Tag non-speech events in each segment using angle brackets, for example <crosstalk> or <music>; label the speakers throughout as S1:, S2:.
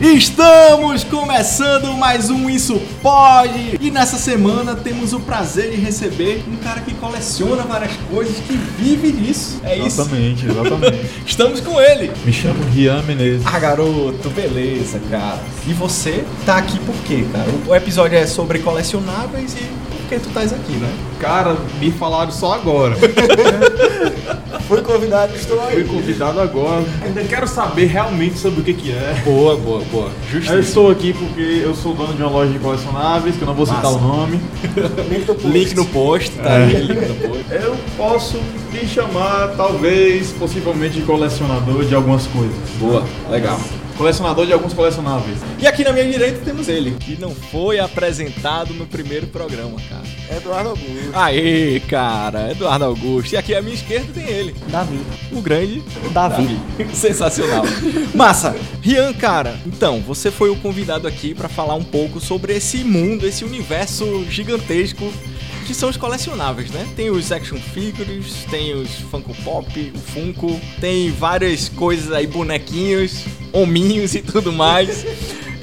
S1: Estamos começando mais um Isso Pode! E nessa semana temos o prazer de receber um cara que coleciona várias coisas, que vive disso. É isso.
S2: Exatamente, exatamente.
S1: Estamos com ele!
S2: Me chamo Rian Menezes.
S1: Ah, garoto, beleza, cara. E você tá aqui por quê, cara? O- O episódio é sobre colecionáveis e por que tu estás aqui, né?
S3: Cara, me falaram só agora.
S4: Fui convidado, estou
S3: Fui
S4: aí.
S3: convidado agora. Ainda quero saber realmente sobre o que que é.
S2: Boa, boa, boa.
S3: Eu estou aqui porque eu sou dono de uma loja de colecionáveis, que eu não vou citar
S1: Massa.
S3: o nome.
S4: Link do post. É.
S1: Link no post, tá aí, link no post.
S3: Eu posso me chamar, talvez, possivelmente, de colecionador de algumas coisas.
S1: Boa, legal.
S3: Colecionador de alguns colecionáveis.
S1: E aqui na minha direita temos ele, que não foi apresentado no primeiro programa, cara.
S4: Eduardo Augusto.
S1: Aê, cara, Eduardo Augusto. E aqui à minha esquerda tem ele,
S4: Davi.
S1: o grande
S4: Davi.
S1: <laughs> Sensacional. Massa. Rian, cara, então, você foi o convidado aqui pra falar um pouco sobre esse mundo, esse universo gigantesco que são os colecionáveis, né? Tem os action figures, tem os Funko Pop, o Funko, tem várias coisas aí, bonequinhos, hominhos e tudo mais.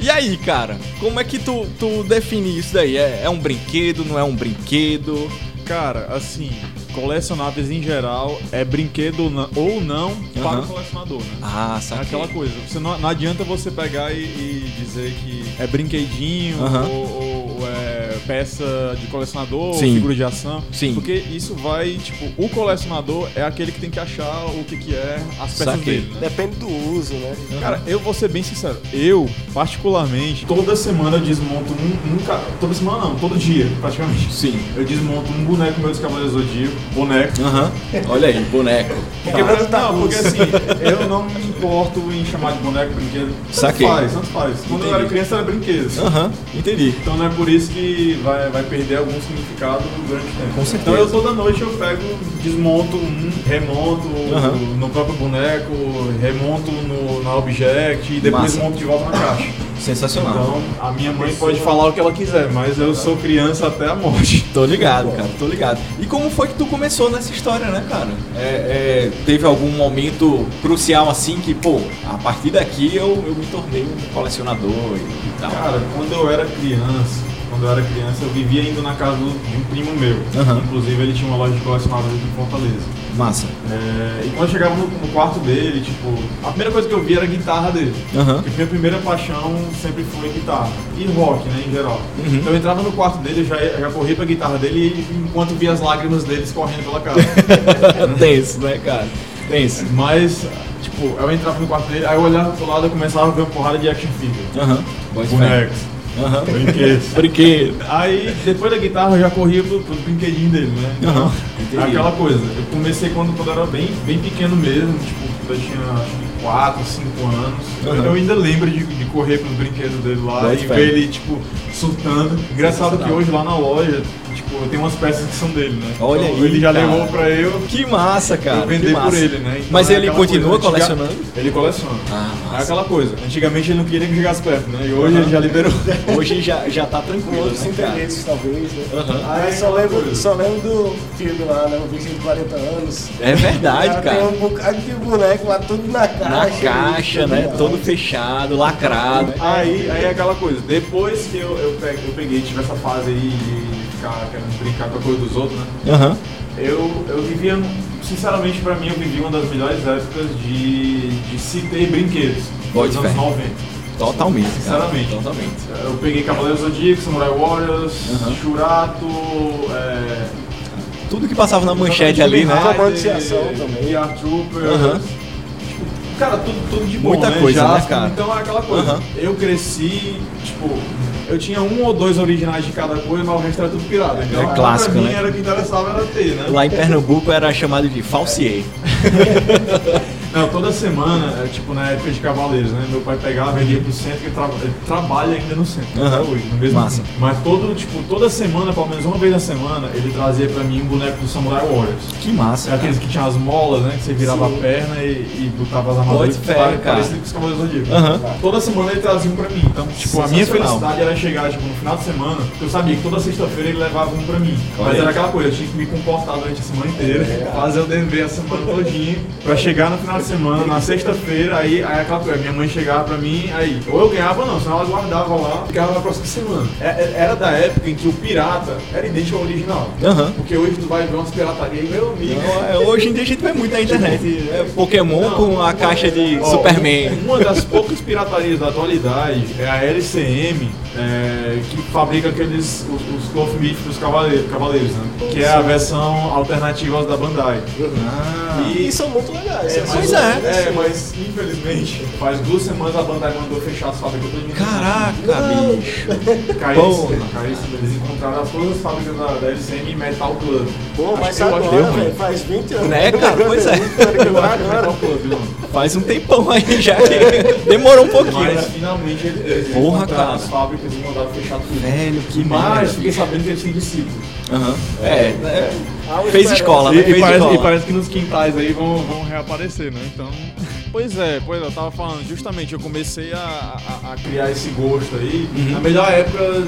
S1: E aí, cara, como é que tu, tu define isso daí? É, é um brinquedo, não é um brinquedo?
S3: Cara, assim, colecionáveis em geral é brinquedo na- ou não para
S1: Aham.
S3: o colecionador, né?
S1: Ah,
S3: É
S1: saquei.
S3: aquela coisa, você não, não adianta você pegar e, e dizer que é brinquedinho
S1: Aham.
S3: ou, ou- ou é peça de colecionador,
S1: Sim.
S3: ou figura de ação.
S1: Sim.
S3: Porque isso vai, tipo, o colecionador é aquele que tem que achar o que, que é as peças
S1: Saquei.
S3: dele, né?
S4: Depende do uso, né?
S3: Cara, eu vou ser bem sincero. Eu, particularmente, toda semana eu desmonto um. um ca- toda semana não, todo dia, praticamente.
S1: Sim.
S3: Eu desmonto um boneco meu dos Cavaleiros do Zodíaco, boneco.
S1: Aham. Olha aí, boneco.
S3: Porque,
S4: Cara, tá
S3: não, porque
S4: russo.
S3: assim, eu não me importo em chamar de boneco brinquedo.
S1: Saquei.
S3: Tanto faz, tanto faz. Quando eu
S1: Entendi.
S3: era criança era brinquedo.
S1: Aham, entendi.
S3: Então não é por isso que vai, vai perder algum significado durante o tempo.
S1: Com certeza.
S3: Então eu toda noite eu pego, desmonto um, remonto
S1: Aham.
S3: no próprio boneco, remonto no, na object e depois
S1: Massa. Tá
S3: monto de volta na caixa.
S1: Sensacional.
S3: Então a minha mãe pode falar o que ela quiser, mas eu sou criança até a morte.
S1: Então, Tô ligado, cara, tô ligado. E como foi que tu começou nessa história, né, cara? É, é, teve algum momento crucial assim que, pô, a partir daqui eu, eu me tornei um colecionador e, e tal.
S3: Cara, quando eu era criança, quando eu era criança, eu vivia indo na casa do- de um primo meu.
S1: Aham.
S3: Inclusive ele tinha uma loja de colecionáveis aqui em Fortaleza.
S1: <laughs> massa.
S3: É, e quando eu chegava no, no quarto dele, tipo, a primeira coisa que eu via era a guitarra dele.
S1: Aham.
S3: Porque minha primeira paixão sempre foi guitarra. E rock, né, em geral.
S1: Uhum.
S3: Então eu entrava no quarto dele, eu já, ia- já corria pra guitarra dele e enquanto via as lágrimas deles correndo pela
S1: <laughs>
S3: casa.
S1: Tenso, né, cara? Tenso.
S3: Mas, tipo, eu entrava no quarto dele, aí eu olhava pro lado e começava a ver uma porrada de action figure.
S1: Aham. Pode ver.
S3: Bonecos.
S1: Aham.
S3: Brinquedos.
S1: <laughs> Brinquedo.
S3: Aí, depois da guitarra, eu já corria pro, pro brinquedinho dele, né?
S1: Aham,
S3: É
S1: entendi.
S3: aquela coisa. Eu comecei quando, quando eu era bem, bem pequeno mesmo, tipo, eu tinha acho que 4, 5 anos. Eu-
S1: Aham.
S3: Eu ainda lembro de, de correr pros brinquedos dele lá
S1: Bote
S3: e
S1: fé.
S3: ver ele, tipo, surtando. Engraçado que hoje lá na loja, tipo, eu tenho umas peças que são dele, né?
S1: Olha
S3: Então,
S1: aí,
S3: Ele já
S1: cara.
S3: levou pra eu.
S1: Que massa, cara.
S3: eu
S1: que
S3: vender
S1: massa.
S3: por ele, né? Então
S1: Mas
S3: é
S1: ele
S3: aquela
S1: continua
S3: coisa, antiga-
S1: colecionando?
S3: Ele coleciona.
S1: Ah, massa.
S3: é aquela coisa. Antigamente ele não queria que chegasse perto, né? E hoje ele já liberou.
S1: Hoje já, já tá
S4: Com
S1: tranquilo,
S4: outros
S1: né, cara?
S4: interesses, talvez, né?
S1: Aham.
S4: Aí só lembro, só lembro do filme lá, né? O bicho de 40 anos.
S1: É verdade,
S4: Tem
S1: cara.
S4: um bocado de boneco lá, tudo na caixa.
S1: Na caixa, né?
S4: Tudo
S1: Todo fechado, lacrado.
S3: Aí, aí é aquela coisa, depois que eu, eu, peguei, eu peguei, tive essa fase aí de ficar querendo brincar com a coisa dos outros, né?
S1: Aham.
S3: Eu, eu vivia, sinceramente pra mim, eu vivi uma das melhores épocas de, de se ter brinquedos,
S1: Pode
S3: dos anos
S1: fé.
S3: 90.
S1: Totalmente, cara.
S3: Sinceramente.
S1: Totalmente.
S3: Eu peguei Cavaleiros do Zodíaco, Samurai Warriors,
S1: Aham.
S3: Churato, é,
S1: Tudo que passava na manchete ali, né?
S4: Exatamente. Romantização também.
S3: E Art Trooper.
S1: Aham.
S3: Tipo, Cara, tudo, tudo de bom,
S1: Muita coisa, né,
S3: Jasper,
S1: cara?
S3: Então é aquela coisa.
S1: Aham.
S3: Eu cresci, tipo, eu tinha um ou dois originais de cada coisa, mas o resto era tudo pirata. Então,
S1: É
S3: pra
S1: clássico,
S3: mim,
S1: né?
S3: era o que interessava era ter, né?
S1: Lá em Pernambuco era chamado de falsier.
S3: Não, toda semana, é, tipo, na época de Cavaleiros, né? Meu pai pegava, vendia pro centro, que ele, tra- ele trabalha ainda no centro,
S1: Aham.
S3: né? até hoje, no mesmo
S1: Massa.
S3: Mas todo, tipo, toda semana, pelo menos uma vez na semana, ele trazia pra mim um boneco do Samurai Warriors.
S1: Ah, Que massa.
S3: É Aqueles
S1: cara.
S3: que tinham as molas, né? Que você virava a perna e, e botava as armaduras.
S1: Pode fé,
S3: Pare-
S1: cara.
S3: Parecia com os Cavaleiros do Zodíaco. Tá.
S1: Aham.
S3: Toda semana ele trazia um pra mim. Então, tipo, a minha
S1: Sensacional.
S3: felicidade era chegar, tipo, no final de semana, porque eu sabia que toda sexta-feira ele levava um pra mim.
S1: Olha
S3: Mas
S1: aí. É.
S3: era aquela coisa, eu tinha que me comportar durante a semana inteira, fazer o dever a semana todinha, pra chegar no final de de semana, na sexta-feira, aí, aí aquela coisa, minha mãe chegava pra mim, aí, ou eu ganhava ou não, senão ela guardava lá, ficava na próxima semana. É- é- Era da época em que o pirata era idêntico ao original.
S1: Aham.
S3: Porque hoje tu vai ver umas piratarias, meu amigo.
S1: É, Hoje em dia a gente vê muito na internet. É Pokémon com a caixa de
S3: Ó, um,
S1: Superman.
S3: Uma das poucas piratarias da atualidade é a LCM, é, que fabrica aqueles os, os clothmith dos cavaleiros, cavaleiros, né? Que é a versão alternativa da Bandai.
S4: E são muito legais.
S3: É,
S4: são
S1: Pois
S3: mas,
S4: muito
S1: é.
S4: legais.
S3: é, mas infelizmente faz duas semanas a Bandai mandou fechar as fábricas do mundo.
S1: Caraca,
S4: Não.
S1: bicho. Porra.
S3: Caríssimo, caríssimo. Eles encontraram todas as fábricas da, da LCM e Metal Club.
S4: Pô, mas
S3: Acho que eu acho que
S4: agora,
S3: deu,
S4: velho, faz 20 anos.
S1: Né, cara?
S4: <laughs>
S1: Pois é.
S3: Eu acho que é Metal Club, mano.
S1: Faz um tempão aí já que <laughs> demorou um pouquinho,
S3: Mas
S1: né?
S3: finalmente eles- eles
S1: Porra,
S3: encontraram
S1: cara. Né?
S3: as fábricas e mandaram fechar tudo.
S1: Velho, que merda.
S3: Mas fiquei sabendo que eles têm discípulos.
S1: Aham. É,
S4: Há uma
S1: fez
S4: esperança.
S1: escola,
S3: E,
S1: né?
S3: e
S1: Fez
S3: parece, e
S1: escola.
S3: parece que nos quintais aí vão, vão reaparecer, né? Então. Pois é, pois é, eu tava falando, justamente eu comecei a, a- a criar esse gosto aí
S1: Uhum.
S3: na melhor época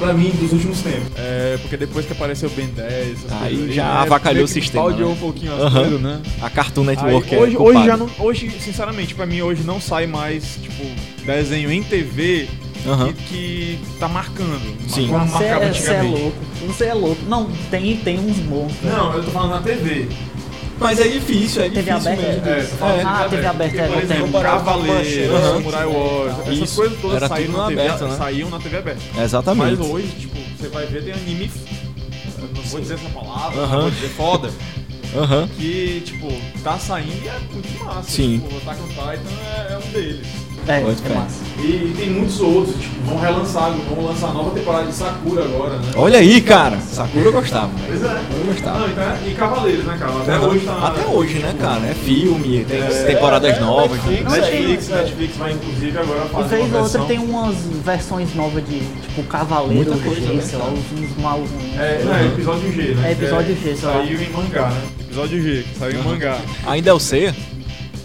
S3: pra mim dos últimos tempos. É, porque depois que apareceu o Ben 10, essas
S1: Aí
S3: coisas
S1: já
S3: né,
S1: avacalhou
S3: meio
S1: o
S3: que
S1: sistema,
S3: baldeou
S1: né?
S3: um pouquinho as
S1: Aham.
S3: coisas, né?
S1: A Cartoon
S3: Aí,
S1: Network é
S3: hoje,
S1: culpada.
S3: hoje já não, hoje, sinceramente, pra mim hoje não sai mais, tipo, desenho em TV
S1: Aham.
S3: que, que tá marcando.
S1: Sim.
S3: Como
S5: Você
S3: marcava
S5: é, cê é
S3: antigamente.
S5: louco. Você é louco. Não, tem, tem uns bons. né? cara.
S3: Não, eu tô falando na TV.
S1: Mas é difícil, é
S5: TV
S1: difícil
S5: aberta
S1: mesmo.
S3: É,
S5: Ah, TV aberta,
S3: Porque,
S5: não
S3: por
S5: tem. um
S3: exemplo, Cavaleiro,
S1: Aham.
S3: Samurai
S5: né?
S3: Warriors, essas
S1: Isso,
S3: coisas todas
S1: era
S3: saíram
S1: tudo
S3: na
S1: na
S3: TV,
S1: aberta, né?
S3: saíam na TV aberta.
S1: Exatamente.
S3: Mas hoje, tipo, você vai ver, tem anime, eu não vou dizer essa palavra,
S1: Aham.
S3: não vou dizer foda,
S1: Aham.
S3: que, tipo, tá saindo e é muito massa.
S1: Sim.
S3: Tipo, o Attack on Titan é, é um deles.
S5: É,
S1: Pode
S5: é
S1: crer.
S5: massa.
S3: E tem muitos outros, tipo, vão relançar, vão lançar a nova temporada de Sakura agora, né?
S1: Olha aí, cara. Sakura eu gostava. velho.
S3: Pois é.
S1: Eu gostava.
S3: Não, então é- e Cavaleiros, né, cara? Até
S1: Aham.
S3: hoje tá na-
S1: Até hoje, né, cara? É filme, tem
S3: É,
S1: temporadas
S4: é,
S1: novas. né?
S4: Netflix.
S3: Netflix, Netflix vai inclusive agora
S5: E
S3: fazer uma
S5: vez ou é. outra
S3: versão.
S5: tem um- umas versões novas de, tipo, Cavaleiro,
S1: Muita coisa,
S5: G,
S1: né,
S5: sei lá,
S1: cara?
S5: uns, uns malucos.
S3: É, não, é episódio G, né?
S5: É episódio
S3: Que é-
S5: G, sei lá.
S3: Saiu em mangá, né? Episódio G, que saiu em mangá.
S1: Ainda é o C?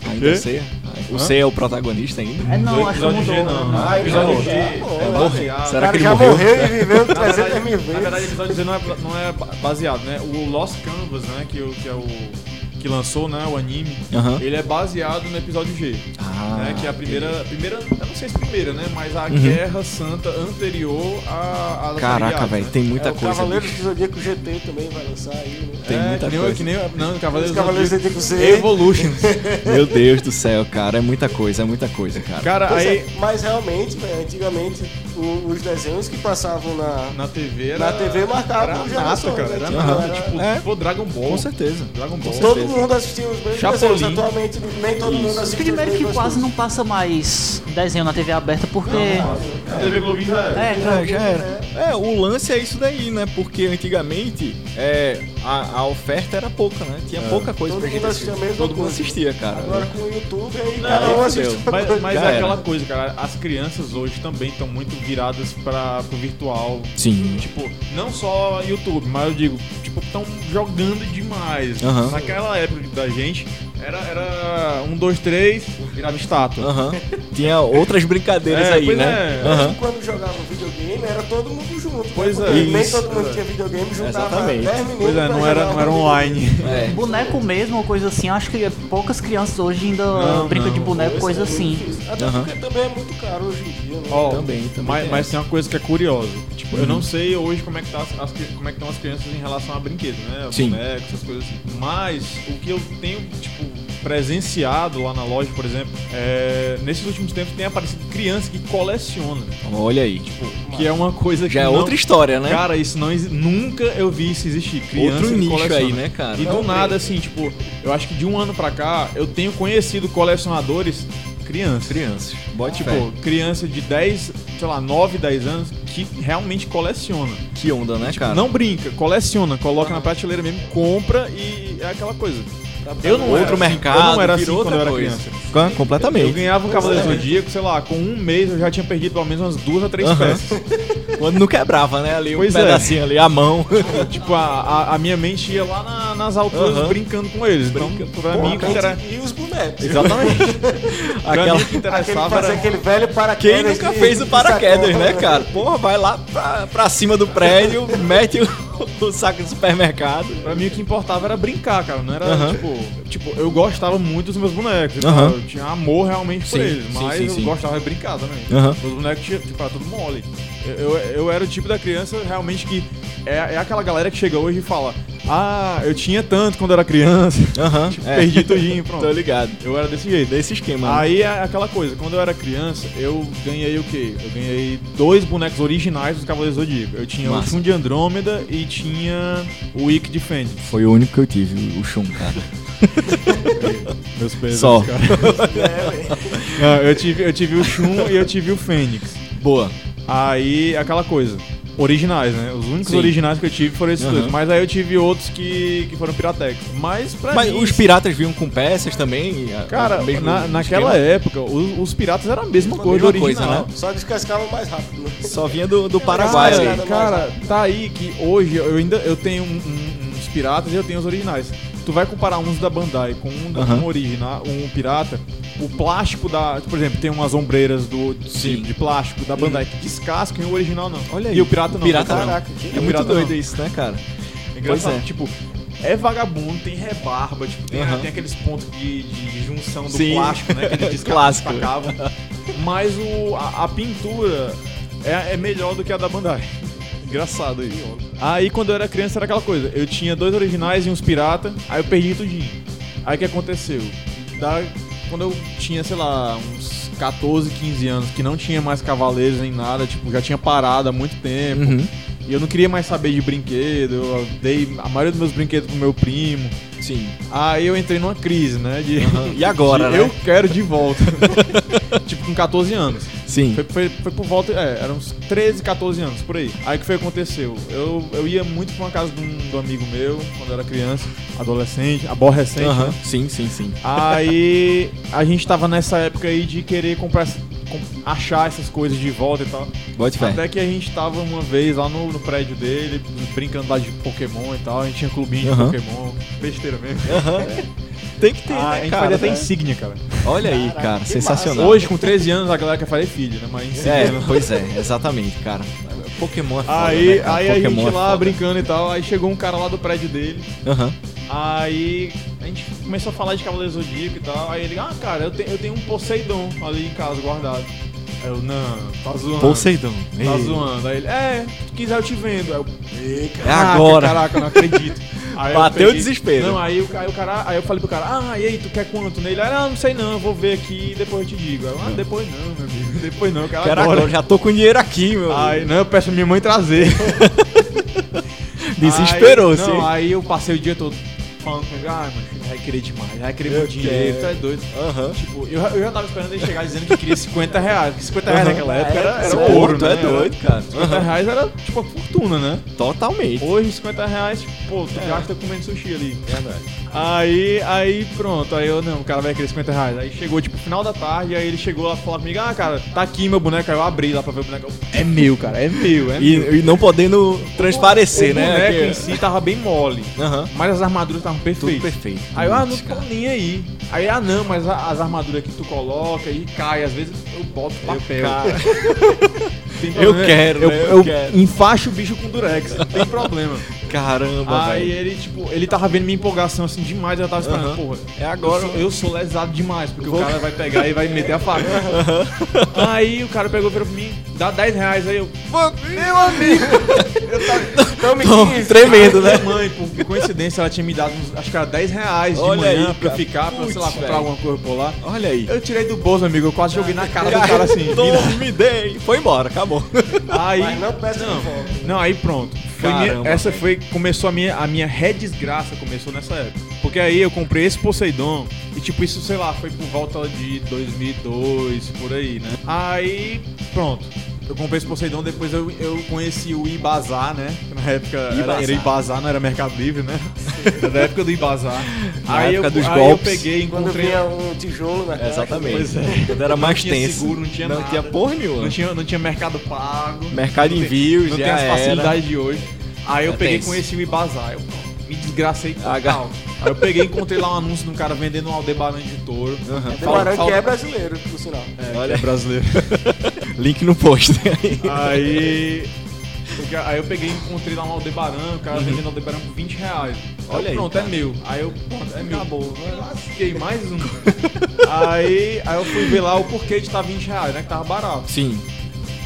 S1: Ainda é o
S3: Quê?
S1: C? O C é o protagonista ainda?
S5: É, não, acho que
S3: episódio
S5: mudou.
S3: G não.
S5: né?
S3: né? episódio G.
S4: é
S3: é
S4: bom.
S3: baseado-
S1: Será
S4: O
S1: que
S4: cara
S1: ele
S4: já
S1: morreu?
S4: morreu e viveu
S3: Na verdade,
S4: 300
S3: na
S4: mil
S3: verdade, o
S4: vezes.
S3: episódio G não é, não é ba- baseado, né? O Lost Canvas, né? Que, o- que é o que lançou, né? O anime.
S1: Aham.
S3: Ele é baseado no episódio G.
S1: Ah, Uhum.
S3: né, que é a primeira, primeira, eu não sei se primeira, né? Mas a Guerra Santa anterior à, à da
S1: Caraca,
S3: Seriado,
S1: velho,
S3: né?
S1: tem muita
S4: É, o
S1: coisa,
S4: Cavaleiros
S1: bicho.
S4: do Zodíaco GT também vai lançar aí, né?
S1: Tem
S3: é,
S1: muita
S3: que nem, o-
S1: coisa.
S3: Que nem, o- não, Cavaleiros, é
S4: Os Cavaleiros do Zodíaco Z.
S3: Evolutions.
S1: Meu Deus do céu, cara. É muita coisa, é muita coisa, cara.
S3: Cara,
S4: Pois é,
S3: aí
S4: mas realmente, velho, antigamente, o- os desenhos que passavam na,
S3: na TV era...
S4: Na TV marcava
S3: era
S4: os
S3: nata,
S4: gerações,
S3: cara.
S4: né?
S3: Era
S4: Tipo,
S3: nata,
S4: era-
S3: tipo,
S1: é.
S3: pô, Dragon Ball.
S1: Com certeza.
S3: Dragon Ball.
S4: Todo mundo assistia os mesmos
S3: Chapolin.
S4: desenhos, atualmente nem todo mundo
S5: Acho
S4: assiste
S5: que
S4: os
S5: primeiro que
S4: mesmos
S5: quase não
S4: desenhos.
S5: passa mais desenho na TV aberta, porque...
S3: A TV Globinho já era.
S5: É,
S1: É, já era. É, o lance é isso daí, né? Porque antigamente é, a, a oferta era pouca, né? Tinha pouca coisa
S4: É. Todo
S1: pra gente
S4: mundo
S1: assistir.
S4: assistia a mesma
S1: Todo mundo
S4: coisa.
S1: assistia, cara.
S4: Agora com o YouTube, aí
S3: Não,
S4: cada um
S1: aí
S4: assiste
S1: fudeu.
S4: uma
S3: Mas,
S4: coisa.
S3: mas
S1: Já
S3: é
S1: era.
S3: aquela coisa, cara. As crianças hoje também estão muito viradas para pro virtual.
S1: Sim.
S3: Tipo, não só YouTube, mas eu digo, tipo, estão jogando demais.
S1: Aham.
S3: Naquela época da gente, era, era um, dois, três, virava estátua.
S1: Aham. Tinha outras brincadeiras
S3: É,
S1: aí,
S3: pois
S1: né?
S3: é.
S1: Aham.
S4: Quando jogava videogame, era todo mundo junto.
S3: Pois
S4: né?
S3: é.
S4: Nem
S1: Isso.
S4: todo mundo tinha videogame, juntava
S1: Exatamente.
S4: 10 meninos
S3: Pois é,
S4: pra
S3: não era,
S4: jogar
S3: não era
S4: um
S3: online.
S1: É.
S5: Boneco mesmo, ou coisa assim, acho que poucas crianças hoje ainda
S3: Não,
S5: brincam de
S3: não.
S4: videogame.
S5: boneco, coisa
S4: Isso é muito
S5: assim.
S4: difícil. Até
S1: Aham.
S4: porque também é muito caro hoje em dia, né?
S3: Ó,
S1: Também, também
S3: mas,
S1: tem
S3: mas
S1: essa.
S3: tem uma coisa que é curiosa. Tipo, eu não sei hoje como é que tá as, as cri- como é que estão as crianças em relação a brinquedos, né?
S1: Sim.
S3: Bonecos, essas coisas assim. Mas o que eu tenho, tipo, presenciado lá na loja, por exemplo, é, nesses últimos tempos tem aparecido criança que coleciona.
S1: Olha aí.
S3: Tipo, que é uma coisa que
S1: Já é
S3: não-
S1: outra história, né?
S3: Cara, isso não exi- nunca eu vi isso existir. Criança
S1: Outro
S3: que
S1: nicho
S3: coleciona.
S1: aí, né, cara?
S3: E do
S1: Não
S3: nada, assim, tipo, eu acho que de um ano pra cá eu tenho conhecido colecionadores crianças.
S1: Crianças.
S4: Tá
S1: Bote
S3: Tipo,
S1: fé.
S3: criança de 10, sei lá, 9, 10 anos que realmente coleciona.
S1: Que onda, né, cara?
S3: Não brinca, coleciona, coloca na prateleira mesmo, compra e é aquela coisa. Eu não era
S1: Outro
S3: assim,
S1: mercado,
S3: eu não era assim
S1: virou
S3: quando eu
S1: outra
S3: era
S1: coisa.
S3: criança.
S1: Com- Completamente.
S3: Eu ganhava um Cavaleiro
S4: é.
S3: Zodíaco, sei lá, com um mês eu já tinha perdido pelo menos umas duas a três
S1: Aham.
S3: peças.
S1: Quando não quebrava, né? Ali, um
S3: Pois é.
S1: pedacinho ali, a
S3: <laughs>
S1: mão.
S3: tipo, a, a- a minha mente ia lá na- nas alturas
S1: Aham.
S3: brincando com eles. Então, pra
S4: Pô,
S3: mim, o que era...
S4: E os bonecos. <laughs>
S1: Exatamente.
S3: Pra
S1: Aquela...
S3: mim, o que
S4: Aquele
S3: interessava
S4: fazer
S3: era...
S4: aquele velho paraquedas.
S1: Quem
S3: assim.
S1: nunca
S4: de-
S3: é
S1: fez o
S4: de
S1: paraquedas,
S4: sacola,
S1: né, cara? Porra, vai lá pra, pra cima do prédio, <laughs> mete o o saco do supermercado.
S3: Pra mim o que importava era brincar, cara. Não era
S1: Aham.
S3: tipo. Tipo, eu gostava muito dos meus bonecos. tá?
S1: Aham.
S3: Eu tinha amor realmente
S1: Sim,
S3: por eles.
S1: sim,
S3: Mas
S1: sim,
S3: eu
S1: sim.
S3: gostava de brincar também.
S1: Aham.
S3: Meus bonecos tinham tipo, era tudo mole. Eu, eu, eu era o tipo da criança realmente que. É, é aquela galera que chega hoje e fala: Ah, eu tinha tanto quando era criança.
S1: <laughs> Aham.
S3: Tipo,
S1: é. <laughs>
S3: Perdi tudinho, pronto.
S1: Tô ligado.
S3: Eu era desse jeito.
S1: Desse esquema. né?
S3: Aí é aquela coisa, quando eu era criança, eu ganhei o quê? Eu ganhei dois bonecos originais dos Cavaleiros do Zodíaco. Eu tinha
S1: Massa.
S3: o Shun de Andrômeda e tinha o Ick de Fênix.
S1: Foi o único que eu tive, o chum, cara.
S3: Meus pesos,
S1: Só.
S3: cara. Não, eu, tive, eu tive o Shun e eu tive o Fênix.
S1: Boa.
S3: Aí, aquela coisa. Originais, né? Os únicos
S1: Sim.
S3: originais que eu tive foram esses
S1: Aham.
S3: dois. Mas aí eu tive outros que, que foram Piratex. Mas pra
S1: Mas
S3: mim.
S1: os piratas vinham com peças também? a-
S3: Cara,
S1: o mesmo
S3: na, naquela
S1: esquema?
S3: época, os, os piratas eram a mesma
S4: A
S3: coisa
S1: mesma coisa,
S3: original.
S1: né?
S4: Só descascava mais rápido. né?
S1: Só vinha do, do Paraguai. É
S4: Mas,
S3: Cara,
S1: ali.
S3: cara, tá aí que hoje eu ainda eu tenho um- um- uns piratas e eu tenho os originais. Tu vai comparar uns da Bandai com um, da-
S1: Aham.
S3: um original, um pirata, o plástico da, por exemplo, tem umas ombreiras do de-
S1: Sim.
S3: de plástico da Bandai que descasca e o original não.
S1: Olha aí.
S3: E o pirata não.
S1: Pirata não.
S4: Caraca, que
S3: E o
S1: É muito
S3: pirata
S1: doido
S3: não.
S1: isso, né, cara?
S3: É engraçado,
S1: Pois é.
S3: tipo, é vagabundo, tem rebarba, tipo, tem,
S1: Aham.
S3: tem aqueles pontos de, de junção do
S1: Sim.
S3: plástico,
S1: <laughs>
S3: né? Que eles desca-
S1: Clássico.
S3: destacavam. Mas o, a, a pintura é, é melhor do que a da Bandai. Engraçado isso. Aí quando eu era criança era aquela coisa, eu tinha dois originais e uns pirata, aí eu perdi tudinho. Aí o que aconteceu? Da, quando eu tinha, sei lá, uns 14, 15 anos, que não tinha mais cavaleiros nem nada, tipo, já tinha parado há muito tempo.
S1: Uhum.
S3: E eu não queria mais saber de brinquedo, eu dei a maioria dos meus brinquedos pro meu primo.
S1: Sim.
S3: Aí eu entrei numa crise, né? De,
S1: E agora,
S3: <laughs> de
S1: né?
S3: Eu quero de volta. <laughs> tipo, com 14 anos.
S1: Sim.
S3: Foi, foi, foi por volta, é, eram uns 13, 14 anos, por aí. Aí o que foi que aconteceu? Eu, eu ia muito pra uma casa de um, de um amigo meu, quando eu era criança, adolescente, aborrecente,
S1: Aham.
S3: né?
S1: Sim, sim, sim.
S3: Aí a gente tava nessa época aí de querer comprar, essa- com- achar essas coisas de volta e tal.
S1: Bote fé.
S3: Até que a gente tava uma vez lá no, no prédio dele, brincando lá de Pokémon e tal. A gente tinha clubinho
S1: Aham.
S3: de Pokémon, besteira mesmo. <laughs>
S1: Tem que ter,
S3: Ah, a
S1: né,
S3: gente
S1: cara?
S3: fazia até insígnia, cara.
S1: Olha aí,
S4: Caraca,
S1: cara.
S4: que
S1: Sensacional.
S3: Hoje, com 13 anos, a galera quer fazer filho, né? Mas insígnia.
S1: É,
S3: não.
S1: pois é. Exatamente, cara. Pokémon é foda,
S3: Aí,
S1: né, cara?
S3: aí a
S1: Pokémon
S3: gente
S1: é
S3: lá
S1: foda.
S3: brincando e tal, aí chegou um cara lá do prédio dele,
S1: Aham.
S3: aí a gente começou a falar de Cavaleiro Zodíaco e tal, aí ele, ah cara, eu, te- eu tenho um Poseidon ali em casa guardado. Aí eu, não, tá zoando.
S1: Poseidon.
S3: Tá
S1: Ei.
S3: zoando. Aí ele, é, se quiser eu te vendo. Aí eu, "Ei,
S1: É agora."
S3: Caraca,
S1: <laughs>
S3: não acredito. Aí eu
S1: Bateu o desespero.
S3: Não, aí, o- aí o cara, aí eu falei pro cara, ah, e aí, tu quer quanto nele? Aí, ele, ah, não sei não, eu vou ver aqui e depois eu te digo. Aí eu, ah, depois não, meu amigo, <laughs> depois não, cara.
S1: Cara, agora eu já tô com dinheiro aqui, meu.
S3: Aí, não, eu peço pra minha
S1: <laughs>
S3: mãe trazer.
S1: Desesperou,
S3: Aí-
S1: sim.
S3: Não, aí eu passei o dia todo falando com ele, ah, meu filho, vai querer demais, vai querer meu dinheiro, tu é doido.
S1: Aham.
S3: Tipo, eu, eu já tava esperando ele chegar dizendo que queria 50 reais, porque 50 reais naquela época era, era
S1: Isso é
S3: ouro,
S1: tu
S3: né?
S1: é doido, cara.
S3: 50 reais era, tipo, a fortuna, né?
S1: Totalmente.
S3: Hoje, 50 reais, tipo, pô, tu gasta comendo sushi ali. Verdade. Aí, aí, pronto. Aí eu, não, o cara vai querer 50 reais. Aí chegou, tipo, final da tarde, aí ele chegou lá pra falar comigo, ah, cara, tá aqui meu boneco. Aí eu abri lá pra ver o boneco. Eu, é meu, cara, é meu, é meu.
S1: E, e não podendo transparecer,
S3: o
S1: né?
S3: boneco
S1: Que-
S3: em si tava bem mole, né?
S1: Aham.
S3: mas as armaduras estavam
S1: Tudo
S3: perfeitas.
S1: perfeito.
S3: Aí eu, ah, não
S1: Putz,
S3: tô
S1: cara.
S3: nem aí. Aí, ah, não, mas a- as armaduras que tu coloca e cai, às vezes eu boto papel. Tem
S1: Eu
S3: problema.
S1: quero,
S3: eu,
S1: né? Eu
S3: eu
S1: quero.
S3: enfaixo o bicho com durex, não tem problema.
S1: Caramba,
S3: Aí
S1: velho.
S3: ele, tipo, ele tava vendo minha empolgação assim demais, eu tava esperando,
S1: Aham.
S3: porra.
S1: É agora.
S3: Eu sou, eu sou lesado demais, porque o cara vai pegar e vai meter a faca. aí o cara pegou e virou pra mim, dá 10 reais, aí eu.
S1: Meu
S4: Tome
S1: amigo.
S4: 15.
S1: Tremendo, né?
S3: Minha mãe, por coincidência, ela tinha me dado uns, acho que era 10 reais de
S1: Olha
S3: manhã
S1: aí,
S3: pra
S1: cara.
S3: ficar, pra, sei lá,
S1: Putz,
S3: comprar
S1: velho.
S3: alguma coisa por lá.
S1: Olha aí.
S3: Eu tirei do bolso, amigo, eu quase joguei na cara
S1: <laughs>
S3: do cara assim.
S1: Não me dei. Foi embora, acabou.
S3: Aí.
S4: Mas não peça de
S3: não,
S4: volta.
S3: não, aí pronto. Foi minha-
S1: Caramba,
S3: essa foi. Começou a minha, a minha redesgraça, começou nessa época. Porque aí eu comprei esse Poseidon e, tipo, isso, sei lá, foi por volta de 2002, por aí, né? Aí, pronto. Eu comprei esse Poseidon, depois eu, eu conheci o Ibazar, né? Na época era,
S1: Ibazar.
S3: era Ibazar, não era Mercado Livre, né? <laughs> Era da época do Ibazar.
S1: Na
S3: aí
S1: época
S3: eu,
S1: dos
S3: aí eu
S1: golpes.
S3: peguei,
S4: Quando
S3: encontrei.
S4: vinha um tijolo na cara.
S1: Exatamente.
S3: Pois é.
S1: Quando era mais
S3: tinha
S1: tenso.
S3: seguro, não tinha
S1: Não
S3: nada.
S1: tinha porra nenhuma.
S3: Não tinha, não tinha mercado pago.
S1: Mercado
S3: não tem-
S1: envios,
S3: Não
S1: já
S3: tem as
S1: era.
S3: facilidades de hoje. Aí eu
S1: É
S3: peguei e
S1: tenso.
S3: conheci o Ibazar. Eu me desgracei
S1: Ah, gar-
S3: total. Aí eu peguei e encontrei lá um anúncio de um cara vendendo um Aldebaran de touro.
S4: Demarão que é brasileiro, por
S3: É,
S4: sinal.
S1: <laughs> Olha, brasileiro. Link no post.
S3: Aí. Porque aí eu peguei e encontrei lá um Aldebaran, o cara vendendo Aldebaran por 20 reais.
S1: Uhum. Olha
S3: Olha
S1: aí,
S3: Pronto,
S1: cara.
S3: é meu. Aí eu, pronto, é meu. Acabou. Fiquei mais
S1: <laughs>
S3: um. aí, aí eu fui ver lá o porquê de estar 20 reais, né? Que tava barato.
S1: Sim.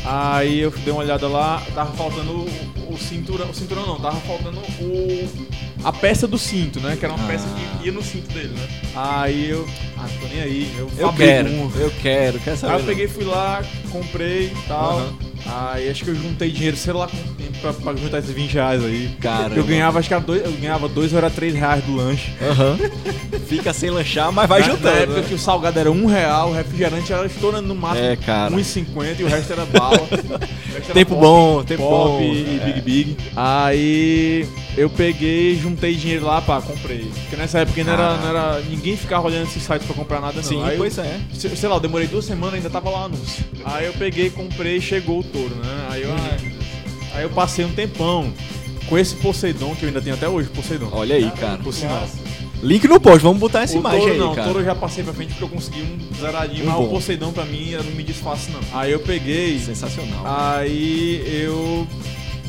S3: Aí eu dei uma olhada lá, tava faltando o, o cinturão. O cinturão não, tava faltando o. A peça do cinto, né? Que era uma peça
S1: Ah.
S3: que ia no cinto dele, né? Aí eu. Ah, tô nem aí. Eu,
S1: Eu
S3: fabrico
S1: quero.
S3: um.
S1: Ah, Eu quero, quero saber.
S3: Aí eu
S1: não.
S3: peguei, fui lá, comprei e tal.
S1: Aham.
S3: Aí acho que eu juntei dinheiro, sei lá quanto tempo, pra, pra juntar esses 20 reais aí.
S1: Caramba.
S3: Eu ganhava, acho que era dois, eu ganhava 2 ou era 3 reais do lanche.
S1: Aham. <laughs> Fica sem lanchar, mas vai
S3: na, na
S1: juntando.
S3: época
S1: né?
S3: que o salgado era 1 real, o refrigerante era estourando no máximo
S1: É, cara.
S3: 1,50 e o resto era bala. <laughs> O resto era
S1: Tempo
S3: pop,
S1: bom, tempo
S3: pop
S1: bom. É.
S3: e Big Big. Aí eu peguei, juntei dinheiro lá, pá, comprei. Porque nessa época não era, não era- ninguém ficava olhando esses sites pra comprar nada, não.
S1: Sim,
S3: Aí eu-
S1: pois é.
S3: se- sei lá, eu demorei duas semanas ainda tava lá o anúncio. Aí eu peguei, comprei e chegou o touro, né? Aí eu,
S1: Uhum.
S3: aí eu passei um tempão com esse Poseidon que eu ainda tenho até hoje, Poseidon.
S1: Olha aí, cara.
S3: Por sinal.
S1: Link no post, vamos botar essa
S3: O
S1: imagem
S3: touro
S1: aí,
S3: não,
S1: cara.
S3: o touro eu já passei pra frente porque eu consegui um zeradinho,
S1: Um
S3: mas
S1: bom.
S3: o Poseidon pra mim eu não me desfaço não. Aí eu peguei,
S1: Sensacional.
S3: aí eu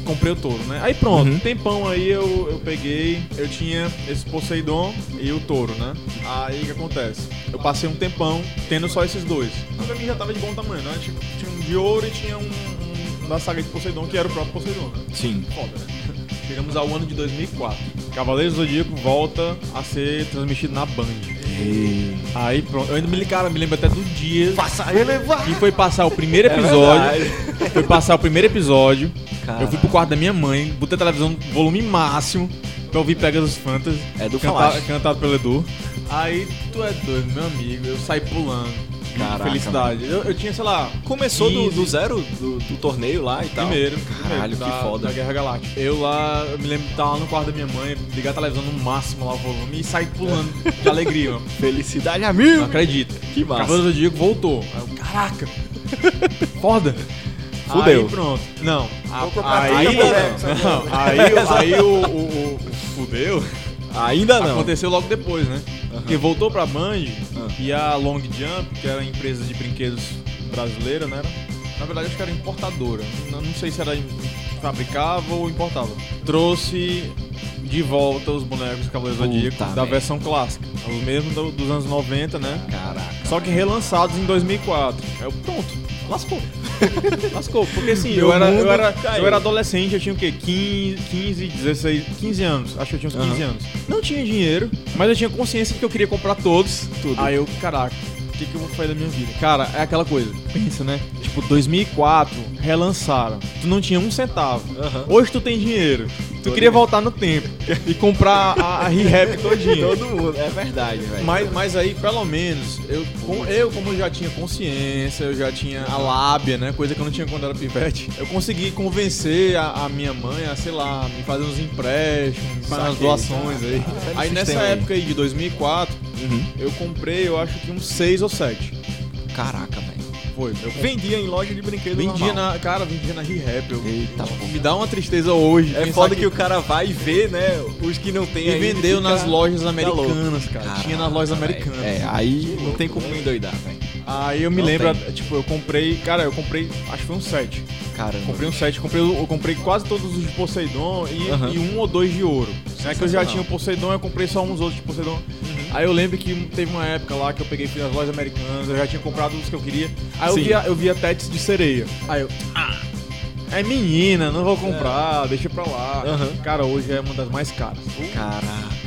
S3: comprei o touro, né? Aí pronto,
S1: Uhum.
S3: um tempão aí eu, eu peguei, eu tinha esse Poseidon e o touro, né? Aí o que acontece? Eu passei um tempão tendo só esses dois. Então, pra mim já tava de bom tamanho, né? Tipo, tinha um de ouro e tinha um, um da saga de Poseidon, que era o próprio Poseidon, né?
S1: Sim.
S3: Foda, né? <laughs> Chegamos ao ano de 2004. Cavaleiros do Zodíaco volta a ser transmitido na Band. Aí pronto. Eu ainda me, cara, me lembro até do dia. Passar elevar! E foi passar o primeiro
S1: É
S3: episódio. foi passar o primeiro episódio.
S1: Caralho.
S3: Eu fui pro quarto da minha mãe, botei a televisão no volume máximo pra ouvir Pegasus Fantasy.
S1: É do
S3: cantado,
S1: Falaste.
S3: cantado pelo Edu. Aí tu é doido, meu amigo. Eu saí pulando. de
S1: Caraca,
S3: Felicidade. Eu, eu tinha, sei lá.
S1: Começou do,
S3: 15,
S1: do zero do, do torneio lá e tal.
S3: Primeiro,
S1: Caralho,
S3: primeiro,
S1: que
S3: da,
S1: foda.
S3: Da Guerra Galáctica. Eu lá, eu me lembro de estar lá no quarto da minha mãe, ligar a televisão no máximo lá o volume e sair pulando de alegria, mano.
S1: Felicidade a mil!
S3: Não acredito.
S1: Que massa.
S3: Cavaleiro do Zodíaco voltou. Aí eu, caraca! <laughs> Foda!
S1: Fudeu.
S3: Aí pronto. Não. a-
S4: Vou comprar
S3: aí,
S4: trinta bonecos
S3: não. não. Aí, o- aí o, o- o- o fudeu
S1: Ainda não. Ah.
S3: aconteceu logo depois, né? Porque voltou pra Band e a Long Jump, que era a empresa de brinquedos brasileira, né? era- Na verdade, acho que era importadora. Não, não sei se era em- fabricava ou importava. Trouxe de volta os bonecos Cavaleiros do
S1: Puta
S3: Zodíaco da
S1: merda.
S3: versão clássica. Os mesmos do- dos anos 90, né?
S1: Caraca.
S3: Só que relançados em 2004. Eu, É pronto, lascou. <laughs> lascou, porque assim,
S1: Meu
S3: eu era,
S1: mundo
S3: eu, era,
S1: caiu.
S3: eu era adolescente, eu tinha o quê? 15, 15, 16, 15 anos. Acho que eu tinha uns 15 anos. Não tinha dinheiro, mas eu tinha consciência de que eu queria comprar todos.
S1: Tudo.
S3: Aí eu, caraca, o que, que eu vou fazer da minha vida? Cara, é aquela coisa, pensa, né? Tipo, 2004, relançaram. Tu não tinha um centavo.
S1: Aham.
S3: Hoje tu tem dinheiro. Tu queria voltar no tempo e comprar a, a re-rap <laughs> todinha.
S1: <laughs> Todo mundo. É verdade, velho.
S3: Mas, mas aí, pelo menos, eu, com- eu, como já tinha consciência, eu já tinha a lábia, né? Coisa que eu não tinha quando era pivete. Eu consegui convencer a, a minha mãe a, sei lá, me fazer uns empréstimos, fazer umas
S1: Saquei.
S3: doações aí.
S1: velho
S3: Aí nessa
S1: sistema aí.
S3: época aí de 2004,
S1: Uhum.
S3: eu comprei, eu acho que uns 6 ou 7.
S1: Caraca, velho.
S3: Foi. Eu comprei.
S1: Vendia em loja de brinquedo
S3: Vendia
S1: normal.
S3: na. Cara, vendia na Re-Rap. eu-
S1: Eita, pô.
S3: Me dá uma tristeza hoje.
S1: É
S3: pensar
S1: foda que... o cara vai e vê, né? Os que não tem
S3: E
S1: ainda
S3: vendeu
S1: fica-
S3: nas lojas
S1: fica louco.
S3: americanas, cara. Tinha nas lojas
S1: Caraca,
S3: americanas.
S1: velho. É, aí não tem como endoidar, velho.
S3: Aí eu me
S1: Não
S3: lembro,
S1: tem.
S3: tipo, eu comprei. Cara, eu comprei. Acho que foi um 7.
S1: Caramba.
S3: Comprei um set, comprei, eu comprei quase todos os de Poseidon e,
S1: Aham.
S3: e um ou dois de ouro. É que eu já
S1: Sensacional.
S3: tinha o Poseidon, eu comprei só uns outros de Poseidon.
S1: Uhum.
S3: Aí eu lembro que teve uma época lá que eu peguei nas lojas americanas, eu já tinha comprado os que eu queria. Aí eu
S1: Sim.
S3: via, eu via Tets de sereia. Aí eu. "Ah, É menina, não vou comprar, deixa pra lá.
S1: É. Aham.
S3: Cara, hoje é uma das mais caras.
S1: um Caraca, velho.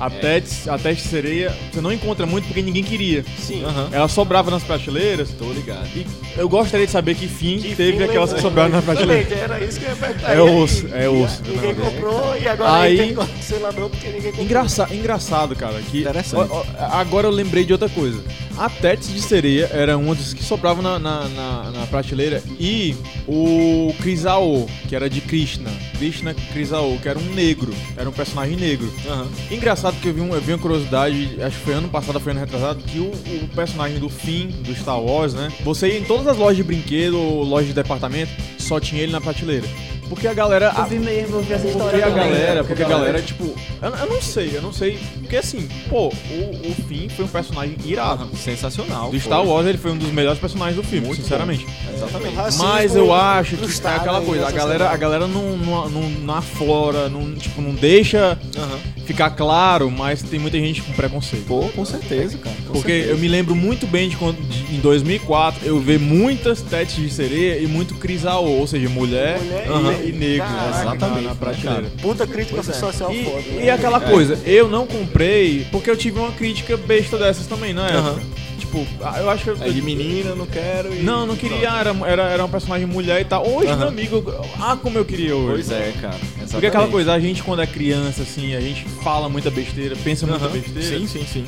S3: A Tets, a Tets de sereia, você não encontra muito porque ninguém queria.
S4: Sim.
S1: Aham.
S3: Ela sobrava nas prateleiras.
S1: Tô ligado.
S3: E eu gostaria de saber que fim
S4: E
S3: teve
S4: fim
S3: aquelas que
S4: levou.
S3: sobraram na prateleira.
S4: Exatamente, Era isso que eu ia perguntar.
S3: É
S4: E aí,
S3: osso, é osso,
S4: Ninguém
S3: não, é.
S4: comprou e agora
S3: Aí-
S4: aí... tem colecionador porque ninguém comprou.
S3: Engraça, engraçado, cara, que
S1: Interessante.
S3: ó, ó, agora eu lembrei de outra coisa. A Tets de sereia era uma das que sobrava na, na, na- na prateleira e o Crisao, que era de Krishna. Krishna Crisao, que era um negro, era um personagem negro.
S1: Aham.
S3: Engraçado que eu vi, um- eu vi uma curiosidade, acho que foi ano passado, foi ano retrasado, que o, o personagem do Finn, do Star Wars, né? Você ia em todas as lojas de brinquedo ou lojas de departamento, só tinha ele na prateleira. Porque a galera.
S5: Eu vi mesmo, eu vi essa história
S3: Porque a
S5: também. né?
S3: galera, porque a galera, tipo, eu, eu não sei, eu não sei. Porque assim, pô, o, o Finn foi um personagem
S1: Tá.
S3: irado.
S1: Sensacional.
S3: Do Star
S1: pô.
S3: Wars ele foi um dos melhores personagens do filme, sinceramente.
S1: Exatamente.
S4: Racismo
S3: Mas eu acho que é
S4: frustrado
S3: aquela
S4: aí
S3: coisa, a
S4: nessa
S3: galera, a galera não, não, não, não aflora, não, tipo, não deixa
S1: Aham.
S3: ficar claro, mas tem muita gente com preconceito.
S1: Pô, com certeza, cara. com
S3: Porque
S1: certeza.
S3: eu me lembro muito bem de quando, de- em 2004, eu vi muitas tetes de sereia e muito crisaô, ou seja, mulher,
S4: Mulher
S3: e,
S4: e-
S3: e negro.
S4: Caraca,
S3: na-
S1: exatamente,
S3: Na,
S1: né,
S3: prateleira.
S1: cara? Então, né?
S4: Puta crítica social
S3: é. E,
S4: foda. né?
S3: e aquela
S1: É.
S3: coisa, eu não comprei porque eu tive uma crítica besta dessas também, né?
S1: Aham.
S3: Tipo, ah, eu acho que.
S1: É de menina, não quero e...
S3: Não, não queria, ah, era, era, era uma personagem mulher e tal. Hoje,
S1: Aham.
S3: meu amigo, ah, como eu queria hoje.
S1: Pois é, cara. Exatamente.
S3: Porque aquela coisa, a gente quando é criança, assim, a gente fala muita besteira, pensa muita
S1: Aham.
S3: besteira,
S1: Sim, sim, sim.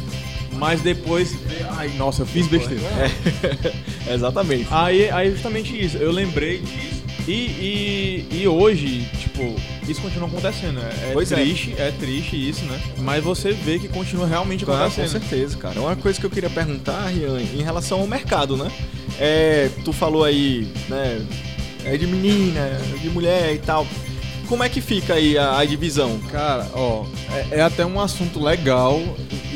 S3: mas depois, ai, nossa, eu fiz besteira.
S1: <laughs> É. Exatamente.
S3: Aí, aí justamente isso, eu lembrei disso. E, e, e hoje, tipo, isso continua acontecendo. É, é
S1: Pois é.
S3: triste, é. triste isso, né? Mas você vê que continua realmente
S1: Claro, com
S3: acontecendo.
S1: certeza, cara. Uma coisa que eu queria perguntar, Rian, em relação ao mercado, né? É, tu falou aí, né? É de menina, é de mulher e tal. Como é que fica aí a, a divisão?
S6: Cara, ó, é, é até um assunto legal,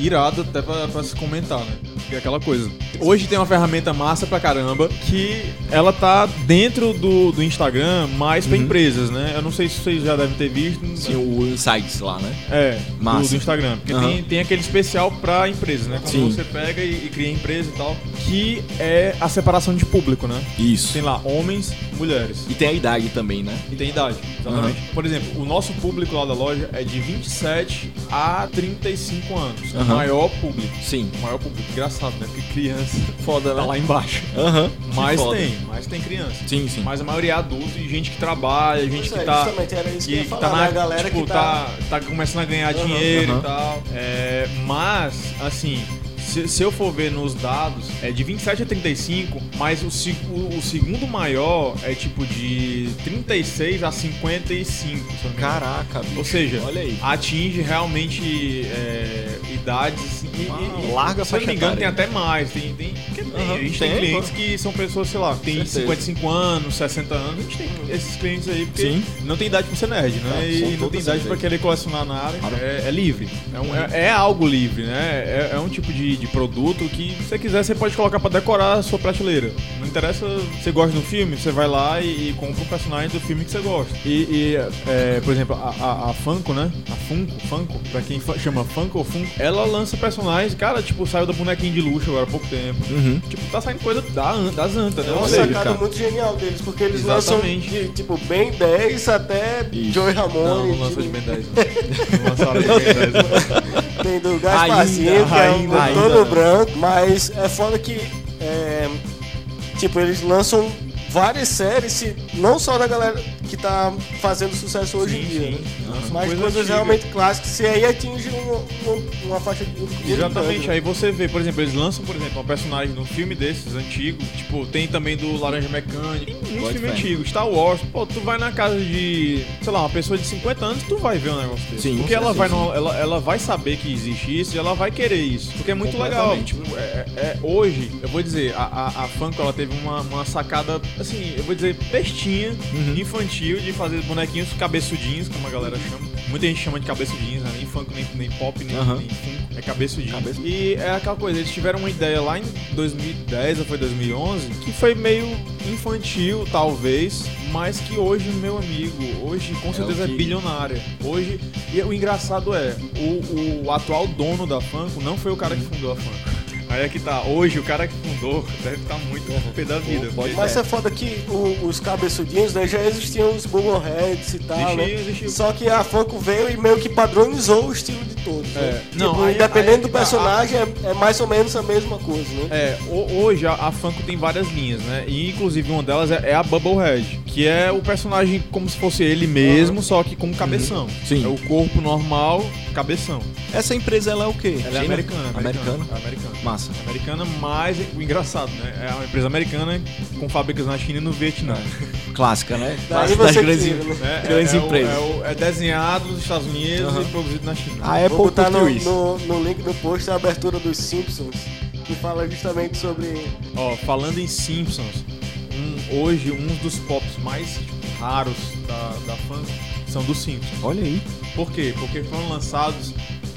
S6: irado até pra, pra se comentar, né? Porque é aquela coisa.
S3: Hoje tem uma ferramenta massa pra caramba que ela tá dentro do, do Instagram, mais pra empresas, né? Eu não sei se vocês já devem ter visto.
S1: Uhum. Sim, Assim, o Insights lá, né?
S3: É, do,
S1: Massa.
S3: do Instagram. Porque
S1: Aham.
S3: tem, tem aquele especial pra empresa, né? Quando
S1: Sim.
S3: você pega e, e cria empresa e tal. Que é a separação de público, né?
S1: Isso.
S3: Tem lá homens, mulheres.
S1: E tem a idade também, né?
S3: E tem idade, exatamente. Por exemplo, o nosso público lá da loja é de 27 a 35 anos. É
S1: Aham.
S3: O maior público.
S1: Sim.
S3: O maior público. Engraçado, né? Porque criança
S1: Foda,
S3: tá lá embaixo.
S1: Aham.
S3: Mas
S1: Foda.
S3: tem, mas tem criança.
S1: Sim, sim.
S3: Mas a maioria é adulto e gente que trabalha, gente
S4: Pois
S3: que
S4: é,
S3: tá.
S4: justamente, era isso que eu ia falar,
S3: tá
S4: né? A galera
S3: tipo,
S4: que tá-
S3: tá. começando a ganhar dinheiro
S1: aham.
S3: e tal. É, mas, assim. Se, se eu for ver nos dados, é de 27 a 35, mas o, se- o- o segundo maior é tipo de 36 a 55. se eu não me engano.
S1: Caraca, bicho.
S3: Ou seja,
S1: olha aí.
S3: atinge realmente é, idades assim, e,
S1: Uau,
S3: e- e-
S1: larga
S3: Se eu
S1: faixa
S3: não me engano, tem
S1: etária.
S3: até mais. Tem, tem, porque tem,
S1: Aham,
S3: a gente
S1: tem,
S3: tem clientes que são pessoas, sei lá, tem
S1: Certeza.
S3: 55 anos, 60 anos. A gente tem esses clientes aí porque
S1: Sim.
S3: não tem idade pra ser nerd,
S1: Ah,
S3: né?
S1: com
S3: e não tem
S1: toda
S3: idade
S1: certeza.
S3: pra querer colecionar nada. É, é livre. É, um- é- é algo livre, né? É, é um tipo de, de produto que, se você quiser, você pode colocar pra decorar a sua prateleira. Não interessa, você gosta do filme, você vai lá e, e compra o personagem do filme que você gosta. E, e, é, por exemplo, a, a- a Funko, né? A Funko, Funko, pra quem fa- chama Funko ou Funko, ela lança personagens, cara, tipo, saiu da bonequinha de luxo agora há pouco tempo.
S1: Uhum.
S3: Tipo, tá saindo coisa da, an- das antas, né?
S4: É uma
S3: Ou seja,
S4: sacada
S1: cara.
S4: muito genial deles, porque eles
S3: Exatamente.
S4: lançam de, tipo Ben 10 até
S1: Isso.
S4: Joey Ramone.
S6: Não, não lançou de Ben 10. Não, não lançaram de Ben 10.
S4: Tem do Gasparzinho,
S1: Ainda,
S4: que é um
S1: ainda,
S4: todo
S1: ainda.
S4: branco, mas é foda que é, tipo, eles lançam várias séries, se- não só da galera que tá fazendo sucesso hoje em
S3: Sim,
S4: dia,
S3: sim.
S4: né?
S3: Lançam
S4: mas
S3: coisa
S4: coisas
S3: antiga.
S4: realmente clássicas, e aí atinge um- um- uma faixa de público
S3: Exatamente, aí
S4: grande, né?
S3: você vê, por exemplo, eles lançam, por exemplo, um personagem de um filme desses antigo, tipo, tem também do Laranja Mecânica, tem muitos
S1: Pode
S3: filmes
S1: ser.
S3: antigos, Star Wars, pô, tu vai na casa de, sei lá, uma pessoa de 50 anos, tu vai ver um negócio desse.
S1: Sim,
S3: porque
S1: com
S3: ela vai,
S1: certeza.
S3: no- ela, ela vai saber que existe isso e ela vai querer isso, porque é muito legal.
S1: Completamente.
S3: Tipo, é- é- é- hoje, eu vou dizer, a, a, a Funko, ela teve uma, uma sacada, assim, eu vou dizer, bestinha,
S1: Uhum.
S3: infantil, de fazer bonequinhos cabeçudinhos, como a galera chama. Muita gente chama de cabeçudinhos, né? nem Funko, nem, nem Pop, nem,
S1: Aham.
S3: nem Funko, é cabeçudinho.
S1: Cabeça-
S3: E é aquela coisa, eles tiveram uma ideia lá em 2010 ou foi 2011 que foi meio infantil, talvez, mas que hoje, meu amigo, hoje com certeza é
S1: que-
S3: bilionária. Hoje, e o engraçado é, o, o atual dono da Funko não foi o cara que
S1: Uhum.
S3: fundou a Funko. Aí é que tá, hoje o cara que fundou deve estar muito pé da vida. porque-
S4: Mas é foda que o- os cabeçudinhos, né, já existiam os Bubbleheads e tal,
S3: Existia,
S4: né?
S3: existia.
S4: Só que a Funko veio e meio que padronizou o estilo de todos, né?
S3: É. Não,
S4: Tipo,
S3: aí-
S4: independente
S3: aí é
S4: do
S3: que tá.
S4: personagem, é, é mais ou menos a mesma coisa, né?
S3: É, ho- hoje a, a Funko tem várias linhas, né? E inclusive uma delas é, é a Bubblehead, que é o personagem como se fosse ele mesmo, só que com cabeção.
S1: Uhum. Sim.
S3: É o corpo normal, cabeção.
S1: Essa empresa, ela é o quê?
S3: Ela é
S1: China?
S3: americana,
S1: Americana.
S3: É americana.
S1: Massa.
S3: Americana, mas o engraçado, né? É uma empresa americana com fábricas na China e no Vietnã.
S1: Clássica, né?
S4: Daí
S1: das
S4: você
S1: grandes,
S4: tira, né?
S1: <laughs>
S3: É, é-
S1: grandes
S3: é o-
S1: empresas.
S3: é o- é desenhado nos Estados Unidos
S1: Aham. Ah, é?
S3: e produzido na China.
S1: A Apple
S4: Vou botar no,
S1: curtiu isso.
S4: no- no link do post a abertura dos Simpsons, que fala justamente sobre.
S3: Ó, falando em Simpsons, um- hoje um dos pops mais tipo, raros da, da fã são dos Simpsons.
S1: Olha aí.
S3: Por quê? Porque foram lançados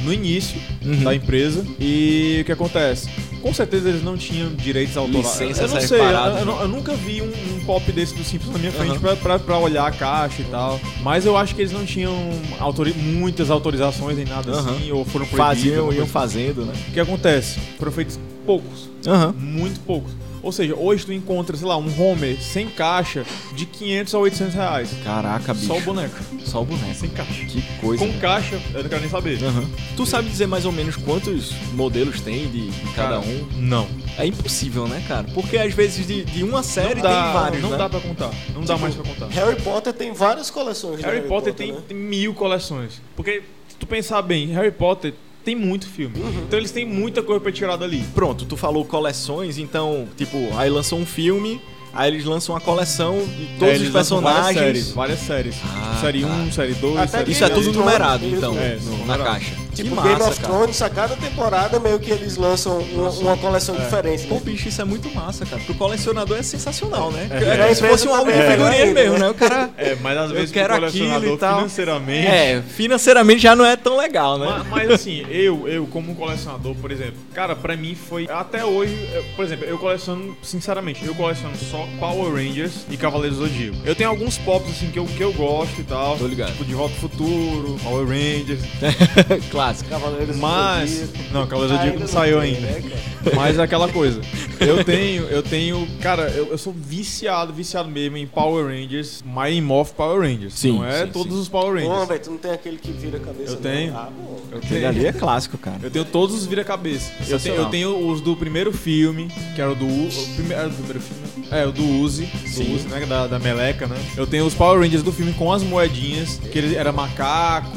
S3: no início
S1: Uhum.
S3: da empresa e o que acontece? Com certeza eles não tinham direitos autorais.
S1: Licenças
S3: Eu não sei, eu,
S1: separadas,
S3: eu
S1: né?
S3: nu- eu nunca vi um, um pop desse dos Simpsons na minha frente
S1: Uhum.
S3: pra, pra- pra olhar a caixa e tal. Mas eu acho que eles não tinham autori- muitas autorizações nem nada
S1: Uhum.
S3: assim, ou foram proibidos.
S1: Faziam,
S3: alguma
S1: iam
S3: coisa.
S1: fazendo, né?
S3: O que acontece? Foram feitos poucos,
S1: Aham.
S3: muito poucos. Ou seja, hoje tu encontra, sei lá, um Homer sem caixa de 500 a 800 reais.
S1: Caraca, bicho.
S3: Só o boneco,
S1: Só o boneco.
S3: sem caixa.
S1: Que coisa.
S3: Com
S1: né?
S3: caixa, eu não quero nem saber.
S1: Aham. Tu sabe dizer mais ou menos quantos modelos tem de, de cada
S3: Cara,
S1: um?
S3: Não.
S1: É impossível, né, cara? Porque às vezes de, de uma série
S3: não
S1: tem
S3: dá,
S1: vários,
S3: não
S1: né?
S3: dá pra contar. Não dá mais pra contar.
S4: Harry Potter tem várias coleções. do
S3: Harry Potter tem,
S4: né?
S3: tem mil coleções. Porque, se tu pensar bem, Harry Potter tem muito filme.
S1: Uhum.
S3: Então eles têm muita coisa pra tirar dali.
S1: Pronto, tu falou coleções, então, tipo, aí lançou um filme, aí eles lançam uma coleção de
S3: É,
S1: todos
S3: eles
S1: os
S3: lançam Várias séries.
S1: personagens.
S3: Várias séries.
S1: Ah,
S3: Tipo, série
S1: tá.
S3: 1, série 2,
S4: Até
S3: série
S1: Isso é
S4: Game
S1: tudo
S4: of
S1: numerado,
S4: Thrones
S1: então,
S3: mesmo.
S1: no- na
S3: É, numerado.
S1: caixa. Que
S4: Tipo, Game
S1: massa,
S4: of
S1: cara.
S4: Thrones, a cada temporada meio que eles lançam uma, uma coleção diferente.
S1: Pô,
S4: Né?
S1: bicho, isso é muito massa, cara. Pro colecionador é sensacional, né?
S4: é.
S1: É, como se fosse um álbum de
S4: É.
S1: figurinha
S4: É.
S1: mesmo, né? O cara.
S3: É, mas às
S1: Eu
S3: vezes
S1: quero
S3: pro colecionador
S1: aquilo e tal.
S3: financeiramente.
S1: É, financeiramente já não é tão legal, né?
S3: Ma- Mas, assim, eu, eu como colecionador, por exemplo, cara, pra mim foi até hoje, eu- por exemplo, eu coleciono, sinceramente, eu coleciono só Power Rangers e Cavaleiros do Zodíaco. Eu tenho alguns pops assim que eu, que eu gosto e tal,
S1: Tô ligado.
S3: tipo de Volta ao Futuro, Power Rangers,
S1: <laughs> Clássico.
S4: Cavaleiros do
S3: mas
S4: Zodíaco.
S3: não, Cavaleiros do Zodíaco não saiu
S4: tem,
S3: ainda.
S4: né,
S3: <laughs>
S4: cara?
S3: Mas é aquela coisa. Eu tenho, eu tenho. Cara, eu, eu sou viciado, viciado mesmo em Power Rangers, Mighty Morph Power Rangers.
S1: Sim,
S3: Não é
S1: sim,
S3: todos
S1: sim.
S3: os Power
S4: Bom,
S3: Rangers.
S4: velho, tu não tem aquele que vira a cabeça.
S3: Eu
S4: não?
S3: tenho.
S4: Ah, bom.
S3: Eu
S1: Aquele
S3: tenho-
S1: ali é clássico, cara.
S3: eu tenho todos os vira-cabeça. Eu tenho, eu
S1: Sensacional.
S3: tenho os do primeiro filme, que era o do. U- O prime- era o primeiro filme? É, o do Uzi.
S1: Sim.
S3: Do Uzi, né? Da, da Meleca, né? Eu tenho os Power Rangers do filme com as moedinhas, que ele era macaco.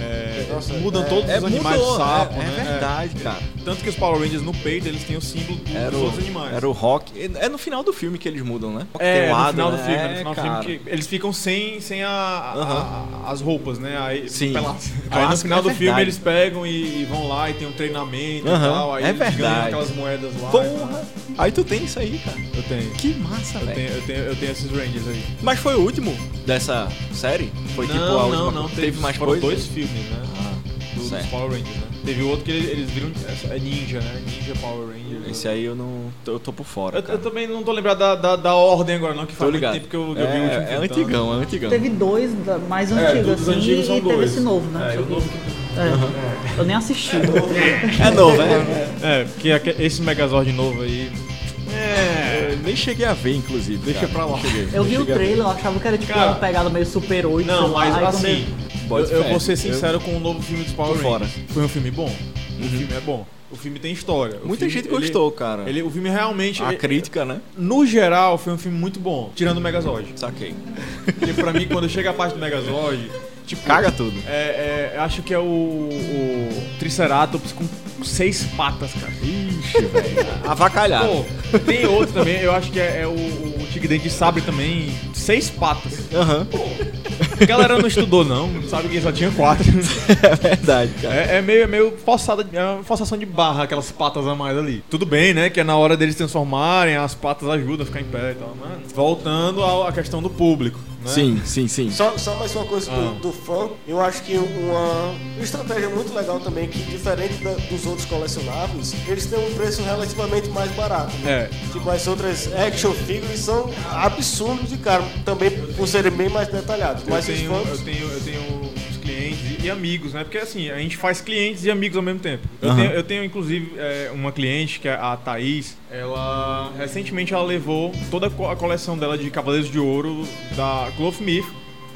S3: é,
S4: Nossa,
S3: mudam
S4: é-
S3: todos os animais de sapo,
S1: é,
S3: né?
S1: é verdade, cara.
S3: Tanto que os Power Rangers no peito eles têm o símbolo do-
S1: Era
S3: dos outros
S1: o,
S3: animais.
S1: era o rock. É no final do filme que eles mudam, né?
S3: É,
S1: Tem um
S3: no
S1: lado,
S3: final do
S1: né?
S3: filme,
S1: É,
S3: no final do
S1: cara.
S3: filme que eles ficam sem, sem a, a-
S1: Aham.
S3: a- as roupas, né? Aí,
S1: Sim.
S3: pelados. Aí no
S1: Clássico,
S3: final
S1: é
S3: do filme
S1: verdade.
S3: eles pegam e, e vão lá e tem um treinamento
S1: Aham,
S3: e tal. Aí
S1: é
S3: eles ganham
S1: verdade.
S3: aquelas moedas lá.
S1: Porra! Aí tu tem isso aí, cara.
S3: Eu tenho.
S1: Que massa,
S3: Eu
S1: velho.
S3: tenho, eu, tenho, eu tenho esses Rangers aí.
S1: Mas foi o último dessa série? Foi
S3: não,
S1: tipo a última.
S3: não, não.
S1: Teve, mais
S3: foram
S1: coisa?
S3: dois filmes, né?
S1: Ah,
S3: do- dos
S1: certo.
S3: Power Rangers, né? Teve outro que eles, eles viram. É Ninja, né? Ninja Power Rangers.
S1: Esse aí eu não. tô- Eu tô por fora.
S3: Eu, eu
S1: Cara.
S3: também não tô lembrado da, da, da ordem agora, não, que
S1: Tô
S3: faz muito
S1: ligado.
S3: tempo que eu, eu
S1: é,
S3: vi o último.
S1: é
S3: filme, então.
S1: antigão, é antigão.
S5: Teve dois da- mais antigos,
S3: dos
S5: assim,
S3: É, antigos
S5: e
S3: são
S5: teve
S3: dois.
S5: esse novo, né?
S3: É, o novo que
S5: É. Eu nem assisti.
S1: É novo, né?
S3: É, porque aque- esse Megazord novo aí. É.
S1: Eu nem cheguei a ver, inclusive.
S3: Deixa
S1: cara.
S3: pra lá.
S5: Eu vi o trailer, eu achava que era tipo
S3: Cara,
S5: uma pegada meio Super 8.
S3: Não,
S5: sei lá,
S3: mas
S5: aí quando
S3: assim. Eu,
S1: Bota
S3: eu
S1: fé.
S3: vou ser sincero com o novo filme dos Power
S1: Tô fora.
S3: Rangers. Foi um filme bom. O filme é bom. O filme tem história. O
S1: Muita
S3: filme,
S1: gente
S3: ele-
S1: gostou, cara.
S3: Ele, o filme realmente.
S1: A
S3: ele-
S1: crítica, né?
S3: no geral, foi um filme muito bom. Tirando o Megazord.
S1: Saquei.
S3: Porque pra mim, quando chega a parte do Megazord. Tipo,
S1: Caga tudo.
S3: É, é, eu acho que é o, o Triceratops com seis patas, cara.
S1: Ixi, velho. Avacalhado.
S3: Pô, <laughs> tem outro também, eu acho que é, é o, o Tigre Dente de Sabre também, seis patas.
S1: Aham.
S3: A galera não estudou, não. Sabe que só tinha quatro.
S1: <laughs> É verdade, cara.
S3: É, é meio, é meio forçada, é uma forçação de barra aquelas patas a mais ali. Tudo bem, né? Que é na hora deles se transformarem, as patas ajudam a ficar em pé e tal. Mas voltando ao- à questão do público. Né?
S1: Sim, sim, sim.
S4: Só, só mais uma coisa do,
S3: Ah.
S4: do fã, eu acho que uma estratégia muito legal também, que diferente da- dos outros colecionáveis, eles têm um preço relativamente mais barato. Né?
S3: É.
S4: Tipo, as outras action figures são absurdos de caro, também por serem bem mais detalhados.
S3: Eu
S4: Mas os
S3: tenho, eu
S4: fãs.
S3: tenho, eu tenho uns clientes e, e amigos, né? Porque assim, a gente faz clientes e amigos ao mesmo tempo. Eu,
S1: Aham.
S3: tenho, eu tenho, inclusive, é, uma cliente, que é a Thaís. Ela, recentemente, ela levou toda a co- a coleção dela de Cavaleiros de Ouro da Clothmith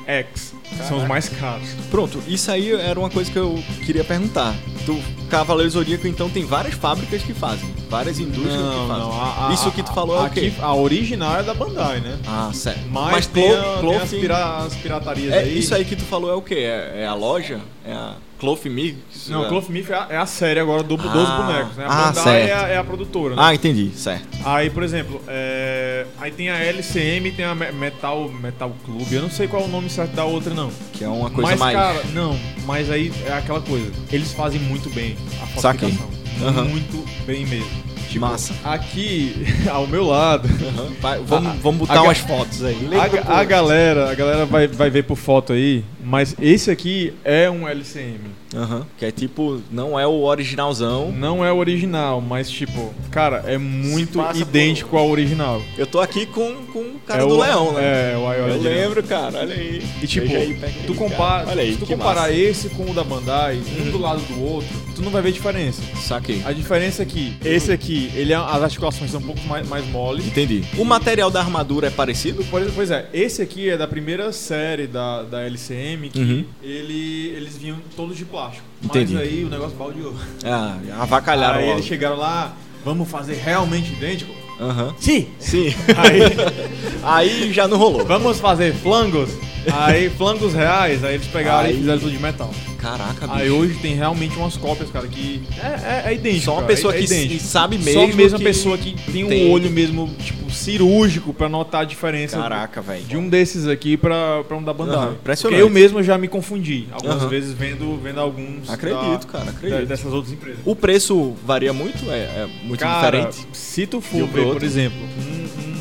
S3: X. que São os mais caros.
S1: Pronto, isso aí era uma coisa que eu queria perguntar. Tu, Cavaleiro Zodíaco, então, tem várias fábricas que fazem, várias indústrias que fazem.
S3: a- a-
S1: isso que tu falou é o
S3: aqui,
S1: quê?
S3: A original é da Bandai, né?
S1: Ah, certo.
S3: Mas,
S1: Mas
S3: tem,
S1: Clo-
S3: a- tem
S1: Cloth-
S3: as, pira- as piratarias
S1: é,
S3: aí.
S1: Isso aí que tu falou é o quê? É, é a loja? É a Cloth Mix?
S3: Não,
S1: é...
S3: Clothmith é a, é a série agora do, dos
S1: Ah.
S3: bonecos, né? A
S1: Ah,
S3: Bandai é a,
S1: certo.
S3: é a produtora, né?
S1: Ah, entendi, certo.
S3: Aí, por exemplo, é, aí tem a LCM, tem a Me- Metal Metal Club, eu não sei qual é o nome certo da outra não.
S1: Que é uma coisa
S3: mas
S1: mais.
S3: cara, não, mas aí é aquela coisa. Eles fazem muito bem a
S1: Saquei.
S3: falsificação.
S1: Aham.
S3: Muito bem mesmo. Tipo,
S1: Massa.
S3: Aqui, <laughs> ao meu
S1: <laughs>
S3: lado,
S1: Vai, vamos,
S3: Ah,
S1: vamos botar
S3: a-
S1: umas fotos aí.
S4: Lembra
S3: a,
S4: do
S3: ga-
S4: poema.
S3: a galera, a galera vai, vai ver por foto aí, mas esse aqui é um LCM.
S1: Aham. Que é tipo, não é o originalzão.
S3: Não é o original, mas tipo, cara, é muito
S4: passa por-
S3: idêntico ao original.
S1: Eu tô aqui com, com o cara
S3: é
S1: do
S3: o,
S1: leão, né?
S3: É, o Iori
S1: Eu
S3: original.
S1: lembro, cara, olha aí.
S3: E tipo,
S1: Veja aí, pega aí,
S3: tu
S1: cara.
S3: compara,
S1: Olha aí,
S3: se tu
S1: que
S3: comparar
S1: massa. Hum.
S3: esse com o da Bandai, um do lado do outro, tu não vai ver diferença.
S1: Saquei.
S3: A diferença é que esse aqui, ele é- as articulações são um pouco mais, mais moles.
S1: Entendi. O material da armadura é parecido?
S3: Pois pois é, esse aqui é da primeira série da, da LCM que
S1: Uhum.
S3: ele, eles vinham todos de plástico.
S1: Entendi.
S3: Mas aí o negócio baldeou.
S1: Ah, avacalharam
S3: aí
S1: logo.
S3: eles chegaram lá, vamos fazer realmente idêntico?
S1: Aham.
S3: Sim!
S1: Sim. <laughs>
S3: Aí,
S1: aí já não rolou.
S3: <laughs> vamos fazer flangos? Aí, flangos reais, aí eles pegaram
S1: Aí-
S3: e fizeram tudo de metal.
S1: Caraca, bicho.
S3: Aí hoje tem realmente umas cópias, cara, que é, é, é idêntico.
S1: Só uma
S3: cara,
S1: pessoa
S3: é
S1: que
S3: idêntico.
S1: s- sabe
S3: Só
S1: mesmo
S3: mesmo a
S1: que-
S3: pessoa que tem um
S1: Tem.
S3: olho mesmo, tipo, cirúrgico pra notar a diferença.
S1: Caraca, velho.
S3: De um desses aqui pra, pra um da Bandai.
S1: Aham, impressionante.
S3: Porque Eu mesmo já me confundi algumas
S1: Aham.
S3: vezes vendo, vendo alguns.
S1: Acredito,
S3: da-
S1: cara,
S3: da-
S1: acredito.
S3: dessas outras empresas.
S1: O preço varia muito? É, é muito
S3: Cara,
S1: diferente?
S3: se tu
S1: De
S3: for
S1: um pro
S3: ver, por
S1: outro.
S3: exemplo,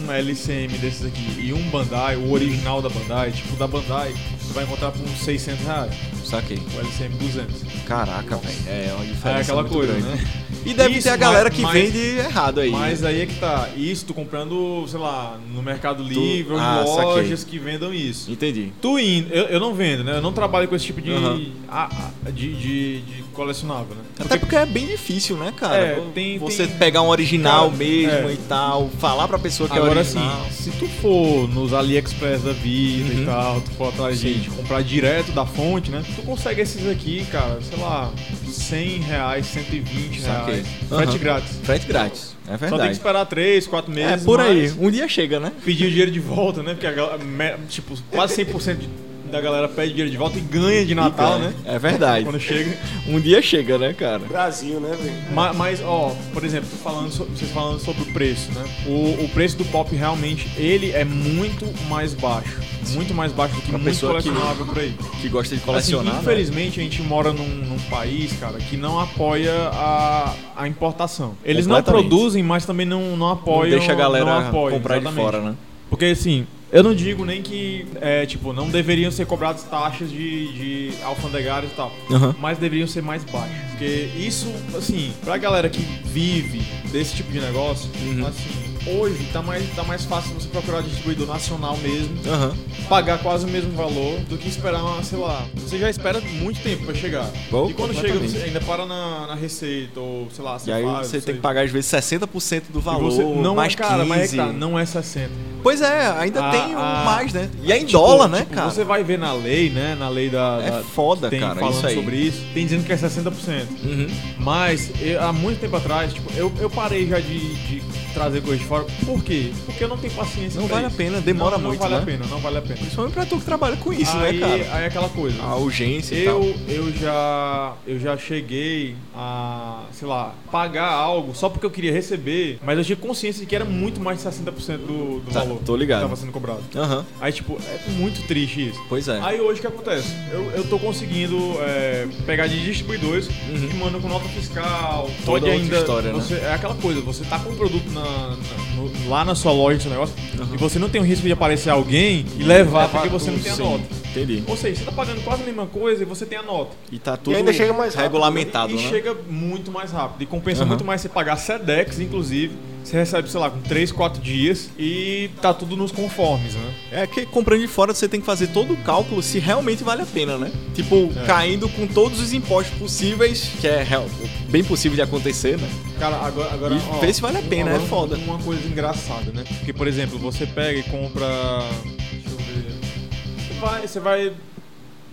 S3: um, um LCM desses aqui e um Bandai, o original da Bandai, tipo, da Bandai, tu vai encontrar por uns 600 reais.
S1: Saquei.
S3: O LCM 200.
S1: Caraca, velho. É uma diferença
S3: É aquela
S1: muito
S3: coisa,
S1: grande.
S3: né?
S1: <laughs> E deve
S3: Isso,
S1: ter a
S3: mas-
S1: galera que
S3: mas-
S1: vende errado aí.
S3: Mas aí é que tá. Isso, tu comprando, sei lá, no Mercado Livre, ou em
S1: Ah, saquei.
S3: lojas que vendam isso.
S1: Entendi.
S3: Tu indo, eu, eu não vendo, né? Eu não trabalho com esse tipo de,
S1: Aham.
S3: a- a- de, de, de colecionável, né?
S1: Até porque é bem difícil, né, cara?
S3: É,
S1: Vo-
S3: tem-
S1: Você
S3: tem-
S1: pegar um original
S3: Cara,
S1: mesmo
S3: é.
S1: e tal, falar pra pessoa que é
S3: Agora sim,
S1: original.
S3: se tu for nos AliExpress da vida
S1: Uhum.
S3: e tal, tu for atrás
S1: Sim.
S3: de, de comprar direto da fonte, né? Tu consegue esses aqui, cara, sei lá, 100 reais, 120
S1: Saquei.
S3: reais.
S1: Aham.
S3: Frete grátis.
S1: Frete grátis. É
S3: Só tem que
S1: verdade.
S3: esperar 3, 4
S1: É
S3: meses.
S1: por aí.
S3: mas-
S1: Um dia chega, né?
S3: pedir o dinheiro de volta, né? Porque a gal- me- tipo, quase 100% de- da galera pede dinheiro de volta e ganha de Natal,
S1: Então,
S3: né?
S1: É verdade.
S3: Quando chega.
S1: Um dia chega, né, cara?
S4: Brasil, né, velho?
S3: Ma- Mas, ó, por exemplo, tô falando so- vocês falando sobre o preço, né? O, o preço do pop realmente, ele é muito mais baixo. Muito mais baixo do que
S1: Pra
S3: muito
S1: pessoa que-
S3: colecionável por aí.
S1: Que gosta de
S3: Assim,
S1: colecionar. né?
S3: infelizmente, a gente mora num, num país, cara, que não apoia a, a importação. Eles não
S1: Completamente.
S3: produzem, mas também não, não
S1: Não
S3: apoiam.
S1: deixa a galera
S3: não apoiam,
S1: comprar de
S3: exatamente.
S1: fora, né?
S3: Porque assim, eu não digo nem que, é, tipo, não deveriam ser cobradas taxas de, de alfandegários e tal,
S1: Aham.
S3: mas deveriam ser mais baixas. Porque isso, assim, pra galera que vive desse tipo de negócio,
S1: Uhum.
S3: assim, hoje tá mais, tá mais fácil você procurar distribuidor nacional mesmo,
S1: Aham.
S3: pagar quase o mesmo valor do que esperar uma, sei lá, você já espera muito tempo pra chegar.
S1: Bom,
S3: e quando chega,
S1: completamente.
S3: você ainda para na, na receita, ou sei lá,
S1: E aí
S3: faz,
S1: você tem
S3: não sei.
S1: que pagar às vezes 60% do
S3: E
S1: valor,
S3: você, não
S1: mais
S3: é, cara,
S1: 15.
S3: mas é que tá, não é 60.
S1: Pois é, ainda
S3: Ah,
S1: tem um
S3: ah.
S1: mais, né? E é em
S3: Tipo,
S1: dólar, né,
S3: tipo,
S1: cara?
S3: Você vai ver na lei, né? Na lei da.
S1: É
S3: da-
S1: foda,
S3: tem
S1: cara,
S3: falando
S1: isso aí.
S3: sobre isso. Tem dizendo que é 60%.
S1: Uhum.
S3: Mas eu- há muito tempo atrás, tipo, eu, eu parei já de, de trazer coisa de fora. Por quê? Porque eu não tenho paciência.
S1: Não
S3: pra
S1: vale a
S3: isso.
S1: pena, demora
S3: Não-
S1: muito,
S3: Não vale
S1: né?
S3: a pena, não vale a pena.
S1: Principalmente pra tu que trabalha com isso,
S3: aí,
S1: né, cara?
S3: aí é aquela coisa.
S1: A urgência e tal.
S3: Eu, eu já eu já cheguei a, sei lá, pagar algo só porque eu queria receber, mas eu tinha consciência de que era muito mais de 60% do, do
S1: Tá,
S3: valor
S1: tô ligado.
S3: que tava sendo cobrado.
S1: Aham,
S3: Aí, tipo, é muito triste isso.
S1: pois é.
S3: Aí hoje o que acontece? Eu, eu tô conseguindo é, pegar de distribuidores que mandam com nota fiscal,
S1: Uhum. Toda
S3: pode
S1: outra
S3: ainda.
S1: história, né?
S3: você- É aquela coisa, você tá com o produto na- na- no- lá na sua loja, no seu negócio,
S1: Uhum.
S3: e você não tem o risco de aparecer alguém e levar, porque você não tem a
S1: Sim,
S3: nota.
S1: Entendi.
S3: Ou seja, você tá pagando quase a mesma coisa e você tem a nota.
S1: E tá tudo
S4: ainda chega mais rápido,
S1: regulamentado,
S3: e
S1: né? Uhum.
S3: chega muito mais rápido. E compensa
S1: Aham.
S3: muito mais você pagar Sedex, inclusive. Você recebe, sei lá, com 3, 4 dias e tá tudo nos conformes, né?
S1: É que comprando de fora você tem que fazer todo o cálculo se realmente vale a pena, né? Tipo,
S3: É.
S1: caindo com todos os impostos possíveis, que é real- bem possível de acontecer, né?
S3: Cara, agora. agora
S1: E vê se vale a pena,
S3: agora
S1: é foda.
S3: Uma coisa engraçada, né? Porque, por exemplo, você pega e compra. Deixa eu ver. Você vai. Você vai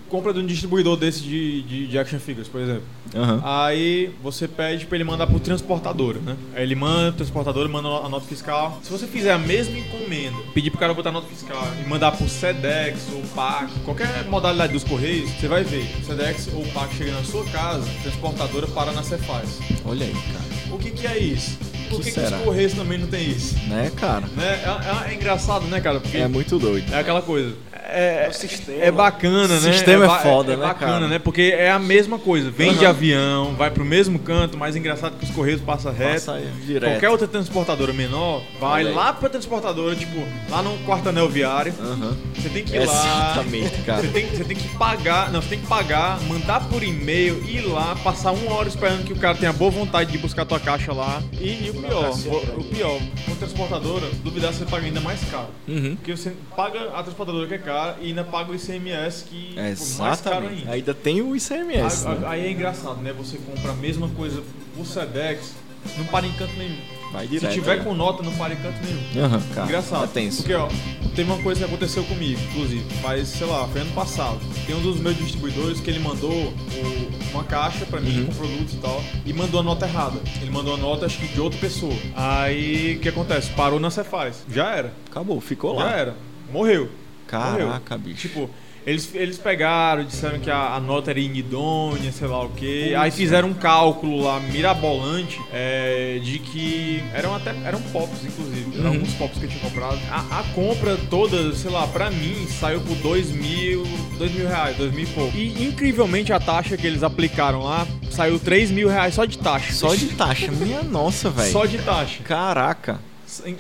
S3: compra de um distribuidor desse de, de, de action figures, por exemplo.
S1: Aham.
S3: Aí você pede pra ele mandar pro transportador, né? Aí ele manda, o transportador manda a nota fiscal. Se você fizer a mesma encomenda, pedir pro cara botar a nota fiscal e mandar pro SEDEX ou PAC, qualquer modalidade dos correios, você vai ver. O SEDEX ou o PAC chega na sua casa, a transportadora para na Cefaz.
S1: Olha aí, cara.
S3: O que, que é isso? Por
S1: Que
S3: que, que,
S1: será?
S3: os Correios também não tem isso?
S1: Né, cara?
S3: Né? É, é- é engraçado, né, cara? Porque
S1: É muito doido.
S3: é aquela coisa. É é,
S4: o sistema.
S3: é bacana,
S1: O
S3: né?
S1: sistema é
S3: ba-
S1: foda,
S3: é
S1: né,
S3: bacana,
S1: cara?
S3: né? Porque é a mesma coisa. Vem de avião, vai pro mesmo canto, mas engraçado que os Correios passa reto.
S1: Passa direto.
S3: Qualquer outra transportadora menor vai
S1: Olha aí.
S3: lá pra transportadora, tipo, lá no quarto anel viário.
S1: Aham.
S3: Você tem que ir lá.
S1: Exatamente, cara.
S3: Você tem, você tem que pagar, não, você tem que pagar, mandar por e-mail, ir lá, passar uma hora esperando que o cara tenha boa vontade de buscar a tua caixa lá. E, e o pior, o, o pior, com transportadora, duvidar você paga ainda mais caro.
S1: Uhum.
S3: Porque você paga a transportadora que é cara e ainda paga o ICMS que pô, mais caro
S1: Exatamente.
S3: ainda.
S1: Ainda tem o ICMS.
S3: Aí,
S1: né?
S3: aí é engraçado, né? Você compra a mesma coisa por Sedex, não para em canto nenhum.
S1: Vai direto.
S3: Se tiver
S1: né?
S3: com nota, não para em canto nenhum.
S1: Aham, cara.
S3: Engraçado.
S1: É tenso.
S3: Porque, ó, tem uma coisa que aconteceu comigo, inclusive, faz, sei lá, foi ano passado. Tem um dos meus distribuidores que ele mandou o- uma caixa pra
S1: Uhum.
S3: mim com produtos e tal, e mandou a nota errada. Ele mandou a nota, acho que de outra pessoa. Aí, o que acontece? Parou na Cefaz. Já era.
S1: Acabou, ficou
S3: Já
S1: lá.
S3: era. Morreu.
S1: Caraca,
S3: Morreu.
S1: bicho.
S3: Tipo, eles, eles pegaram, disseram que a, a nota era inidônea, sei lá o quê. Aí fizeram um cálculo lá, mirabolante, é, de que. Eram até. Eram pops, inclusive.
S1: Uhum.
S3: Eram alguns pops que eu tinha comprado. A, a compra toda, sei lá, pra mim, saiu por dois mil. Dois mil reais, dois mil e pouco. E incrivelmente a taxa que eles aplicaram lá saiu três mil reais só de taxa.
S1: Só de
S3: <laughs>
S1: taxa. Minha nossa, velho.
S3: Só de taxa.
S1: Caraca.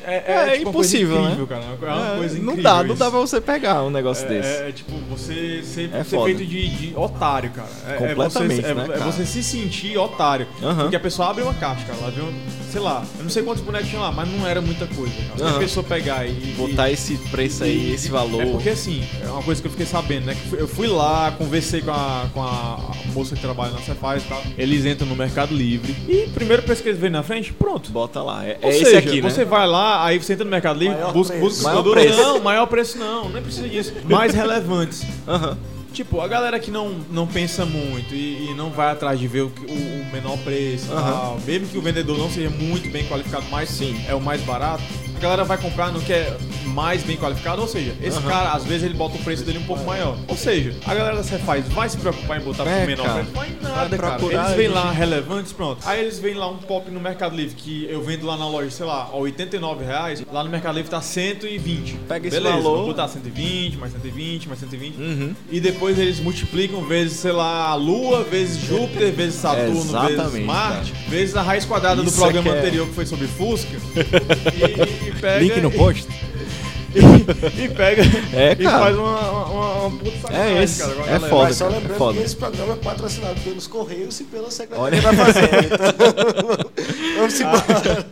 S3: É,
S1: É,
S3: tipo, uma coisa
S1: impossível, né?
S3: incrível, Cara. É uma
S1: É,
S3: coisa
S1: não
S3: incrível
S1: dá, não
S3: isso.
S1: dá pra você pegar um negócio
S3: É,
S1: desse.
S3: é, tipo, você ser,
S1: É
S3: ser
S1: foda.
S3: feito de, de otário, cara. É- É,
S1: Completamente,
S3: você, é-
S1: né,
S3: é
S1: cara?
S3: você se sentir otário.
S1: Aham.
S3: Porque a pessoa abre uma caixa, cara. Ela vê um, sei lá, eu não sei quantos bonecos tinha lá, mas não era muita coisa. Cara. Se
S1: Aham.
S3: a pessoa pegar e.
S1: Botar esse preço aí, esse valor.
S3: É porque assim, é uma coisa que eu fiquei sabendo, né? que Eu fui lá, conversei com a, com a moça que trabalha na Cefaz e tal.
S1: É
S3: Eles entram no Mercado Livre. E primeiro preço que eles veem na frente, pronto.
S1: Bota lá. É,
S3: Ou
S1: é
S3: seja,
S1: esse aqui, né?
S3: você vai lá, aí você entra no Mercado Livre,
S4: Maior
S3: busca,
S4: preço.
S3: busca
S1: Maior
S3: produto.
S1: preço.
S3: Não, maior preço não, nem precisa disso. Mais
S1: <laughs>
S3: relevantes.
S1: Aham.
S3: Tipo, a galera que não, não pensa muito e, e não vai atrás de ver o, que- o- o menor preço e
S1: Aham.
S3: tal, mesmo que o vendedor não seja muito bem qualificado, mas sim, é o mais barato, a galera vai comprar no que é mais bem qualificado, ou seja, esse cara, às vezes, ele bota o preço dele um pouco maior. Ou seja, a galera da Cefaz vai se preocupar em botar
S1: É,
S3: pro menor
S1: cara.
S3: preço? Vai nada, cara.
S1: procurar,
S3: Eles vêm lá Ah, relevantes, pronto. Aí eles vêm lá um pop no Mercado Livre, que eu vendo lá na loja, sei lá, a R$ 89 reais, lá no Mercado Livre tá 120.
S1: Pega esse
S3: Beleza,
S1: valor.
S3: vou botar 120, mais 120, mais 120.
S1: Uhum.
S3: E depois eles multiplicam vezes, sei lá, a Lua, vezes Júpiter, vezes Saturno,
S1: Exatamente,
S3: vezes Marte, vezes a raiz quadrada
S1: Isso
S3: do programa
S1: é que é.
S3: anterior que foi
S1: <laughs>
S3: sobre Fusca. e, e pega.
S1: Link no
S3: <laughs>
S1: post.
S3: E, e pega.
S1: É,
S3: e
S1: cara.
S3: faz uma, uma, uma puta sacanagem,
S1: É esse,
S3: cara. com a
S1: é
S3: galera.
S1: foda.
S4: Mas só
S1: cara, é
S4: lembrando
S1: foda.
S4: que esse programa é patrocinado pelos Correios e pela
S1: Olha.
S4: Secretaria da Fazenda.
S3: <laughs>
S4: Então, vamos embora.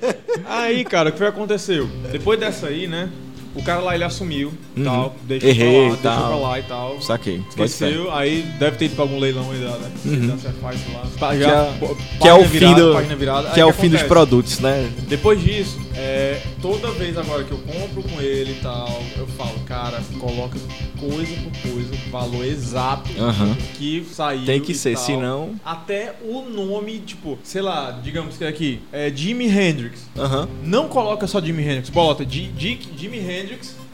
S3: Aí, cara, o que foi que aconteceu? Depois dessa aí, né? O cara lá ele assumiu, tal, deixou
S1: Uhum. Errei,
S3: pra lá,
S1: tal.
S3: deixou pra lá e tal.
S1: Saquei. Uhum. Pode ser.
S3: Esqueceu, aí deve ter ido pra algum leilão ainda, né? Da Cefaz lá. Pá- já-
S1: é-
S3: pô-
S1: Que é o
S3: página virada,
S1: fim
S3: página virada.
S1: do.
S3: Aí
S1: Que é
S3: o
S1: o fim dos
S3: acontece?
S1: produtos, né?
S3: Depois disso, é, toda vez agora que eu compro com ele e tal, eu falo, cara, coloca coisa por coisa, valor exato
S1: Aham.
S3: que saiu.
S1: Tem que
S3: e
S1: ser,
S3: tal.
S1: senão-
S3: Até o nome, tipo, sei lá, digamos que aqui, é Jimi Hendrix.
S1: Aham.
S3: Não coloca só Jimi Hendrix, bota Di- Di- Jimi Hendrix,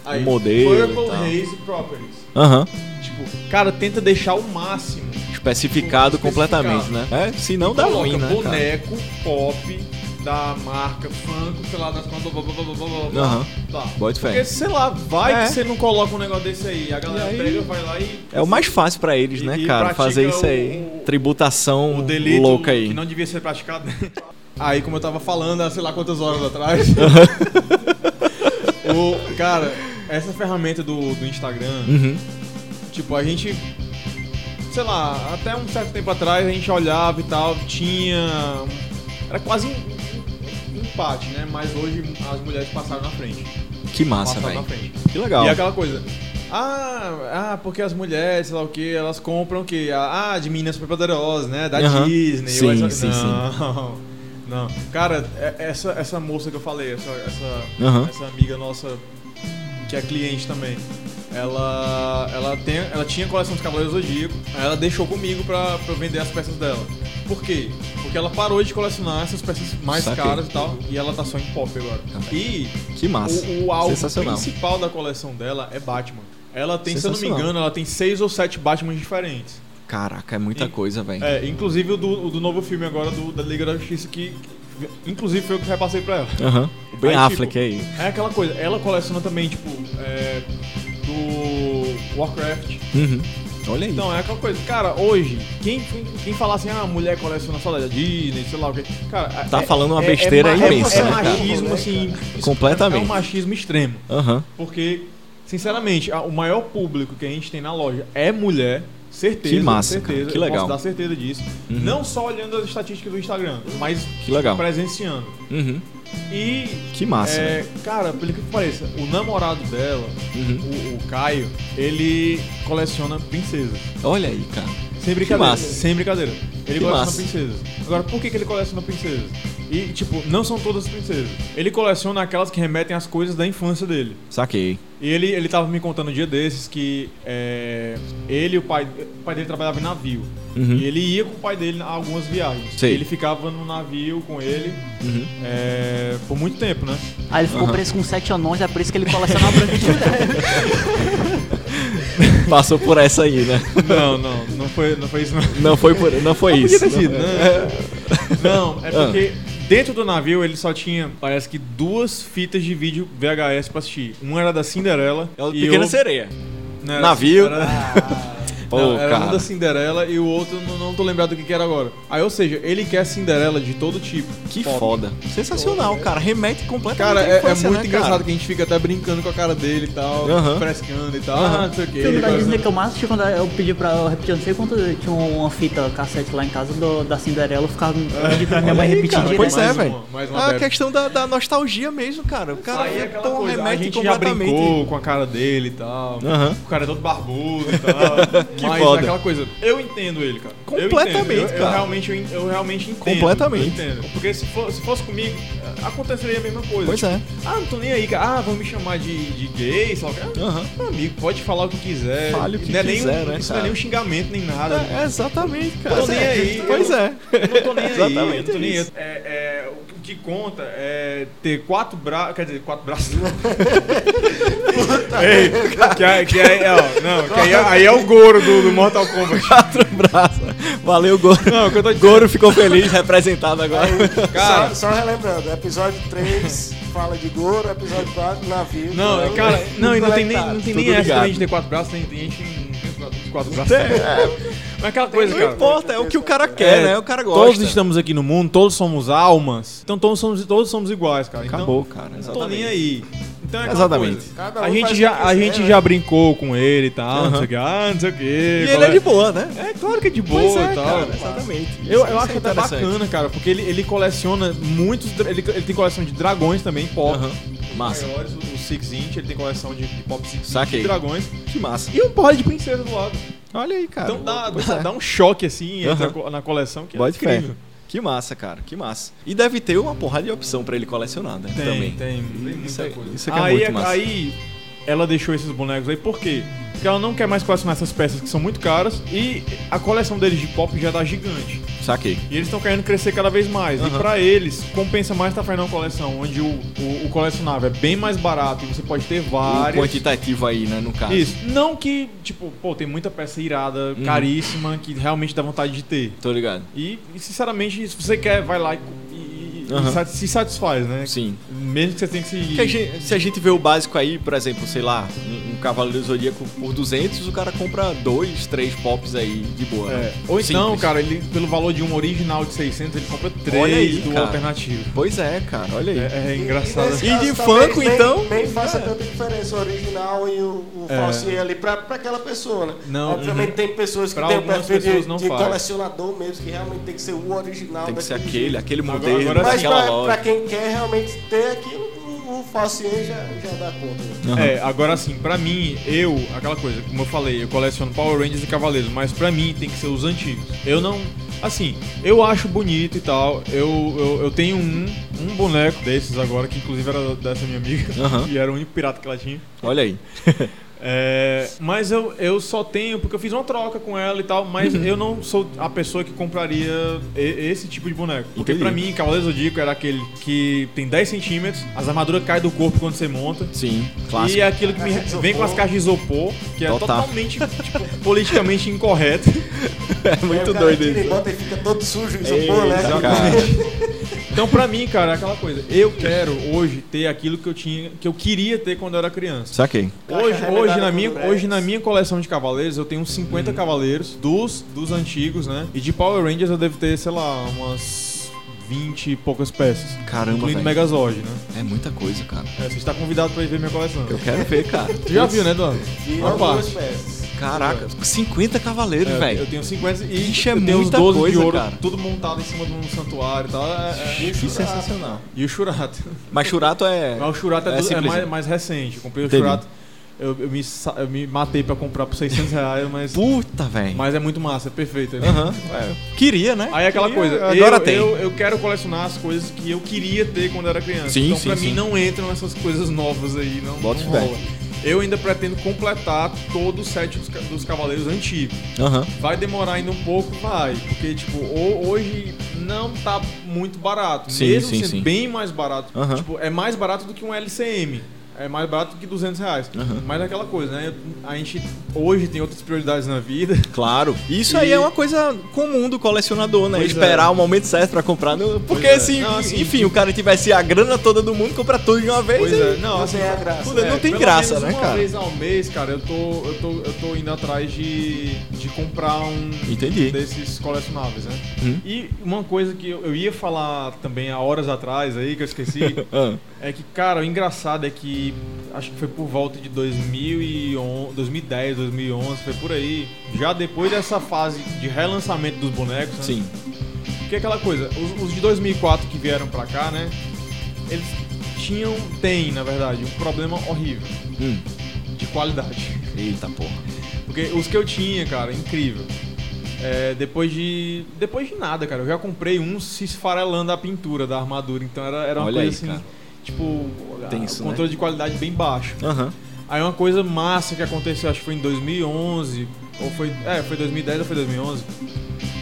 S3: aí,
S1: O modelo e
S3: Purple
S1: tal.
S3: Haze Properties.
S1: Aham.
S3: Tipo, cara, tenta deixar o máximo.
S1: Especificado completamente, né? É, se não dá
S3: Coloca
S1: Tá ruim, né? cara?
S3: boneco pop da marca Funko, sei lá, das quantas. blá, blá, blá, blá, blá, blá, blá.
S1: Aham.
S3: Tá.
S1: Bote fé.
S3: Porque, sei lá, vai
S1: É.
S3: que você não coloca um negócio desse aí. A galera
S1: E aí-
S3: pega, vai lá e.
S1: É o mais fácil pra eles,
S3: E-
S1: né,
S3: e
S1: cara?
S3: pratica
S1: Fazer isso
S3: o-
S1: aí.
S3: o-
S1: Tributação
S3: O delito
S1: louca aí.
S3: que não devia ser praticado. né? <laughs> Aí, como eu tava falando há sei lá quantas horas
S1: <laughs>
S3: atrás. o, cara, essa ferramenta do, do Instagram,
S1: Uhum.
S3: Tipo, a gente. Sei lá, até um certo tempo atrás a gente olhava e tal, tinha. Era quase um, um- um empate, né? Mas hoje as mulheres passaram na frente.
S1: Que massa,
S3: passaram
S1: velho.
S3: na frente.
S1: Que legal.
S3: E é aquela coisa. Ah, ah, porque as mulheres, sei lá o que, elas compram o que? Ah, de meninas superpoderosas, né? Da
S1: Aham.
S3: Disney.
S1: Sim,
S3: ou essa-
S1: sim,
S3: não, <laughs> não. Cara, é- essa, essa moça que eu falei, essa, essa,
S1: Aham.
S3: essa amiga nossa que é cliente também, ela, ela, tem, ela tinha coleção dos Cavaleiros do Zodíaco, aí ela deixou comigo pra, pra eu vender as peças dela. Por quê? Porque ela parou de colecionar essas peças mais
S1: Saquei.
S3: caras e tal, e ela tá só em pop agora. E
S1: Que massa.
S3: o, o álbum
S1: Sensacional.
S3: principal da coleção dela é Batman. Ela tem, se eu não me
S1: Sensacional.
S3: engano, ela tem seis ou sete Batman diferentes.
S1: Caraca, é muita
S3: E-
S1: coisa, velho.
S3: É, inclusive o do, o do novo filme agora do, da Liga da Justiça, que, que inclusive foi o que eu repassei pra ela.
S1: Aham. O Ben
S3: Aí,
S1: Affleck
S3: tipo,
S1: aí.
S3: É aquela coisa, ela coleciona também, tipo, é, do Warcraft.
S1: Uhum. Olha aí.
S3: Então, é aquela coisa. Cara, hoje, quem, quem- quem fala assim, ah, mulher coleciona só da Disney, sei lá o quê. Cara,
S1: Tá
S3: é-
S1: falando uma
S3: é-
S1: besteira
S3: é, ma-
S1: imensa,
S3: É, é
S1: né, cara?
S3: machismo, assim.
S1: Completamente.
S3: É um machismo extremo.
S1: Aham.
S3: Porque, sinceramente, a- o maior público que a gente tem na loja é mulher. Certeza,
S1: Que massa,
S3: certeza.
S1: cara, que
S3: eu
S1: legal. Uhum.
S3: Posso dar certeza disso. Não só olhando as estatísticas do Instagram, mas
S1: Que legal.
S3: presenciando.
S1: Uhum.
S3: E.
S1: Que massa,
S3: é, Cara, pelo que pareça, o namorado dela,
S1: Uhum.
S3: o, o Caio, ele coleciona princesas.
S1: Olha aí, cara.
S3: Sem brincadeira.
S1: massa.
S3: Sem brincadeira. Ele
S1: Que
S3: coleciona
S1: massa.
S3: princesas. Agora, por que, que ele coleciona princesas? E, tipo, não são todas princesas. Ele coleciona aquelas que remetem às coisas da infância dele.
S1: Saquei.
S3: E ele, ele tava me contando um dia desses que é, ele e o pai, o pai dele trabalhava em navio.
S1: Uhum.
S3: E ele ia com o pai dele a algumas viagens.
S1: Sei.
S3: E ele ficava no navio com ele
S1: Uhum.
S3: é, por muito
S1: <laughs>
S3: tempo, né?
S5: Aí ele ficou preso com sete anões, é por isso que ele coleciona a branca de mulher.
S1: Passou por essa aí, né?
S3: Não, não, não foi, não foi isso não.
S1: Não foi, por... não foi isso.
S3: Podia ter sido,
S1: Não-
S3: né? <laughs> Não, é
S1: Ah.
S3: porque dentro do navio ele só tinha, parece que duas fitas de vídeo VHS pra assistir. Uma era da Cinderela
S1: É o Pequena
S3: outra-
S1: Sereia.
S3: não, era-
S1: Navio. Ah,
S3: Era,
S1: Pô,
S3: <laughs> não, era um
S1: cara.
S3: da Cinderela e o outro não, não tô lembrado do que, que era agora. Aí, ou seja, ele quer Cinderela de todo tipo.
S1: Que foda. Sensacional, cara. Remete completamente
S3: Cara,
S1: à
S3: é, é
S1: infância,
S3: muito
S1: né,
S3: engraçado
S1: cara?
S3: que a gente fica até brincando com a cara dele e tal,
S1: Aham.
S3: frescando e tal,
S1: Aham.
S3: ah, não sei o que.
S5: O
S1: tá
S5: filme da Disney que eu mais assisti quando eu pedi pra eu repetir, eu não sei quanto, eu tinha uma fita cassete lá em casa do- da Cinderela, eu ficava eu pedi pra minha mãe
S1: Olha aí,
S5: repetir
S1: cara,
S5: direto.
S1: Pois é,
S3: Mais uma-
S1: velho.
S3: mais uma
S1: Ah, A
S3: bebe.
S1: questão da, da nostalgia mesmo, cara. O cara
S3: Aí é aquela
S1: então
S3: coisa, a
S1: remete
S3: gente já
S1: completamente.
S3: brincou com a cara dele e tal.
S1: Aham.
S3: O cara é todo barbudo e
S1: <laughs>
S3: tal.
S1: Que
S3: mas
S1: foda.
S3: é aquela coisa. Eu entendo ele, cara. Eu entendo.
S1: Completamente,
S3: Eu- eu,
S1: cara.
S3: realmente, eu, en- eu realmente entendo.
S1: Completamente.
S3: Eu entendo. Porque se, for- se fosse comigo, eh, aconteceria a mesma coisa.
S1: Pois
S3: Tipo,
S1: é.
S3: Ah, não tô nem aí, cara. Ah, vão me chamar de, de gay, sei lá. o quê. Ah,
S1: Aham.
S3: Meu amigo, pode falar o que quiser.
S1: Fale o que
S3: Não é nem
S1: quiser,
S3: um,
S1: né,
S3: Isso
S1: cara?
S3: não é nem um xingamento, nem nada.
S1: É, exatamente, cara.
S3: Tô nem aí.
S1: Pois
S3: Eu-
S1: é.
S3: Eu não tô nem aí,
S1: Exatamente
S3: eu não tô nem aí.
S1: isso.
S3: É, é, o que conta é ter quatro braços. Quer dizer,
S1: <laughs>
S3: quatro braços. Ei, que, aí- que aí, ó, não, que aí, é- aí é o Goro do, do Mortal Kombat.
S1: Quatro braços. Valeu, Goro.
S3: Não, o que eu tô dizendo.
S1: Goro ficou feliz, representado agora.
S3: É Cara.
S4: só, só relembrando, episódio 3 fala de Goro, episódio 4 navio.
S3: Não, é,
S4: então,
S3: cara, não, e não tem nem, não tem
S1: Tudo
S3: nem essa
S1: ligado. É.
S3: também de ter quatro braços, tem, tem gente que não tem os quatro, os quatro braços. <laughs> Mas aquela coisa,
S1: Não
S3: cara.
S1: importa, é o que o cara quer,
S3: É,
S1: né? O cara gosta.
S3: Todos estamos aqui no mundo, todos somos almas. Então todos somos, todos somos iguais, cara. Então,
S1: Acabou, cara.
S3: Não tô nem aí. Então é aquela
S1: Exatamente.
S3: coisa.
S4: Cada um
S3: A
S4: faz
S3: gente,
S4: o
S3: já,
S4: que
S3: a
S4: quiser,
S3: gente
S4: né?
S3: já brincou com ele e tal, não sei o que, ah, não sei o que.
S1: E ele é de boa, né?
S3: É, claro que é de boa
S1: Pois é,
S3: e tal.
S1: cara, exatamente.
S3: Eu,
S1: Isso
S3: eu acho
S1: é
S3: que até
S1: interessante.
S3: bacana, cara, porque ele, ele coleciona muitos. dra- Ele, ele tem coleção de dragões também, pop.
S1: Aham. Massa.
S3: Maiores, o, o Six Inch, ele tem coleção de, de pop Six Inch,
S1: Saquei.
S3: de dragões.
S1: Que massa.
S3: E um porra de princesa do lado.
S1: Olha aí, cara.
S3: então dá,
S1: Pois
S3: dá,
S1: é.
S3: dá um choque assim entra
S1: Aham.
S3: co- na coleção que é
S1: Bode fé.
S3: incrível.
S1: Que massa, cara. Que massa. E deve ter uma porrada de opção pra ele colecionar, né?
S3: Tem,
S1: Também.
S3: tem. muita
S1: Isso é-
S3: coisa.
S1: isso é que é
S3: aí,
S1: muito massa.
S3: aí ela deixou esses bonecos aí, por quê? Porque ela não quer mais colecionar essas peças que são muito caras e a coleção deles de pop já tá gigante.
S1: Saquei.
S3: E eles estão querendo crescer cada vez mais. E
S1: Aham.
S3: pra eles, compensa mais estar fazendo uma coleção onde o, o, o colecionável é bem mais barato e você pode ter
S1: O
S3: vários.
S1: quantitativo aí, né, no caso.
S3: Isso. Não que, tipo, pô, tem muita peça irada,
S1: Uhum.
S3: caríssima, que realmente dá vontade de ter.
S1: Tô ligado.
S3: E, e, sinceramente, se você quer, vai lá e, e- e
S1: Aham.
S3: sat- se satisfaz, né?
S1: Sim.
S3: Mesmo que você tenha que se.
S1: Porque a gente- se a gente vê o básico aí, por exemplo, sei lá, um, um Cavaleiro Zodíaco por 200, o cara compra dois, três pops aí de boa.
S3: É.
S1: né?
S3: Ou
S1: Simples.
S3: então, cara, ele, pelo valor de um original de 600, ele compra
S1: Olha aí,
S3: 3 do
S1: cara.
S3: alternativo.
S1: Pois é, cara, olha aí.
S3: É, é
S4: e-
S3: engraçado.
S4: nesse
S1: E
S4: caso,
S1: de
S4: talvez
S1: Funko,
S4: nem-
S1: então?
S4: Nem faça tanta diferença o original e o, o
S3: É.
S4: falsinho ali pra, pra aquela pessoa, né?
S3: Não, uhum.
S4: Obviamente tem pessoas que
S3: Pra
S4: têm o
S3: algumas
S4: perfil
S3: pessoas
S4: de,
S3: não
S4: de
S3: faz.
S4: colecionador mesmo, que realmente tem que ser o original.
S1: Tem que ser
S4: daquele
S1: aquele,
S4: jeito.
S1: aquele
S3: Agora-
S1: modelo,
S3: agora-
S4: Mas
S1: aquela
S4: pra,
S1: loja.
S4: pra quem quer realmente ter aquilo, o, o falsinho já, já dá conta. né?
S1: Aham.
S3: É, agora assim, pra mim, eu, aquela coisa, como eu falei, eu coleciono Power Rangers e Cavaleiros, mas pra mim tem que ser os antigos. Eu não. Assim, eu acho bonito e tal. Eu, eu, eu tenho um, um boneco desses agora, que inclusive era dessa minha amiga,
S1: Aham.
S3: <laughs> e era o único pirata que ela tinha.
S1: Olha aí.
S3: É, mas eu, eu só tenho, porque eu fiz uma troca com ela e tal, mas
S1: Uhum.
S3: eu não sou a pessoa que compraria e- esse tipo de boneco. Porque
S1: Entendi.
S3: pra mim, Cavaleiro Zodíaco era aquele que tem 10 centímetros, as armaduras caem do corpo quando você monta.
S1: Sim, clássico.
S3: E é aquilo que me
S4: Caixa de
S3: vem
S4: isopor.
S3: com as caixas de isopor, que é
S1: Total.
S3: totalmente tipo, politicamente incorreto.
S1: <laughs> É
S4: Aí o
S1: muito
S4: cara
S1: doido
S4: tira
S1: isso.
S4: e é um
S3: é
S4: bota e fica todo sujo, isopor, né?
S1: Eita, cara.
S3: Então, pra mim, cara, é aquela coisa. Eu quero hoje ter aquilo que eu tinha, que eu queria ter quando eu era criança.
S1: Saquei.
S4: Caixa
S3: Hoje,
S4: remendada
S3: hoje, na
S4: com
S3: minha,
S4: Durex.
S3: hoje na minha coleção de cavaleiros eu tenho uns
S1: Uhum.
S3: 50 cavaleiros dos, dos antigos, né? E de Power Rangers eu devo ter, sei lá, umas 20 e poucas peças.
S1: Caramba,
S3: Incluindo
S1: velho.
S3: Megazord, né?
S1: É muita coisa, cara.
S3: É, você está convidado pra ir ver minha coleção.
S1: Eu quero ver, cara.
S3: Tu já viu, né, Eduardo?
S4: E é
S3: Uma
S4: algumas
S3: parte.
S4: peças.
S1: Caraca,
S3: <laughs>
S1: 50 cavaleiros,
S3: É,
S1: velho.
S3: eu tenho 50 e
S1: Ixi, é
S3: eu tenho uns
S1: muita
S3: 12
S1: coisa,
S3: de ouro,
S1: cara.
S3: tudo montado em cima de um santuário e tal. É, é-
S1: Que sensacional.
S3: E o Churato.
S1: Mas Churato é.
S3: Mas o Churato é,
S1: É
S3: do- é
S1: simples, né?
S3: mais, mais recente. Eu comprei o
S1: Entendi.
S3: Churato. Eu, eu me, sa- eu me matei pra comprar por 600 reais, mas,
S1: Puta, velho.
S3: mas é muito massa, é perfeito.
S1: Aham. Queria, né?
S3: Aí é aquela
S1: Queria,
S3: coisa,
S1: Agora
S3: eu,
S1: tem.
S3: eu, eu quero colecionar as coisas que eu queria ter quando era criança.
S1: Sim,
S3: então
S1: sim,
S3: pra
S1: sim.
S3: mim não entram essas coisas novas aí, não, não
S1: Boto fé.
S3: rola. Eu ainda pretendo completar todo o set dos, ca- dos Cavaleiros antigos.
S1: Aham.
S3: Vai demorar ainda um pouco, vai. Porque, tipo, ho- hoje não tá muito barato.
S1: Sim,
S3: Mesmo
S1: sim,
S3: sendo
S1: sim.
S3: bem mais barato.
S1: Aham.
S3: Tipo, é mais barato do que um LCM. É mais barato do que 200 reais.
S1: Aham.
S3: Mas é aquela coisa, né? A gente hoje tem outras prioridades na vida.
S1: Claro. Isso aí
S3: E-
S1: é uma coisa comum do colecionador, né?
S3: Pois
S1: Esperar
S3: é.
S1: o momento certo pra comprar. no- Porque
S3: é.
S1: se,
S3: Não, assim,
S1: enfim, o cara tivesse a grana toda do mundo, compra tudo de uma vez.
S3: Pois
S1: e-
S3: é, não,
S4: Não
S3: assim,
S4: tem a graça.
S1: Tudo é, não tem
S3: pelo
S1: graça,
S3: menos
S1: né,
S3: uma
S1: cara?
S3: vez ao mês, cara, eu tô, eu tô, eu tô indo atrás de, de comprar um
S1: Entendi.
S3: desses colecionáveis, né?
S1: Hum.
S3: E uma coisa que eu, eu ia falar também há horas atrás aí, que
S1: <laughs>
S3: eu esqueci,
S1: Ah,
S3: é que, cara, o engraçado é que acho que foi por volta de 2011, 2010, 2011, foi por aí. Já depois dessa fase de relançamento dos bonecos, né?
S1: sim.
S3: Porque é aquela coisa, os, os de 2004 que vieram pra cá, né? Eles tinham, tem na verdade, um problema horrível
S1: Hum.
S3: de qualidade.
S1: Eita porra.
S3: Porque os que eu tinha, cara, incrível. É, depois de. Depois de nada, cara. Eu já comprei um se esfarelando a pintura da armadura. Então era, era uma
S1: Olha
S3: coisa
S1: aí,
S3: assim.
S1: cara.
S3: Tipo,
S1: Tenso, né?
S3: o controle de qualidade bem baixo.
S1: Aham.
S3: Aí uma coisa massa que aconteceu, acho que foi em 2011, ou foi, é, foi 2010 ou foi 2011.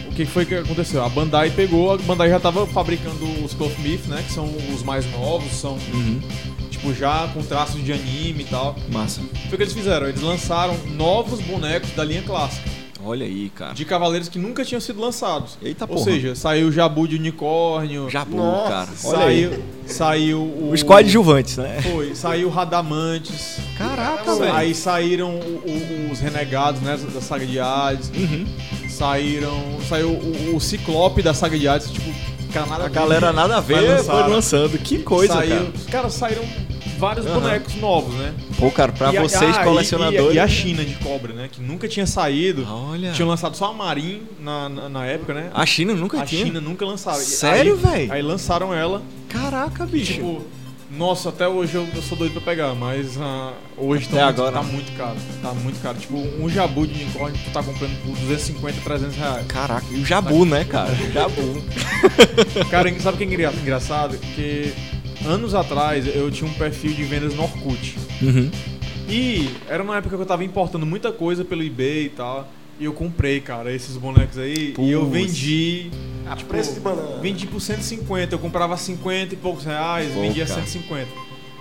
S3: O que foi que aconteceu? A Bandai pegou, a Bandai já tava fabricando os Clothmith, né, que são os mais novos, são
S1: Uhum.
S3: tipo já com traços de anime e tal.
S1: Massa.
S3: Foi o que eles fizeram, eles lançaram novos bonecos da linha clássica,
S1: Olha aí, cara.
S3: de cavaleiros que nunca tinham sido lançados.
S1: Eita
S3: ou
S1: porra.
S3: seja, saiu o Jabu de unicórnio,
S1: Jabu,
S4: Nossa,
S1: cara. Olha aí.
S3: saiu, saiu o
S1: Os coadjuvantes, né?
S3: Foi, saiu o Radamantes.
S1: Caraca,
S3: Aí saíram o- o- os renegados, né, da saga de Hades.
S1: Uhum.
S3: Saíram, saiu o, o Ciclope da saga de Hades, tipo, cara, nada
S1: A galera nada a
S3: Mas
S1: ver né? foi
S3: lançaram.
S1: lançando. Que coisa,
S3: saiu,
S1: cara.
S3: cara. saíram vários
S1: Aham.
S3: bonecos novos, né?
S1: Pô, cara, pra
S3: E a-
S1: vocês
S3: ah, e-
S1: colecionadores.
S3: E, e a China de cobra, né, que nunca tinha saído.
S1: Olha.
S3: Tinha lançado só a Marin na, na, na época, né?
S1: A China nunca
S3: a
S1: tinha.
S3: China nunca lançava. E
S1: Sério,
S3: aí-
S1: véi?
S3: Aí lançaram ela.
S1: Caraca, bicho.
S3: Tipo, nossa, até hoje eu, eu sou doido pra pegar, mas ah, hoje
S1: Até
S3: tá, muito-
S1: agora.
S3: tá muito caro. Tá muito caro. Tipo, um jabu de unicórnio tu tá comprando por 250, 300 reais.
S1: Caraca, e o Jabu, né, cara? O
S3: <laughs>
S1: Jabu.
S3: Cara, <laughs> sabe o que é engra- engraçado? Que anos atrás eu tinha um perfil de vendas no Orkut.
S1: Uhum.
S3: E era uma época que eu tava importando muita coisa pelo eBay e tal. E eu comprei, cara, esses bonecos aí. E eu
S1: Putz.
S3: vendi. tipo,
S4: A preço de banana.
S3: Vendi por 150, eu comprava 50 e poucos reais,
S1: Pô,
S3: vendia
S1: cara.
S3: 150.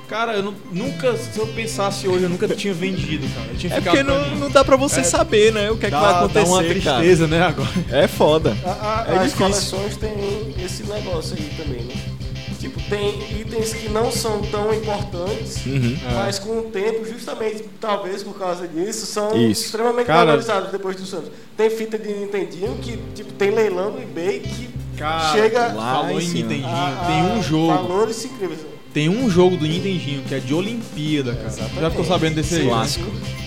S3: Cara, eu nu- nunca, se eu pensasse hoje, eu nunca tinha vendido, cara. Eu tinha
S1: É
S3: ficado
S1: porque
S3: pra
S1: não,
S3: mim.
S1: não dá pra você
S3: É,
S1: saber, né? O que é que
S3: Dá-
S1: vai
S3: dá uma
S1: acontecer, cara.
S3: tristeza, né, agora.
S1: É foda.
S4: A-
S1: É
S4: a- Ah, as
S1: difícil.
S4: coleções têm esse negócio aí também, né? Tipo, tem itens que não são tão importantes,
S1: Uhum.
S3: É.
S4: mas com o tempo, justamente, talvez por causa disso, são
S1: Isso.
S4: extremamente
S3: Cara-
S4: valorizados depois dos anos. Tem fita de Nintendinho que, tipo, tem leilão no eBay que
S3: Cara,
S4: chega
S1: lá
S3: falou
S1: em
S3: em
S1: cima.
S3: Nintendinho,
S4: a, a
S3: tem um jogo,
S4: valores incríveis.
S3: tem um jogo do Nintendinho que é de Olimpíada, cara. Já tô sabendo desse aí. né?
S1: Clássico.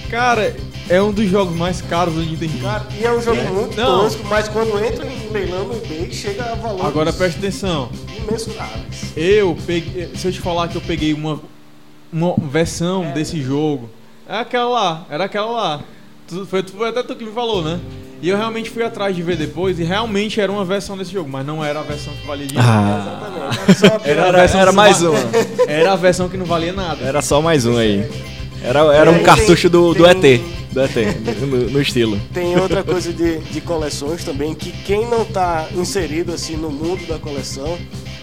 S3: Cara, é um dos jogos mais caros do Nintendinho.
S4: Cara, e é um jogo muito
S3: Não.
S4: tosco, mas quando entra em leilão no eBay, chega a valores
S3: Agora presta atenção.
S4: imensuráveis.
S3: Eu peguei. Se eu te falar que eu peguei uma, uma versão desse jogo, é aquela lá, era aquela lá. Tu- foi, tu- foi até tu que me falou, né? E eu realmente fui atrás de ver depois e realmente era uma versão desse jogo, mas não era a versão que valia dinheiro.
S1: Ah,
S4: Exatamente. Só que-
S1: era, era
S3: que
S1: mais
S3: não
S1: uma.
S3: va- Era a versão que não valia nada.
S1: Era só mais um aí. Era,
S3: É,
S1: era
S4: E
S1: um
S4: aí
S1: cartucho
S4: tem-
S1: do, do
S4: tem-
S1: ET. Do ET, no, no estilo.
S4: Tem outra coisa de, de coleções também, que quem não tá inserido assim no mundo da coleção,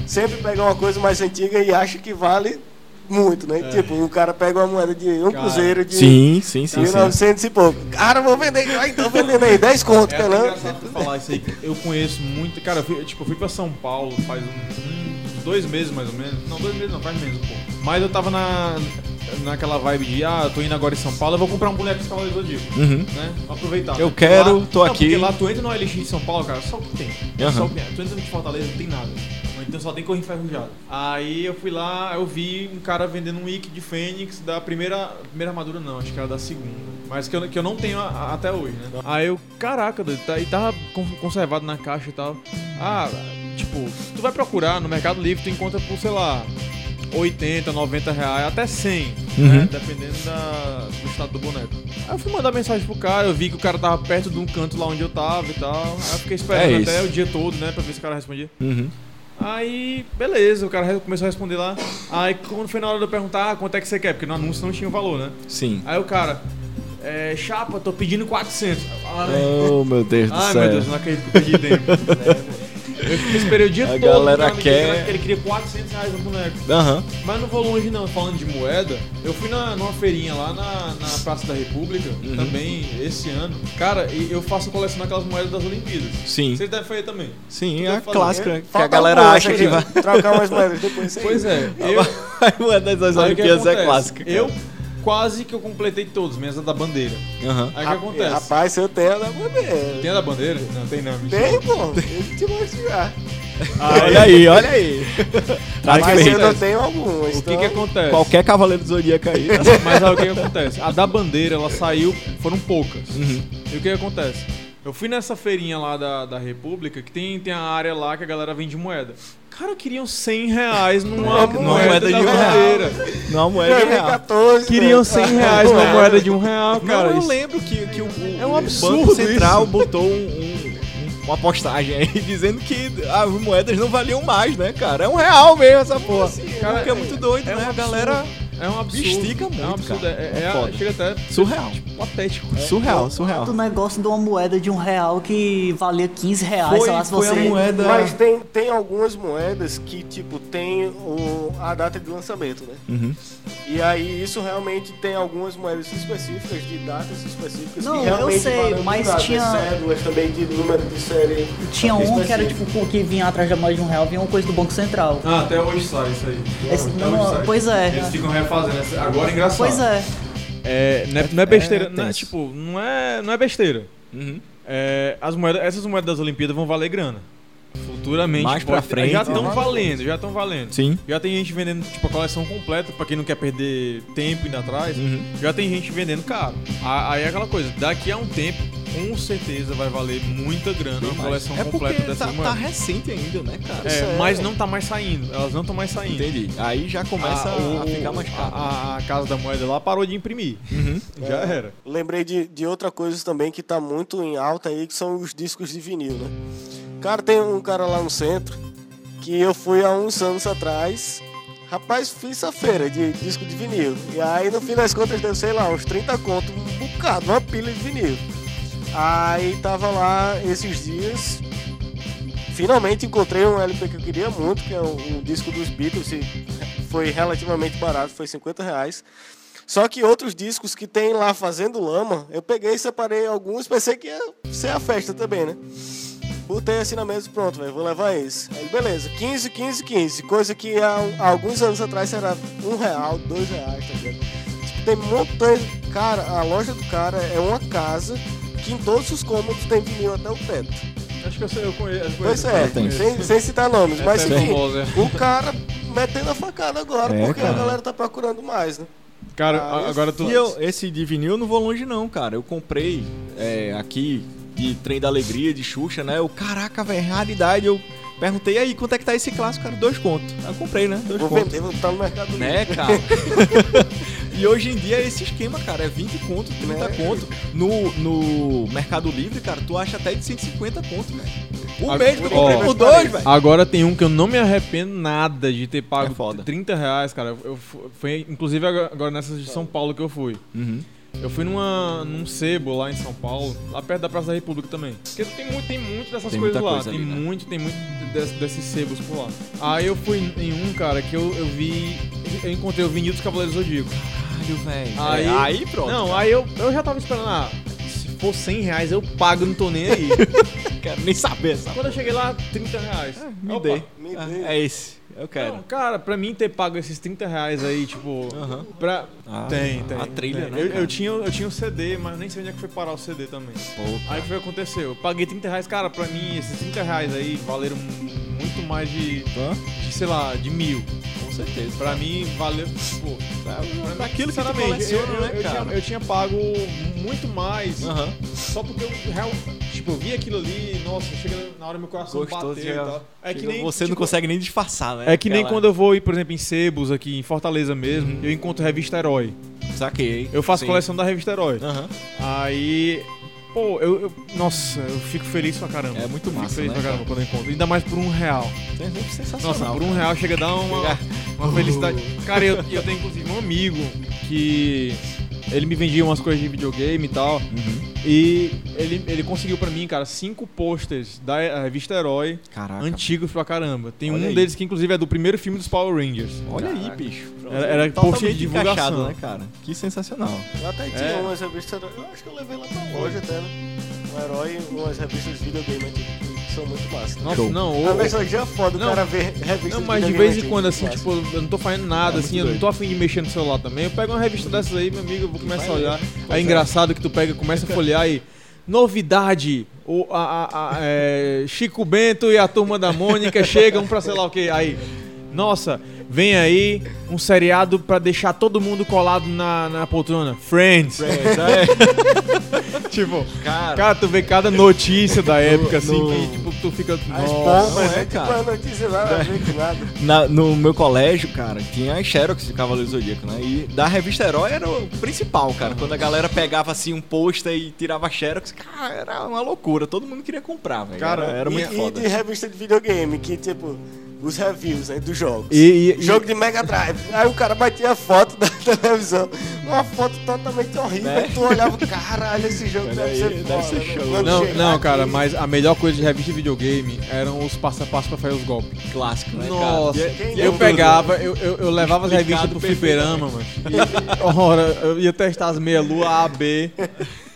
S4: sempre pega uma coisa mais antiga e acha que vale muito, né? Tipo, o cara pega uma moeda de um
S3: É. Cara.
S4: cruzeiro de
S1: Sim, sim, sim, sim.
S4: 1900 e pouco. Cara, eu vou vender, ah, então vendendo aí, 10 conto,
S3: É até
S4: cara. né?
S3: engraçado tu falar isso aí. que Eu conheço muito. Cara, eu fui, tipo, eu fui pra São Paulo faz um- uns dois meses mais ou menos. Não, dois meses não, faz menos um pouco. Mas eu tava na, naquela vibe de, ah, eu tô indo agora em São Paulo, eu vou comprar um boneco de Cavaleiros do Zodíaco.
S1: Uhum.
S3: Né? Vou Aproveitar.
S1: Eu quero,
S3: Lá-
S1: tô
S3: não,
S1: aqui.
S3: Porque lá tu entra no OLX de São Paulo, cara, só o que tem. É Só
S1: Aham.
S3: o que tem. Tu entra no de Fortaleza, não tem nada. Ou Então só tem corrente enferrujada. Aí eu fui lá, eu vi um cara vendendo um Wiki de Fênix da primeira. Primeira armadura não, acho que era da segunda. Mas que eu, que eu não tenho a- a- até hoje, né? Aí eu, caraca, doido, tá, e tava con- conservado na caixa e tal. Ah, tipo, tu vai procurar no Mercado Livre, tu encontra por, sei lá, 80, 90 reais, até 100,
S1: Uhum.
S3: né? Dependendo da- do estado do boneco. Aí eu fui mandar mensagem pro cara, eu vi que o cara tava perto de um canto lá onde eu tava e tal. Aí eu fiquei
S1: É
S3: esperando
S1: isso.
S3: até o dia todo, né, pra ver se o cara respondia.
S1: Uhum.
S3: Aí, beleza, o cara re- começou a responder lá. Aí quando foi na hora de eu perguntar, ah, quanto é que você quer? Porque no anúncio não tinha o valor, né?
S1: Sim.
S3: Aí o cara, é, chapa, tô pedindo 400. Ai,
S1: Oh, meu Deus do
S3: "Ah, ai
S1: céu.
S3: meu Deus, não acredito que eu perdi
S1: <laughs>
S3: tempo. Eu esperei o dia
S1: A
S3: todo.
S1: galera
S3: o cara me dizendo
S1: quer-
S3: que ele queria 400 reais no boneco.
S1: Aham.
S3: Mas eu não vou longe não, falando de moeda, eu fui na, numa feirinha lá na, na Praça da República,
S1: Uhum.
S3: também esse ano. Cara, e eu faço coleção daquelas moedas das Olimpíadas.
S1: Sim.
S3: Vocês devem fazer também.
S1: Sim,
S3: Tudo
S1: é a
S3: eu falei,
S1: clássica
S4: É,
S1: que a
S4: falta
S1: galera
S4: uma
S1: acha que vai. <laughs>
S4: coisa, Trocar umas moedas depois. isso aí.
S3: Pois é, eu,
S1: Uma das
S3: aí o que
S1: Olimpíadas é
S3: acontece?
S1: clássica. cara.
S3: Eu quase que eu completei todos, menos a da bandeira.
S1: Aham.
S3: Aí o que
S4: Ra-
S3: acontece?
S4: Rapaz, eu tenho a da bandeira.
S3: Tem a da bandeira? Não, tem não. é mentira.
S4: Tem, pô. Eu te mostro já.
S1: Olha aí, olha aí.
S3: Tá
S1: Traz
S4: Mas
S1: bem.
S4: eu não tenho algumas.
S3: O que
S4: então-
S3: que acontece?
S1: Qualquer cavaleiro do Zodíaco aí. tá?
S3: Mas aí o que, que acontece? A da bandeira, ela saiu, foram poucas.
S1: Uhum.
S3: E o que, que acontece? Eu fui nessa feirinha lá da, da República, que tem, tem a área lá que a galera vende moeda. Cara, queriam 100 reais numa,
S4: Numa
S3: moeda,
S1: moeda
S3: da
S1: de um real.
S3: bandeira.
S1: Não, a moeda é real.
S4: 2014.
S3: Queriam
S4: né?
S3: 100 reais numa moeda de um real, cara.
S1: Não, eu
S3: Isso-
S1: lembro que, que o, o-
S3: É um
S1: o Banco
S3: absurdo
S1: Central
S3: isso.
S1: botou um- um- uma postagem aí <laughs> dizendo que as moedas não valiam mais, né, cara? É um real mesmo essa porra.
S3: cara,
S1: Porque é muito doido,
S3: é um
S1: né? A
S3: absurdo.
S1: galera
S3: É um absurdo.
S1: Estica
S3: é
S1: muito,
S3: um absurdo.
S1: cara.
S3: É, é,
S1: É foda.
S3: chega até a ser
S1: surreal.
S3: patético.
S1: Surreal, surreal.
S5: Do um negócio de uma moeda de um real que valia 15 reais,
S1: Foi,
S5: sei lá se
S1: foi
S5: você.
S1: a moeda.
S4: Mas tem, tem algumas moedas que, tipo, tem o, a data de lançamento, né?
S1: Uhum.
S4: E aí isso realmente tem algumas moedas específicas, de datas específicas.
S5: Não,
S4: que
S5: eu
S4: realmente
S5: sei,
S4: valem
S5: mas
S4: datas,
S5: tinha-
S4: Cédulas também de número de série.
S5: Tinha um que era
S4: específico.
S5: tipo que vinha atrás da moeda de um real, vinha uma coisa do Banco Central.
S3: Ah, até hoje sai isso aí.
S5: Esse- não, não, pois é.
S3: ficam refazendo. Agora é engraçado.
S5: Pois é.
S3: É, não, é, não é besteira,
S1: é
S3: não é,
S1: tenso.
S3: tipo, não é, não é besteira.
S1: Uhum.
S3: É, as moedas, essas moedas das Olimpíadas vão valer grana. Futuramente.
S1: Mais pra frente,
S3: Já
S1: né?
S3: estão valendo, já estão valendo.
S1: Sim.
S3: Já tem gente vendendo tipo, a coleção completa, pra quem não quer perder tempo indo atrás.
S1: Uhum.
S3: Já tem gente vendendo caro. A- Aí é aquela coisa, daqui a um tempo, com certeza vai valer muita grana a coleção
S1: É
S3: completa
S1: porque
S3: dessas
S1: tá, tá
S3: moedas.
S1: recente ainda, né, cara?
S3: É,
S4: é-
S3: mas não tá mais saindo, elas não estão mais saindo.
S1: Entendi. Aí já começa Ah, a ficar mais caro.
S3: Ah, a, a Casa da Moeda lá parou de imprimir. Já era.
S4: Lembrei de, de outra coisa também que tá muito em alta aí, que são os discos de vinil, né? Cara, tem um cara lá no centro que eu fui há uns anos atrás. Rapaz, fiz a feira de disco de vinil. E aí, no fim das contas, deu, sei lá, uns 30 conto, um bocado, uma pilha de vinil. Aí tava lá esses dias. Finalmente encontrei um LP que eu queria muito, que é o, o disco dos Beatles. E foi relativamente barato, foi 50 reais. Só que outros discos que tem lá fazendo lama, eu peguei e separei alguns, pensei que ia ser a festa também, né? Botei assim na mesa, pronto, velho, vou levar esse. Aí, beleza, 15, 15, 15. Coisa que há, um, há alguns anos atrás era um real, dois reais, tá ligado? Tipo, tem montanha. Cara, a loja do cara é uma casa que em todos os cômodos tem vinil até o teto.
S3: Acho que eu, sei, eu conheço. eu
S4: Pois
S3: conheço.
S4: é,
S1: tem.
S4: sem, sem citar nomes,
S3: Essa
S4: mas
S3: é
S4: enfim,
S3: famosa.
S4: o cara metendo a facada agora,
S1: É,
S4: porque
S1: cara.
S4: a galera tá procurando mais, né?
S3: Cara,
S4: Ah,
S3: a- agora tu.
S1: E eu, esse de vinil eu não vou longe não, cara. Eu comprei é, aqui de Trem da Alegria, de Xuxa, né? Eu, caraca, velho, raridade. Eu perguntei, "E aí, quanto é que tá esse clássico, cara? Dois contos. Aí eu comprei, né? Dois
S4: Vou
S1: contos.
S4: vender, vou botar no mercado livre.
S3: <laughs>
S1: Né, cara? e hoje em dia é esse esquema, cara. É 20 conto, 30
S4: Né?
S1: conto. No, no Mercado Livre, cara, tu acha até de 150 conto, velho. Um O
S3: Ah,
S1: mesmo que eu
S3: ó.
S1: comprei por dois, velho.
S3: Agora tem um que eu não me arrependo nada de ter pago
S1: É foda.
S3: 30 reais, cara. Eu, eu fu- foi, inclusive agora agora nessas de São Paulo que eu fui.
S1: Uhum.
S3: Eu fui numa, num sebo lá em São Paulo, lá perto da Praça da República também. Porque tem muito, tem muito dessas
S1: Tem
S3: coisas
S1: muita
S3: lá.
S1: coisa
S3: tem
S1: ali, né?
S3: muito, tem muito des- desses sebos por lá. Aí eu fui em um, cara, que eu, eu vi. Eu encontrei o vinil dos Cavaleiros do Zodíaco.
S1: Caralho, velho.
S3: Aí,
S1: É, aí pronto. <laughs>
S3: Não, aí eu, eu já tava esperando, ah, se for 100 reais eu pago, não tô nem aí.
S1: Quero nem saber, sabe?
S3: Quando eu cheguei lá, 30 reais.
S1: É, Me
S3: Opa.
S1: dê.
S4: Me
S1: Ah,
S4: dê.
S1: É esse. Eu
S3: Não,
S1: quero.
S3: cara, pra mim ter pago esses 30 reais aí, tipo.
S1: Aham.
S3: Pra...
S1: Ah,
S3: tem, tem.
S1: a trilha,
S3: tem.
S1: né,
S3: Eu,
S1: cara?
S3: eu tinha, eu tinha o CD, mas nem sei onde é que foi parar o CD também. Aí o que foi que aconteceu? Eu paguei 30 reais, cara, pra mim esses 30 reais aí valeram muito mais de, de sei lá, de mil.
S1: Com certeza.
S3: Pra mim, valeu. Pô, pra mim,
S1: Daquilo É, que tu
S3: sinceramente, eu,
S1: coleciona,
S3: eu-
S1: né,
S3: eu
S1: cara?
S3: tinha, eu tinha pago muito mais
S1: Aham.
S3: só porque eu real, tipo, eu vi aquilo ali, nossa, chega na hora meu coração
S1: Gostoso.
S3: bateu
S1: já-
S3: e tal. É que
S1: chega-
S3: nem
S1: você não
S3: tipo,
S1: consegue nem disfarçar, né?
S3: é que nem
S1: Aquela-
S3: quando eu vou ir, por exemplo, em Sebos, aqui em Fortaleza mesmo, eu encontro revista Herói.
S1: Saquei.
S3: Eu faço
S1: Sim.
S3: coleção da revista Herói.
S1: Aham.
S3: Aí, pô, eu, eu- Nossa, eu fico feliz pra caramba.
S1: É muito
S3: Eu fico
S1: massa,
S3: feliz
S1: né,
S3: pra caramba
S1: cara?
S3: quando eu encontro. Ainda mais por um real.
S1: É sensacional.
S3: Nossa, por um real chega a dar
S1: É.
S3: uma, uma felicidade. Cara, eu, eu tenho inclusive um amigo que. Ele me vendia umas coisas de videogame e tal.
S1: Uhum.
S3: E ele, ele conseguiu pra mim, cara, cinco posters da eh, revista Herói.
S1: Caraca.
S3: Antigos pra caramba. Tem
S1: Olha
S3: um
S1: aí.
S3: deles que, inclusive, é do primeiro filme dos Power Rangers.
S1: Olha aí, bicho.
S3: Era- era
S1: Totalmente
S3: post de
S1: encaixado,
S3: divulgação.
S1: né, cara? Que sensacional.
S4: Eu até tinha
S3: É.
S4: umas revistas. Eu acho que eu levei lá pra loja até, né? Um herói, umas revistas de videogame antigo, que são muito massas.
S3: Nossa,
S1: Show.
S3: não,
S4: A
S3: ou,
S4: nostalgia é foda, o
S3: Não.
S4: cara ver revistas
S3: não, mas de
S4: videogame
S3: vez em
S4: antigo,
S3: quando,
S4: muito
S3: assim,
S4: massa.
S3: tipo, eu não tô fazendo nada,
S1: É, muito
S3: assim, eu não
S1: doido.
S3: tô afim de mexer no celular também. Eu pego uma revista dessas aí, meu amigo, eu vou começar a olhar.
S1: Pois
S3: É
S1: é.
S3: engraçado que tu pega, começa a folhear e. Novidade! O, a, a- a- é, Chico Bento e a turma da Mônica chegam pra sei lá o que. Aí, nossa, vem aí um seriado pra deixar todo mundo colado na, na poltrona. Friends. <laughs> tipo,
S1: Cara,
S3: cara, tu vê cada notícia da época, assim,
S1: é. no-
S3: que tipo, tu fica.
S4: As
S3: Nossa, É.
S4: bombas,
S1: não é,
S4: né? Tipo,
S1: cara.
S4: a notícia nada a ver com
S3: <laughs>
S4: nada.
S1: na- no meu colégio, cara, tinha as Xerox de Cavaleiro Zodíaco, né? E da revista Herói era o principal, cara. Quando a galera pegava, assim, um pôster e tirava a Xerox, cara, era uma loucura. Todo mundo queria comprar, velho.
S3: Cara,
S1: era, era
S4: E-
S1: muito
S4: e,
S1: foda.
S4: de revista de videogame, que tipo, os reviews né, dos jogos.
S3: E- e- e-
S4: Jogo de Mega Drive. Aí o cara batia a foto da <laughs> televisão. Uma foto totalmente horrível.
S3: É.
S1: Né?
S4: Tu olhava, caralho, esse jogo
S1: Pera
S4: deve
S1: aí,
S4: ser
S1: deve
S4: foda.
S1: ser
S4: né?
S1: show.
S4: Quando
S3: Não,
S4: chegar
S3: não,
S4: aqui-
S3: cara, mas a melhor coisa de revista de videogame eram os passo a passo pra fazer os golpes.
S1: Clássico, né,
S3: Nossa,
S1: cara?
S4: quem
S3: eu
S4: não
S3: pegava, eu, eu, eu levava as
S1: Explicado
S3: revistas pro
S1: perfeitamente.
S3: fliperama, mano. E, ora, eu ia testar as meia-lua A, B.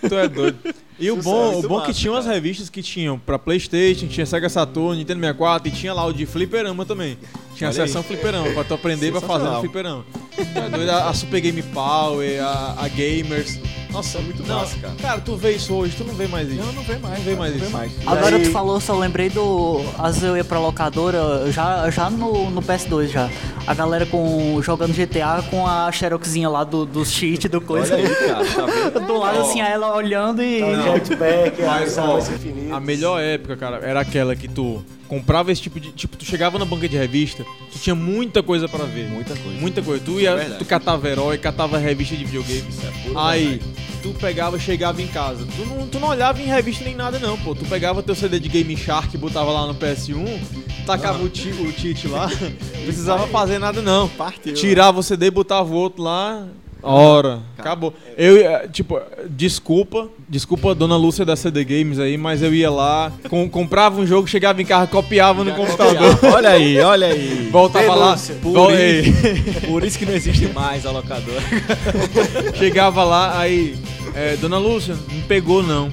S3: Tu é doido. E o
S1: Sucesso,
S3: bom, o
S1: muito
S3: bom é
S1: massa,
S3: que tinham as
S1: cara.
S3: revistas que tinham pra Playstation, tinha Sega Saturn, Nintendo 64 e tinha lá o de fliperama também. Tinha a
S1: Olha aí.
S3: seção fliperama, pra tu aprender pra fazer
S1: Sensacional.
S3: no fliperama. Tu é doido, a, a Super Game Power, a, a Gamers.
S1: é,
S3: Nossa, muito
S1: Não,
S3: massa, cara. Cara, tu vê isso hoje, tu não vê mais isso.
S1: Não, não vem mais.
S3: Não vem
S1: cara,
S3: mais
S1: não vem
S3: isso.
S1: mais.
S5: Agora
S4: aí-
S5: tu falou, só lembrei do. Às vezes eu ia pra locadora, já, já no, no PS2 já. A galera com, jogando GTA com a Xeroxinha lá do, do cheat, do coisa.
S1: Olha aí, cara, tá vendo?
S5: <laughs> Do lado assim, aí ela olhando e.
S4: Jetpack,
S3: Mas,
S4: as
S3: ó,
S4: armas é infinitas.
S3: a melhor época, cara, era aquela que tu comprava esse tipo de. Tipo, tu chegava na banca de revista, tu tinha muita coisa pra ver.
S1: Muita coisa.
S3: Muita coisa. Tu
S1: Isso é
S3: ia,
S1: verdade.
S3: tu catava herói, catava revista de videogame.
S1: Isso é pura
S3: Aí,
S1: verdade.
S3: tu pegava, chegava em casa. Tu não, tu não olhava em revista nem nada, não, pô. Tu pegava teu CD de Game Shark, botava lá no PS1, tacava o, ti, o cheat
S1: <laughs>
S3: lá, não precisava fazer nada, não.
S1: Partiu.
S3: Tirava o CD, botava o outro lá. Hora, acabou. Eu, eh, tipo, desculpa, desculpa dona Lúcia da CD Games aí, mas eu ia lá, com- comprava um jogo, chegava em casa, copiava no
S1: Já
S3: computador,
S1: copiava. Tá Olha aí, olha aí.
S3: voltava
S4: Denúncia.
S3: lá,
S1: Por
S3: vol-
S1: isso- Por isso que não existe mais a locadora.
S3: <laughs> chegava lá, aí, eh, dona Lúcia, não pegou não.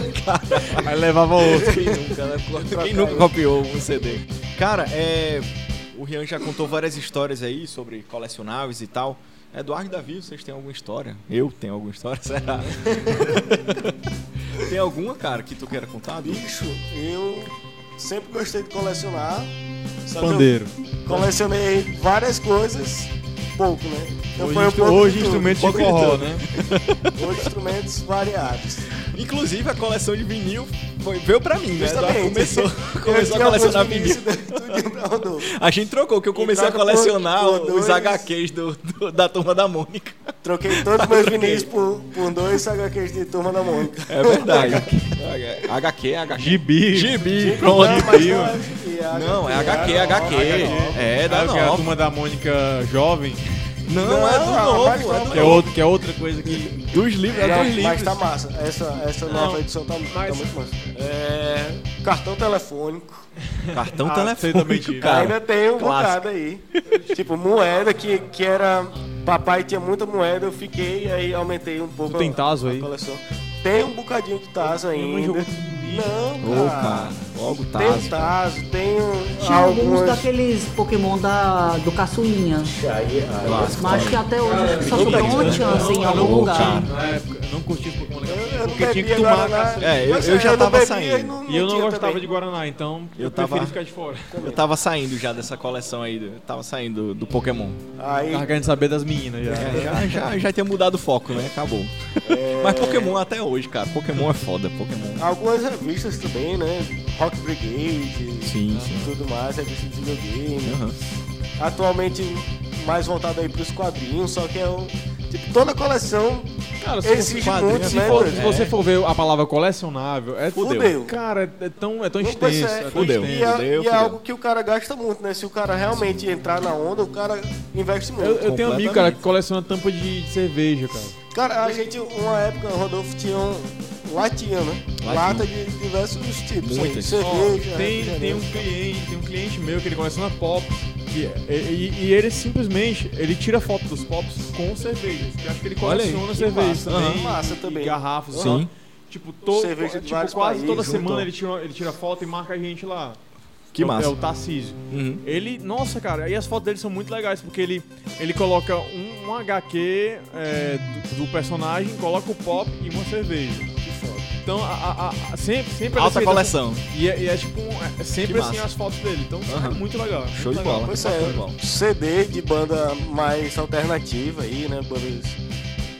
S3: <laughs> aí levava outro.
S1: Quem nunca, né? Quem nunca copiou um CD? Cara, é, o Rian já contou várias histórias aí sobre colecionáveis e tal. Eduardo e Davi, vocês têm alguma história? Eu tenho alguma história, <laughs> será? Tem alguma, cara, que tu queira contar? Du?
S4: Bicho, eu sempre gostei de colecionar. só que eu
S3: Pandeiro.
S4: Colecionei várias coisas, pouco, né? Então
S3: Hoje,
S4: foi um
S3: instru-
S4: pouco de
S3: hoje
S4: tudo.
S3: instrumentos de
S1: Pouco de
S3: forró,
S1: tudo.
S3: né?
S4: Hoje instrumentos
S1: <laughs>
S4: variados.
S1: Inclusive, a coleção de vinil foi- veio pra mim, né? Eduardo
S4: Justamente.
S1: começou,
S4: Eu
S1: começou a
S4: tinha alguns
S1: colecionar vinil.
S4: vinis do- do Jim Brown Dog.
S1: A gente trocou, que eu
S4: Em
S1: comecei a
S4: troca por-
S1: colecionar
S4: por
S1: os
S4: dois-
S1: HQs do- do- da turma da Mônica.
S4: Troquei todos
S1: <laughs>
S4: meus vinis por, por dois HQs de Turma da Mônica.
S1: É <laughs> verdade. HQ, HQ.
S3: Gibi.
S1: Gibi, pronto.
S4: Não, mas não é HQ, é
S1: Não, é HQ,
S4: não.
S1: HQ. É, da
S3: Aí, que é a
S1: nova.
S3: turma da Mônica jovem,
S1: Não,
S4: Não,
S1: é do
S4: a
S1: novo.
S4: mais
S1: É
S4: nova.
S3: que é, outro, que é outra coisa que.
S1: do- dos livros, é dos
S4: Mas,
S1: livros.
S4: mas tá massa. Essa, essa nova edição tá, tá
S3: mas-
S4: muito massa.
S1: É,
S4: Cartão telefônico.
S1: Cartão
S3: Ah, sei também
S1: telefônico,
S3: disso.
S1: cara.
S4: Ainda tem um
S1: clássico.
S4: bocado aí. tipo, moeda que, que era. Papai tinha muita moeda, eu fiquei, aí aumentei um pouco.
S3: tem
S4: a-
S3: tazo
S4: a
S3: aí?
S4: coleção. Tem um bocadinho de taso ainda.
S3: Minha mãe jogou
S4: Não,
S1: Ô,
S4: cara.
S1: cara, logo
S4: Tem o
S1: Tazo.
S4: Tazo, tem um,
S5: Tinha alguns
S4: alguns.
S5: daqueles Pokémon da, do Caçulinha.
S7: Aí, aí,
S5: Mas acho que até hoje acho que só
S4: Cara,
S5: sobrou uma
S4: não, né?
S5: chance em
S1: não,
S5: algum
S1: não,
S5: lugar.
S1: cara.
S3: Na época, eu não curti os Pokémon
S4: Eu,
S3: Legal.
S4: eu não
S3: Porque tinha que
S4: bebia
S3: tomar
S4: Guaraná.
S1: É, eu-
S4: Mas
S1: eu já
S4: não
S1: tava
S4: bebia
S1: saindo.
S4: E, não,
S3: E eu não
S4: tinha
S3: gostava
S4: também.
S3: de Guaraná, então
S1: Eu
S3: eu,
S1: tava-
S3: preferi ficar de fora.
S1: Eu tava saindo já dessa coleção aí, eu tava saindo do Pokémon.
S4: Aí,
S3: Tava querendo saber das meninas já.
S1: É, já, já, já tinha mudado o foco, né? Acabou.
S4: É.
S1: Mas Pokémon até hoje, cara. Pokémon é foda, Pokémon.
S4: algumas revistas também, né? Rock Brigade.
S1: Sim, sim.
S4: Tudo mais, revista de videogame.
S1: Aham.
S4: Atualmente mais voltado aí pros quadrinhos, só que é um. Tipo, toda a coleção
S3: Cara, se, você,
S4: existe
S1: quadrinho,
S4: muitos,
S3: se
S4: né?
S3: for-
S4: velho?
S3: se você for ver a palavra colecionável, é
S4: Fudeu.
S3: Cara, é tão, é tão
S4: Não
S3: extenso.
S4: consegue.
S3: É tão
S1: Fudeu.
S4: Então, E
S3: extenso.
S4: é,
S1: fudeu,
S4: e é
S1: fudeu.
S4: algo que o cara gasta muito, né? Se o cara realmente entrar na onda, o cara investe muito.
S3: Eu, eu tenho um amigo, cara,
S1: Completamente.
S3: que coleciona tampa de, de cerveja, cara.
S4: Cara, a gente, uma época, o Rodolfo tinha um latinha, né?
S1: Latinha.
S4: Lata de diversos tipos. aí,
S1: Muitas.
S4: cerveja,
S3: tem, tem um
S4: refrigerante.
S3: cliente, tem um cliente meu que ele coleciona pops. Que, é- e, e- e ele simplesmente ele tira foto dos pops com cervejas. Que eu acho que ele
S1: Olha aí,
S3: coleciona
S1: que
S3: cervejas
S4: massa,
S3: também.
S4: né? Massa
S3: e-
S4: também.
S3: E garrafas.
S1: Sim.
S3: Sim. Tipo, to,
S4: Cerveja de
S3: tipo
S4: vários
S3: quase toda
S4: países,
S3: semana
S1: juntam.
S3: ele tira, ele tira foto e marca a gente lá.
S1: Que
S3: É o-
S1: massa.
S3: É o Tarcísio.
S1: Uhum.
S3: Ele, nossa, cara, e as fotos dele são muito legais, porque ele, ele coloca um, um HQ é, do, do personagem, coloca o pop e uma cerveja. Então, a, a- a- a- sempre, sempre
S1: Alta
S3: ele-
S1: coleção.
S3: E é, e é tipo, um- é sempre
S1: Que
S3: assim
S1: massa.
S3: as fotos dele. Então,
S1: Aham.
S3: é muito legal. muito
S1: Show de
S3: legal.
S1: bola.
S4: Pois
S1: Show de bola.
S4: é, CD de banda mais alternativa aí, né? Bandas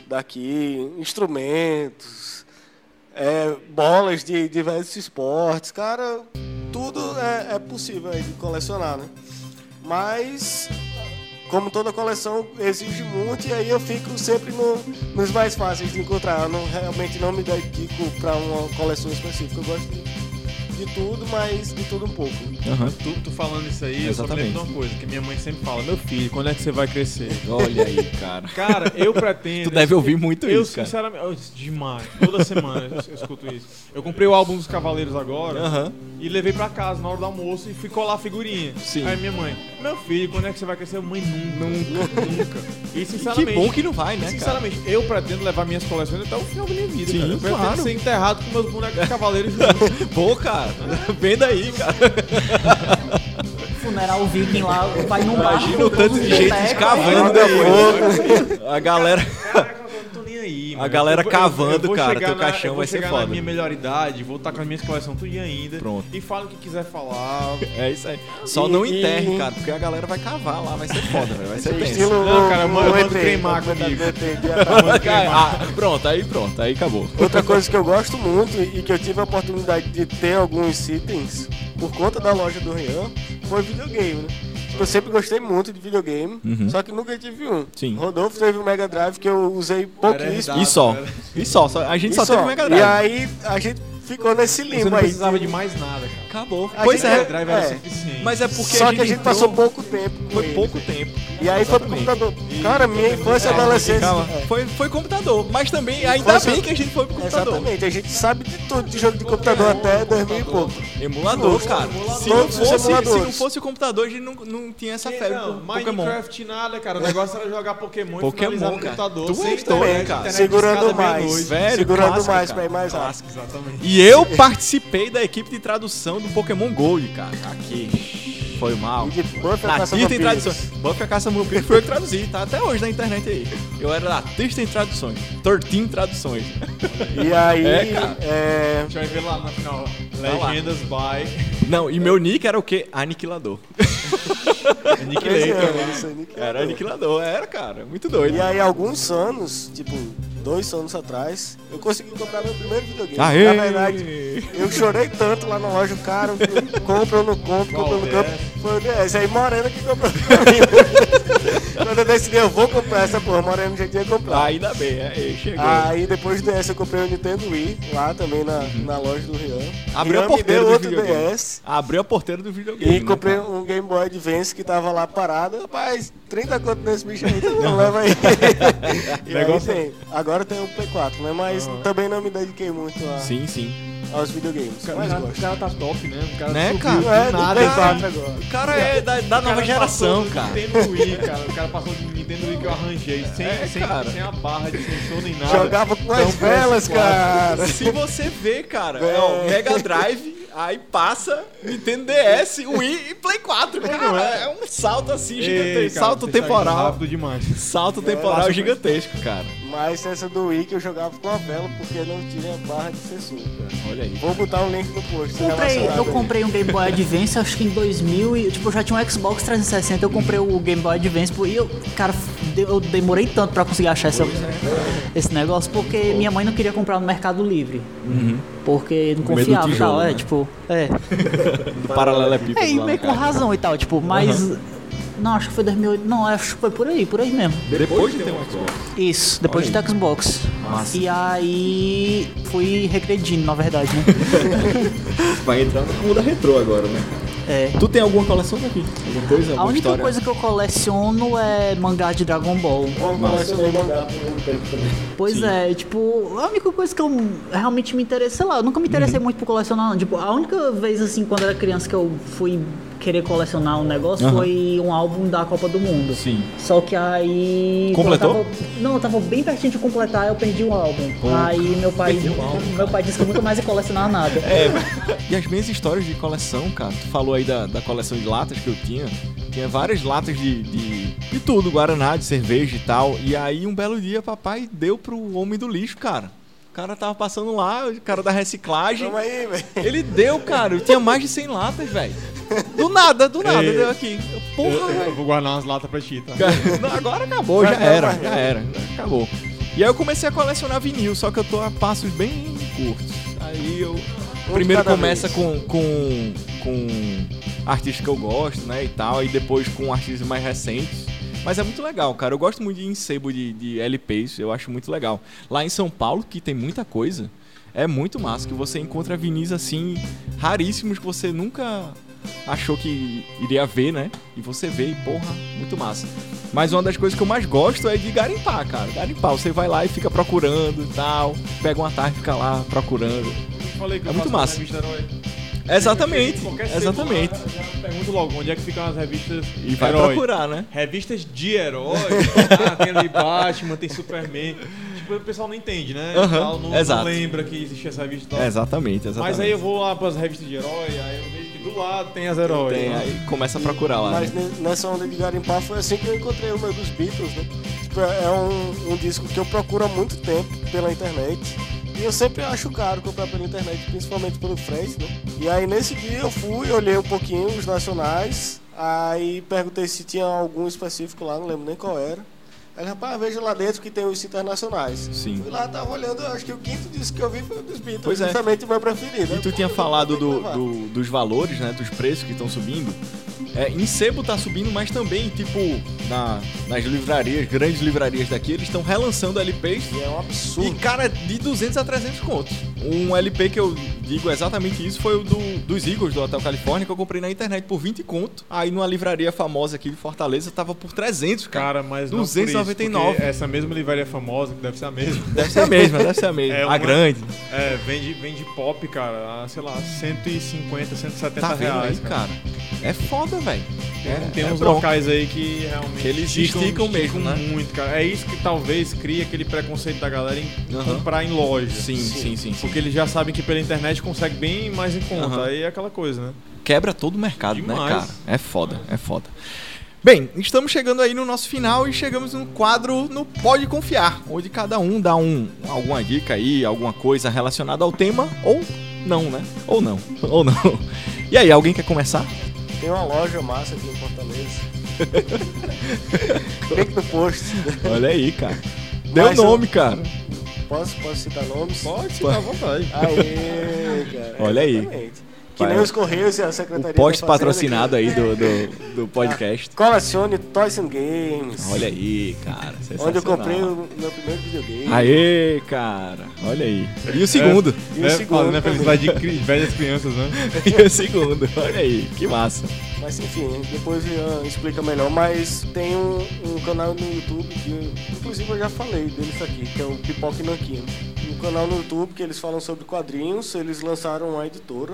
S4: daqui, instrumentos, é, bolas de diversos esportes, cara, tudo é, é possível aí de colecionar, né? Mas, como toda coleção exige muito, e aí eu fico sempre no- nos mais fáceis de encontrar. Eu não, realmente não me dedico para uma coleção específica, eu gosto de, de tudo, mas de tudo um pouco.
S1: Aham.
S3: Tu, tu falando isso aí, eu só me
S1: Exatamente.
S3: lembro de uma coisa, que minha mãe sempre fala, meu filho, quando é que você vai crescer?
S1: Olha aí, cara.
S3: Cara, eu pretendo...
S1: Tu deve ouvir muito
S3: Eu,
S1: isso, cara.
S3: sinceramente, eu- demais. Toda semana eu, eu escuto isso. Eu comprei o álbum dos Cavaleiros agora
S1: Aham.
S3: e levei pra casa na hora do almoço e fui colar a figurinha.
S1: Sim.
S3: Aí minha mãe, meu filho, quando é que você vai crescer? Mãe, nunca, nunca, nunca. E
S1: E que
S3: sinceramente.
S1: bom que não vai, né, cara?
S3: Sinceramente, eu pretendo levar minhas coleções até o final da minha vida.
S1: Sim,
S3: cara. Eu pretendo
S1: claro.
S3: ser enterrado com meus bonecos
S1: <laughs>
S3: de cavaleiros juntos.
S1: Pô, cara. Venda aí, cara.
S5: Funeral viking lá, vai num barco.
S1: Imagina o tanto de gente escavando
S4: Joga
S1: depois. A galera.
S3: Caraca, eu não tô nem aí, mano.
S1: galera
S3: Eu vou-
S1: cavando, cara,
S3: chegar
S1: teu
S3: na-
S1: caixão vai ser
S3: Eu vou chegar
S1: foda.
S3: na minha melhor idade, vou estar com as minhas coleções tudo ainda.
S1: Pronto.
S3: E falo o que quiser falar.
S1: É isso aí. Só
S4: E-
S1: não
S4: e-
S1: enterre, cara, porque a galera vai cavar lá, vai ser foda, velho. Vai ser tenso.
S4: Estilo
S3: Não, cara, eu mando
S4: ET,
S3: cremar
S4: como é da-
S3: comigo.
S4: do ET de Atacama.
S1: Ah, pronto, aí pronto, aí acabou.
S4: Outra coisa que eu gosto muito e que eu tive a oportunidade de ter alguns itens por conta da loja do Rian foi videogame, né? Tipo, Eu sempre gostei muito de videogame, só que nunca tive um.
S1: Sim.
S4: Rodolfo teve um Mega Drive que eu usei pouquíssimo.
S1: E só. E só, só- a gente só, teve o Mega
S4: E
S1: Drive.
S4: aí a gente ficou
S3: Você
S4: nesse limbo
S3: não
S4: aí.
S3: precisava de mais nada, cara.
S1: Acabou.
S4: A
S1: Pois
S4: gente-
S1: é.
S3: Mega Drive era
S4: é.
S3: suficiente.
S1: Mas é porque
S4: Só que a gente
S1: entrou-
S4: passou pouco tempo. com
S1: Foi
S4: ele.
S1: pouco tempo.
S4: E aí foi pro
S1: Exatamente.
S4: computador. Cara, minha infância e adolescência.
S1: Calma.
S4: é.
S1: Foi, foi computador, mas também, ainda
S4: Infância-
S1: bem que a gente foi pro computador.
S4: Exatamente, a gente sabe de tudo de jogo de computador até 2000 e pouco.
S1: Emulador, cara. Se não,
S4: Todos os
S1: fosse, se não
S4: emuladores.
S1: fosse o computador, a gente não, não tinha essa febre por
S3: Não,
S1: Tá Pokémon.
S3: Minecraft nada, cara. O negócio era jogar Pokémon,
S1: Pokémon,
S3: e finalizar no
S1: cara.
S3: computador.
S1: Tu
S3: sem
S1: é doido,
S3: internet,
S1: cara.
S3: internet
S4: Segurando
S3: discada
S4: mais.
S3: meia-noite.
S1: Velho,
S4: segurando
S1: clássico,
S4: mais
S1: cara.
S4: pra ir mais rápido.
S3: Exatamente.
S1: E eu participei da equipe de tradução do Pokémon Gold, cara. Aqui. Foi mal.
S4: E de Buffy a
S1: Na
S4: Caça
S1: Tista em
S4: Vampiros.
S1: Traduções. Buff é a Caça Vampiro foi eu que traduzi, tá até hoje na internet aí. Eu era da Tista em Traduções. Tortinho em Traduções.
S4: E aí,
S1: É, cara.
S4: é,
S3: Deixa eu ver lá na final.
S1: lá.
S3: Legendas by
S1: Não, e meu nick era o quê?
S4: <laughs>
S1: Aniquilador.
S4: esse
S3: Aniquilator.
S4: ano, isso aí, Nick
S1: Era
S4: Lato.
S1: aniquilador, era, cara. Muito doido.
S4: E aí, alguns anos, tipo, dois anos atrás, eu consegui comprar meu primeiro videogame.
S1: Aê!
S4: Na verdade, eu chorei tanto lá na loja, o cara, eu compro ou não compro,
S3: Qual
S4: compro ou não compro.
S3: DS?
S4: Foi o DS, aí Moreno que
S1: <laughs>
S4: comprou pra mim. Quando eu decidi, eu vou comprar essa porra, Moreno já tinha comprado.
S1: Ainda bem, aí chegou.
S4: Aí depois do DS eu comprei o Nintendo Wii, lá também na, na loja do Rian.
S1: Uhum. Abriu a
S4: Rian me
S1: porteira
S4: deu
S1: do
S4: outro
S1: videogame.
S4: DS.
S1: Abriu a porteira do videogame.
S4: E
S1: né,
S4: comprei
S1: cara?
S4: um Game Boy Advance que tava lá parado. Rapaz, 30 conto nesse bicho aí, então
S1: <laughs>
S4: não leva aí. e aí
S3: Negócio-
S4: tem. Agora tem o Play 4, né? Mas também não me dediquei muito a-
S1: Sim, sim.
S4: aos videogames.
S3: O
S4: Mas
S3: cara- O
S4: gosto.
S3: cara tá top, né? O cara
S1: Né,
S3: subiu
S1: cara?
S3: do
S4: É, do
S3: nada,
S4: Play
S3: cara.
S4: 4 agora.
S1: O cara é da, da
S3: O cara
S1: nova
S3: passou
S1: geração,
S3: do
S1: cara.
S3: Nintendo Wii, cara. O cara passou do Nintendo Wii, eu arranjei, sem,
S1: É,
S3: sem,
S1: cara.
S3: sem a barra de sensor nem nada.
S4: Jogava com as
S3: Então,
S4: velas,
S3: PS4.
S4: cara.
S1: Se você vê, cara, é o Mega Drive, aí passa Nintendo DS, Wii e Play 4. Cara, é um salto assim gigantesco.
S3: Ei, cara,
S1: salto
S3: você tá indo
S1: temporal.
S3: Rápido demais.
S1: Salto temporal gigantesco, cara.
S4: Mas essa do Wii que eu jogava com a vela porque não tinha barra de sensor, cara.
S1: Olha aí.
S4: Vou botar um link no post.
S5: Comprei,
S4: relacionado
S5: eu
S4: aí.
S5: comprei um Game Boy Advance, acho que em 2000 e, tipo, eu já tinha um Xbox 360, eu comprei o Game Boy Advance pô, e eu, cara, de- eu demorei tanto pra conseguir achar essa,
S1: é.
S5: esse negócio porque minha mãe não queria comprar no Mercado Livre. Porque não
S1: Uhum. medo do
S5: confiava e tal,
S1: tijolo,
S5: é,
S1: né?
S5: tipo, é.
S1: Do paralelepípedo.
S5: É, e
S1: lá no
S5: meio com
S1: cara.
S5: razão e tal, tipo, mas não, acho que foi 2008, não, acho que foi por aí, por aí mesmo.
S1: Depois de ter um Xbox.
S5: Isso, depois de ter Xbox. E aí fui regredindo, na verdade, né?
S1: <laughs> Vai entrar no mundo da retrô agora, né?
S5: é.
S1: Tu tem alguma coleção daqui? Alguma coisa?
S5: A
S1: Alguma
S5: única
S1: história?
S5: coisa que eu coleciono é mangá de Dragon Ball.
S4: Vamos colecionar mangá por um tempo também.
S5: Pois é, tipo, a única coisa que eu realmente me interessei, sei lá, eu nunca me
S1: Uhum.
S5: interessei muito por colecionar, não. Tipo, a única vez, assim, quando eu era criança que eu fui querer colecionar um negócio
S1: Aham.
S5: foi um álbum da Copa do Mundo.
S1: Sim.
S5: Só que aí.
S1: Completou?
S5: eu tava- não, eu tava bem pertinho de completar, eu perdi o álbum. Aí meu pai, meu pai disse que eu nunca mais ia colecionar nada.
S1: É, E as minhas histórias de coleção, cara, tu falou aí da, da coleção de latas que eu tinha. Tinha várias latas de, de, de tudo, Guaraná, de cerveja e tal. E aí um belo dia papai deu pro homem do lixo, cara. O cara tava passando lá, o cara da reciclagem.
S4: Tamo aí, velho.
S1: Ele deu, cara. Eu tinha mais de 100 latas, velho. Do nada, do nada, deu aqui. Eu, Porra, velho.
S3: Eu vou guardar umas latas pra ti, tá?
S1: Cara, não, agora acabou, já
S4: Vai, vai,
S1: era,
S4: vai.
S1: já era, acabou. E aí eu comecei a colecionar vinil, só que eu tô a passos bem curtos. Aí eu. Primeiro
S4: cada
S1: começa
S4: vez.
S1: com, com. com artistas que eu gosto, né? E tal, e depois com artistas mais recentes. Mas é muito legal, cara. Eu gosto muito de ir em sebo de, de LPs, eu acho muito legal. Lá em São Paulo, que tem muita coisa, é muito massa que você encontra vinis assim, raríssimos que você nunca achou que iria ver, né? E você vê e, porra, muito massa. Mas uma das coisas que eu mais gosto é de garimpar, cara. Garimpar, você vai lá e fica procurando e tal. Pega uma tarde e fica lá procurando.
S3: Falei que
S1: É
S3: eu
S1: muito
S3: faço
S1: massa.
S3: revista herói.
S1: Exatamente,
S3: Qualquer sebo
S1: exatamente.
S3: lá, já Pergunto logo, onde é que ficam as revistas
S1: E vai
S3: herói?
S1: procurar, né?
S3: Revistas de
S1: <laughs>
S3: herói, ah, tem ali Batman, tem Superman. Tipo, o pessoal não entende, né?
S1: Aham,
S3: Tal, não,
S1: exato.
S3: não lembra que existia essa revista e tal.
S1: Exatamente, exatamente.
S3: Mas aí eu vou lá pras revistas de herói, aí eu vejo que do lado tem as heróis.
S1: Tem,
S3: né?
S1: aí começa a procurar lá.
S4: Mas
S1: né?
S4: ne- nessa onda de garimpar foi assim que eu encontrei o meu dos Beatles, né? Tipo, é um, um disco que eu procuro há muito tempo pela internet. E eu sempre acho caro comprar pela internet, principalmente pelo frete, né? E aí nesse dia eu fui, olhei um pouquinho os nacionais, aí perguntei se tinha algum específico lá, não lembro nem qual era. Aí, ele, rapaz, veja lá dentro que tem os internacionais.
S1: Sim.
S4: Fui lá, tava olhando, eu acho que o quinto disco que eu vi foi o dos Beatles,
S1: Pois é.
S4: justamente o meu preferido.
S1: E tu
S4: Eu,
S1: tinha
S4: pô,
S1: falado
S4: tem que
S1: do,
S4: levar.
S1: do- dos valores, né? Dos preços que estão subindo. É, em sebo tá subindo, mas também, tipo, na- nas livrarias, grandes livrarias daqui, eles estão relançando LPs
S4: E é um
S1: E,
S4: absurdo.
S1: cara, de 200 a 300 contos. Um LP que eu digo exatamente isso foi o do, dos Eagles, do Hotel Califórnia, que eu comprei na internet por 20 conto. Aí numa livraria famosa aqui de Fortaleza, tava por 300, cara.
S3: Cara, mas não por isso,
S1: 299.
S3: porque essa mesma livraria famosa, que deve ser a mesma, <laughs>
S1: Deve ser a mesma, deve ser a mesma.
S3: É
S1: A
S3: uma-
S1: grande.
S3: é, vende, vende pop, cara, a, sei lá, 150, 170
S1: Tá vendo
S3: reais,
S1: aí, cara? É foda, velho. É,
S3: Tem
S1: é
S3: uns
S1: bronca.
S3: locais aí que realmente
S1: Que eles esticam mesmo, né?
S3: muito, cara. É isso que talvez cria aquele preconceito da galera em
S1: Aham.
S3: comprar em loja.
S1: Sim, sim, sim, sim.
S3: Porque eles já sabem que pela internet consegue bem mais em conta.
S1: Aham.
S3: Aí é aquela coisa, né?
S1: Quebra todo o mercado, né,
S3: Demais.
S1: cara? É foda, é foda. Bem, estamos chegando aí no nosso final e chegamos no quadro no Pode Confiar, onde cada um dá um, alguma dica aí, alguma coisa relacionada ao tema, ou não, né? Ou não, <laughs> ou não. E aí, alguém quer começar?
S4: Tem uma loja massa aqui em
S1: <laughs>
S4: Fortaleza. Link no post.
S1: Olha aí, cara. Deu
S4: Mas eu-
S1: nome, cara.
S4: Posso, posso citar nomes?
S3: Pode ficar à vontade.
S1: Ah,
S4: Aê, cara.
S1: Olha aí.
S4: Exatamente. Que
S1: Vai.
S4: nem os Correios e a
S1: O
S4: Secretaria tá
S1: post
S4: da Fazenda,
S1: patrocinado
S4: que-
S1: aí do, do, do podcast.
S4: Colecione Toys and Games.
S1: Olha aí, cara.
S4: Onde eu
S1: sensacional. Ah,
S4: comprei o meu primeiro videogame.
S1: Aê, cara. Olha aí. E o segundo?
S4: E o
S3: né?
S4: segundo
S3: Fazendo a
S4: também.
S3: felicidade de cri- velhas crianças, né?
S1: <laughs> E o segundo? Olha aí, que massa.
S4: Mas enfim, depois o Ian explica melhor. Mas tem um, um canal no YouTube que, eu- inclusive, eu já falei deles aqui, que é o Pipoca e Nanquinho. Um canal no YouTube que eles falam sobre quadrinhos. Eles lançaram uma editora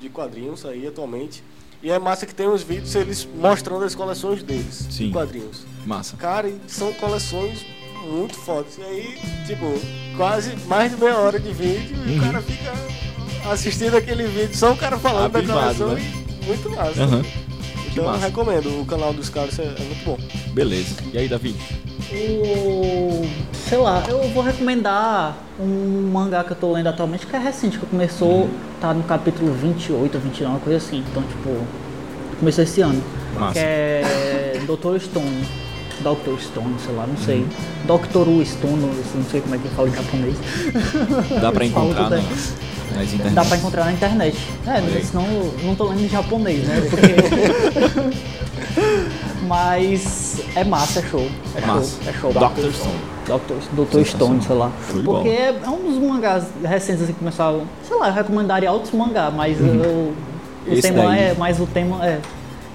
S4: de quadrinhos aí atualmente. E é massa que tem uns vídeos eles mostrando as coleções deles,
S1: Sim.
S4: de quadrinhos.
S1: Massa.
S4: Cara, e são coleções muito fodas. E aí, tipo, quase mais de meia hora de vídeo e o
S1: Uhum.
S4: cara fica assistindo aquele vídeo, só o cara falando
S1: Abismado,
S4: da coleção
S1: né?
S4: e muito massa.
S1: Aham.
S4: Então eu
S1: massa.
S4: recomendo, o canal dos caras é é muito bom.
S1: Beleza. E aí, Davi?
S5: O. Sei lá, eu vou recomendar um mangá que eu tô lendo atualmente, que é recente, que começou, tá no capítulo 28, 29, uma coisa assim. Então, tipo, começou esse ano.
S1: Massa.
S5: Que é. Dr. Stone. Dr. Stone, sei lá, não sei. Dr. Stone, não sei como é que fala em japonês.
S1: Dá pra
S5: Eles falam
S1: encontrar
S5: tudo
S1: na,
S5: aí.
S1: nas internet.
S5: Dá pra encontrar na internet. É, mas senão eu não tô lendo em japonês, né? Porque- <laughs> Mas é massa, é show. É
S1: Massa.
S5: show. É show.
S1: Dr. Stone.
S5: Dr. Stone, sei lá.
S1: Show de bola.
S5: Porque é é um dos mangás recentes assim, que começaram. Sei lá, eu recomendaria outros mangás, mas eu. O
S1: Uhum. Esse
S5: tema
S1: daí.
S5: é. Mas o tema é.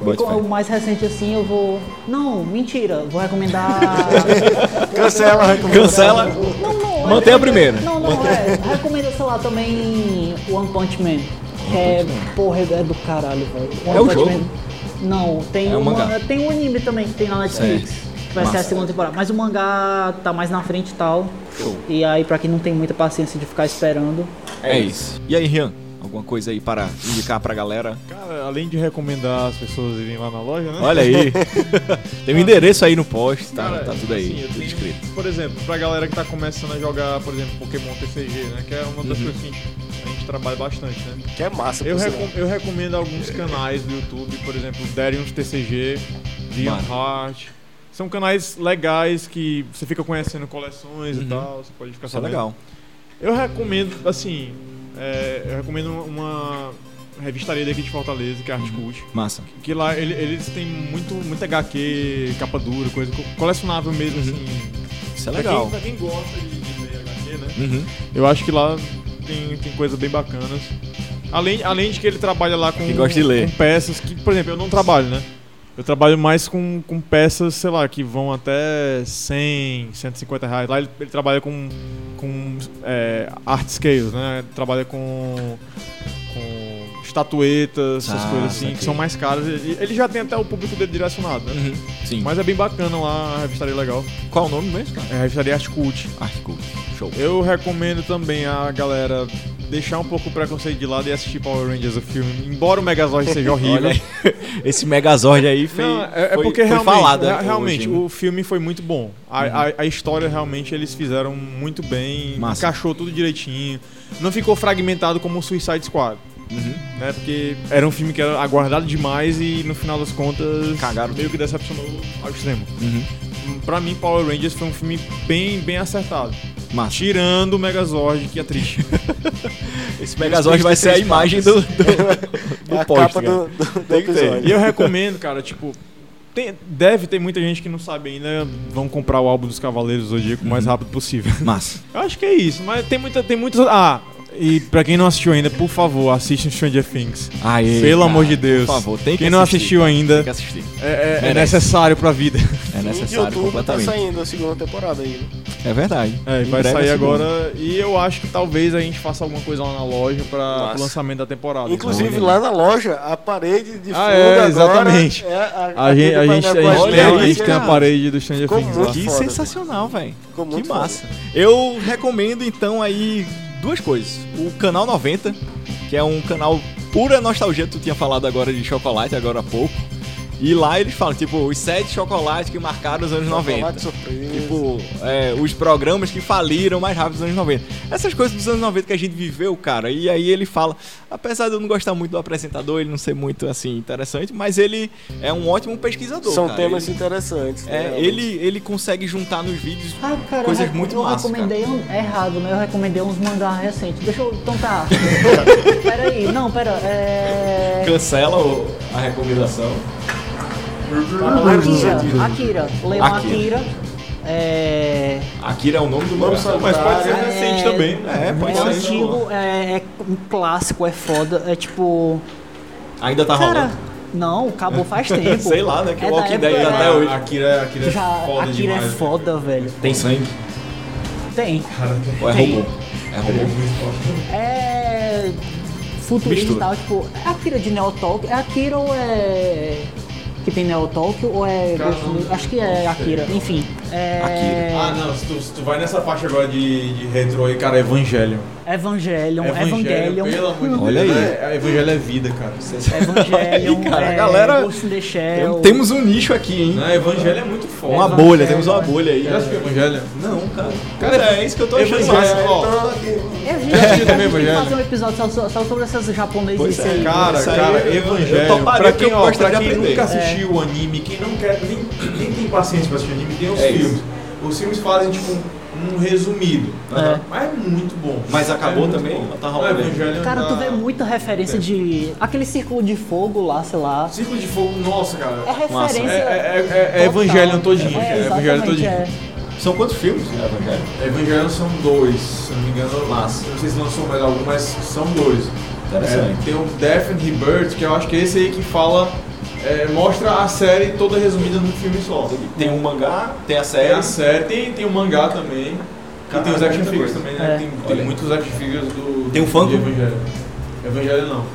S1: Bote
S5: O-
S1: fé.
S5: O mais recente assim eu vou. Não, mentira. Vou recomendar.
S1: <laughs>
S4: Cancela
S3: né?
S4: a recomendação.
S3: é
S1: Cancela.
S5: Não, não,
S1: Mantém
S5: é-
S1: a primeira.
S5: Não, não, é. Recomendo, sei lá, também One Punch Man. Que é, porra, é do caralho, velho. One
S1: É o
S5: Punch
S1: jogo?
S5: Não, tem
S1: É o
S5: uma-
S1: mangá.
S5: tem um anime também que tem na Netflix.
S1: Certo.
S5: Que vai ser a
S1: Massa.
S5: segunda temporada. Mas o mangá tá mais na frente e tal. E aí, pra quem não tem muita paciência de ficar esperando,
S1: É isso. E aí, Rian? Alguma coisa aí para indicar pra galera?
S3: Cara, além de recomendar as pessoas irem lá na loja, né?
S1: Olha
S3: <laughs>
S1: aí. Tem o endereço aí no post, tá,
S3: Cara,
S1: tá tudo
S3: assim,
S1: aí,
S3: eu
S1: tudo
S3: tenho-
S1: escrito.
S3: Por exemplo, pra galera que tá começando a jogar, por exemplo, Pokémon TCG, né? Que é uma
S1: Uhum.
S3: das coisas que a gente, a gente trabalha bastante, né?
S4: Que é massa,
S3: Eu,
S4: por sinal.
S3: recom- eu recomendo alguns canais do YouTube, por exemplo, um Darius TCG, Dion
S1: Mano.
S3: Heart. São canais legais que você fica conhecendo coleções e tal, você pode ficar
S1: Isso é
S3: sabendo.
S1: legal.
S3: Eu recomendo, assim, é, eu recomendo uma revistaria daqui de Fortaleza, que é
S1: Uhum.
S3: Art Cult.
S1: Massa.
S3: Que lá ele- eles têm muito, muito HQ, capa dura, coisa co- colecionável mesmo, assim.
S1: Isso Uhum. é
S3: Pra
S1: legal.
S3: quem- Pra quem, gosta de, de ler HQ, né?
S1: Uhum.
S3: Eu acho que lá tem, tem coisas bem bacanas. Além, além de que ele trabalha lá com,
S1: Quem gosta de ler.
S3: com peças que, por exemplo, eu não trabalho, né? Eu trabalho mais com, com peças, sei lá, que vão até 100, 150 reais. Lá ele, ele trabalha com, com é, art scales, né? Ele trabalha com, com estatuetas, essas
S1: Ah,
S3: coisas assim,
S1: saquei.
S3: que são mais caras. Ele, ele já tem até o público dele direcionado, né?
S1: Uhum. Sim.
S3: Mas é bem bacana lá, a revistaria é legal.
S1: qual o nome mesmo, cara?
S3: É a revistaria Art Cult.
S1: Art Cult. Show.
S3: Eu recomendo também a galera deixar um pouco o preconceito de lado e assistir Power Rangers o filme, embora o Megazord
S1: <laughs>
S3: seja horrível.
S1: Olha aí. Esse Megazord aí foi,
S3: Não, é, é
S1: foi-
S3: porque
S1: foi
S3: realmente,
S1: falado.
S3: é- realmente
S1: hoje, né? Uhum.
S3: o filme foi muito bom. A, a- a história realmente eles fizeram muito bem,
S1: Massa.
S3: encaixou tudo direitinho. Não ficou fragmentado como o Suicide Squad,
S1: Uhum.
S3: né? Porque era um filme que era aguardado demais e no final das contas
S1: Cagaram
S3: meio que decepcionou ao extremo.
S1: Uhum.
S3: Pra mim, Power Rangers foi um filme bem, bem acertado.
S1: Massa.
S3: Tirando o Megazord, que é triste.
S1: Esse Megazord vai ser a imagem do, do,
S4: É
S1: do
S4: a
S1: post, né?
S4: capa
S1: cara.
S4: do, do- do
S1: Tem que ter.
S3: E
S4: episódio.
S3: eu recomendo, cara, tipo. tem- deve ter muita gente que não sabe ainda. Vão comprar o álbum dos Cavaleiros do Zodíaco o mais rápido possível. <laughs>
S1: Massa.
S3: Eu acho que é isso, mas tem muita. Tem muitos. Ah, e pra quem não assistiu ainda, por favor, assiste Stranger Things.
S1: Aê,
S3: Pelo
S1: cara,
S3: amor de Deus.
S1: Por favor, tem que
S3: quem não
S1: assistir.
S3: assistiu ainda,
S1: Tem que assistir.
S3: é- é, é
S1: Merece.
S3: necessário
S1: <laughs>
S3: pra vida.
S1: É
S4: e de
S1: necessário
S4: outubro
S1: completamente.
S4: tá saindo a segunda temporada aí. né?
S1: É verdade.
S3: É, e
S1: Em
S3: vai
S1: breve
S3: sair
S1: é segunda.
S3: agora. E eu acho que talvez a gente faça alguma coisa lá na loja pra
S4: Massa.
S3: o lançamento da temporada. então.
S4: Inclusive lá na loja, a parede de fundo
S3: Ah, é,
S4: agora
S3: exatamente.
S4: é a,
S3: A gente, a gente, a gente,
S1: Olha
S3: tem, a
S1: aí,
S3: gente tem
S4: né?
S3: a
S1: cara.
S3: parede do Stranger
S4: Ficou
S3: Things
S4: muito
S3: lá.
S1: Que
S4: Tá Foda.
S1: sensacional, velho.
S4: Ficou
S1: Que
S4: muito
S1: massa. Eu recomendo então aí duas coisas. O canal 90, que é um canal pura nostalgia, tu tinha falado agora de chocolate agora há pouco. E lá eles falam, tipo, os sete chocolates que marcaram os anos 90.
S4: surpresa.
S1: Tipo, é, os programas que faliram mais rápido dos anos 90. Essas coisas dos anos 90 que a gente viveu, cara. E aí ele fala, apesar de eu não gostar muito do apresentador, ele não ser muito, assim, interessante, mas ele é um ótimo pesquisador,
S4: São
S1: cara.
S4: temas
S1: Ele-
S4: interessantes. né,
S1: é,
S4: realmente.
S1: ele, ele consegue juntar nos vídeos
S5: Ah, cara,
S1: coisas
S5: eu, reco-
S1: muito
S5: eu
S1: massas. cara.
S5: recomendei um, errado, né? Eu recomendei uns mangás recentes. Deixa eu. Então
S1: <laughs>
S5: tá. pera aí, não, pera. É.
S1: Cancela o- a recomendação.
S5: Akira, Akira. Leiam
S1: Akira.
S5: Akira. É.
S1: Akira é o nome do
S4: Vamos
S1: mangá.
S4: Mas pode ser
S5: recente também.
S1: É, pode
S5: é
S1: ser.
S5: antigo, é, é um clássico, é foda. É tipo.
S1: Ainda tá
S5: cara,
S1: rolando.
S5: não, acabou faz tempo.
S1: Sei lá, né, que
S5: É
S1: o
S5: da
S1: Walking
S5: época-
S1: Dead
S5: é,
S1: até hoje.
S8: Akira, Akira é
S5: Já,
S8: foda
S5: Akira
S8: demais.
S5: é
S8: né?
S5: foda, velho.
S1: Tem sangue?
S5: Tem.
S1: Ou é
S5: Tem.
S1: robô? É robô.
S5: É. futurista e
S1: Mistura.
S5: tal, tipo, é Akira de Neotalk, é Akira ou é. Que tem Neotalk ou é.
S3: Cara,
S5: Ghost in
S3: não-
S5: the- Acho que é Akira, enfim. É.
S3: Ah, não, se tu, se tu vai nessa faixa agora de, de retro aí, cara, é Evangelho.
S5: Evangelion, Evangelion.
S3: pelo
S5: <laughs>
S3: amor de
S1: Olha
S3: Deus.
S1: aí.
S3: É, é, Evangelho é vida, cara.
S5: Evangelion,
S1: Aí, cara, a
S5: é,
S1: galera-
S5: Ghost in the Shell.
S1: Temos um nicho aqui, hein?
S3: Não, Evangelho é muito forte.
S1: Uma bolha, temos uma bolha aí.
S3: Já assistiu Evangelho?
S1: Não, cara. É. Cara, é isso que eu então, tô achando massa.
S3: Evangelho, ó.
S5: É, gente,
S3: Já assistiu também
S5: a gente tem que
S3: Evangelho?
S5: fazer um episódio só, só- só sobre essas japonesas aí.
S3: é, Cara,
S1: Isso aí
S3: cara,
S1: eu- eu
S3: Evangelho.
S1: toparia,
S3: Pra
S1: porque
S3: quem,
S1: eu
S3: ó, pra
S1: gostaria de
S3: quem
S1: aprender.
S3: nunca assistiu o anime, quem não quer, nem, nem tem paciência pra assistir anime, tem os
S1: É
S3: filmes.
S1: isso.
S3: Os filmes fazem tipo um, um resumido.
S5: É.
S3: Mas é muito bom. É
S1: Mas acabou
S3: muito
S1: também?
S3: bom.
S1: Tá
S3: Não,
S1: rolando aí.
S3: Evangelho
S5: Cara, tu
S3: ainda-
S5: vê muita referência de. Aquele círculo de fogo lá, sei lá.
S3: Círculo de Fogo, nossa, cara.
S5: É
S1: Massa.
S5: referência.
S3: É, é, é, é,
S5: total.
S3: Evangelho todinho.
S5: É,
S3: É, Evangelho
S5: exatamente,
S3: todinho.
S5: é.
S1: São quantos filmes? né, Evangelho?
S3: Evangelho são dois, se eu não me engano, mas não sei se lançou mais algum, mas são dois.
S1: Interessante.
S3: É, tem o Death and Rebirth, que eu acho que é esse aí que fala, é, mostra a série toda resumida num filme só.
S1: Tem um mangá, tem a
S3: É a
S1: série.
S3: série, tem, tem o mangá também, e tem os
S1: Caraca,
S3: action
S1: muita
S3: figures
S1: coisa.
S3: também, né?
S5: É.
S3: Tem, tem
S1: Olha aí.
S3: muitos action figures do,
S1: Tem o
S3: do-
S1: Funko?
S3: de Evangelho. Evangelho não.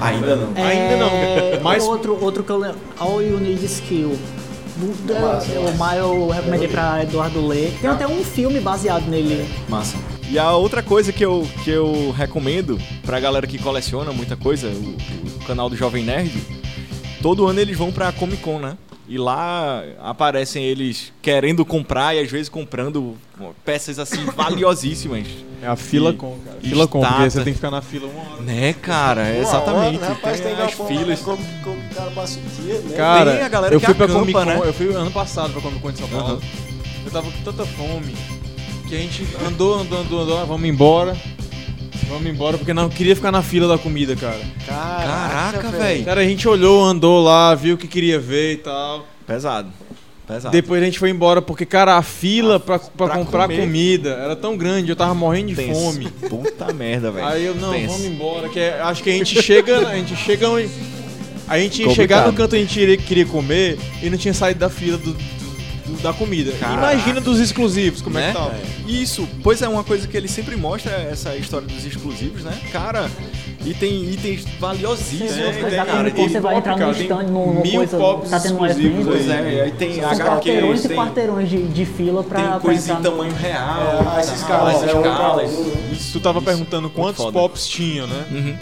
S1: Ainda não.
S5: É,
S3: Ainda não. Mas
S5: Outro, outro que eu lembro. All You Need is Kill. Do- é, O Maio eu recomendei pra Eduardo ler. Tem até um filme baseado
S3: É,
S5: nele.
S1: Massa. E a outra coisa que eu, que eu recomendo pra galera que coleciona muita coisa, o, o canal do Jovem Nerd, todo ano eles vão pra Comic Con, né? E lá aparecem eles querendo comprar e às vezes comprando peças assim <laughs> valiosíssimas.
S3: é a fila
S1: E-
S3: com, cara.
S1: e
S3: Fila com, porque
S1: estátua.
S3: você tem que ficar na fila uma hora.
S1: Né, cara? Exatamente.
S4: Uma hora, né, rapaz, tem,
S1: né, tem as filas.
S4: Como, como o cara passa o dia, né?
S3: Cara,
S1: Tem a galera
S3: eu
S1: que
S3: fui pra
S1: acampa,
S3: Comic Con,
S1: né?
S3: eu fui ano passado pra Comic Con de São Paulo.
S1: Aham.
S3: Eu tava com tanta fome que a gente andou, andou, andou, andou, ah, vamos embora. Vamos embora, porque não queria ficar na fila da comida, cara.
S1: Caraca, velho.
S3: Cara, a gente olhou, andou lá, viu o que queria ver e tal.
S1: Tá. Pesado. Pesado.
S3: Depois a gente foi embora, porque, cara, a fila pra,
S1: pra
S3: pra, comprar
S1: comer.
S3: comida era tão grande, eu tava morrendo de
S1: Tenso.
S3: fome.
S1: Puta merda, velho.
S3: Aí eu, não,
S1: Tenso.
S3: vamos embora, que é- acho que a gente chega, a gente chega onde... A gente ia chegar no
S1: Complicado.
S3: canto que a gente iria- queria comer e não tinha saído da fila do, do- do- da comida.
S1: Caraca.
S3: Imagina dos exclusivos, como é
S1: né?
S3: que tá.
S1: Isso, pois é uma coisa que ele sempre mostra é essa história dos exclusivos, né? Cara, e tem itens valiosíssimos,
S5: Tem,
S1: né,
S5: tem,
S1: cara?
S5: cara,
S1: E-
S5: você vai
S3: pop,
S5: entrar num
S3: cara, tem
S5: stand, numa
S3: mil
S5: coisa,
S3: pops
S5: tá tendo um
S3: exclusivos
S5: evento.
S1: Pois é, aí tem
S5: São quarteirões
S1: HQs,
S5: e
S1: tem,
S5: quarteirões de, de fila pra,
S1: tem
S5: pra
S1: coisa
S5: entrar.
S1: em tamanho real, tá?
S4: É, as
S1: tal,
S4: escalas,
S1: as
S4: é um pra
S1: escalas.
S4: um.
S1: Isso,
S3: Tu tava
S1: isso.
S3: perguntando
S1: Muito
S3: quantos
S1: foda.
S3: pops tinha, né?
S1: Uhum.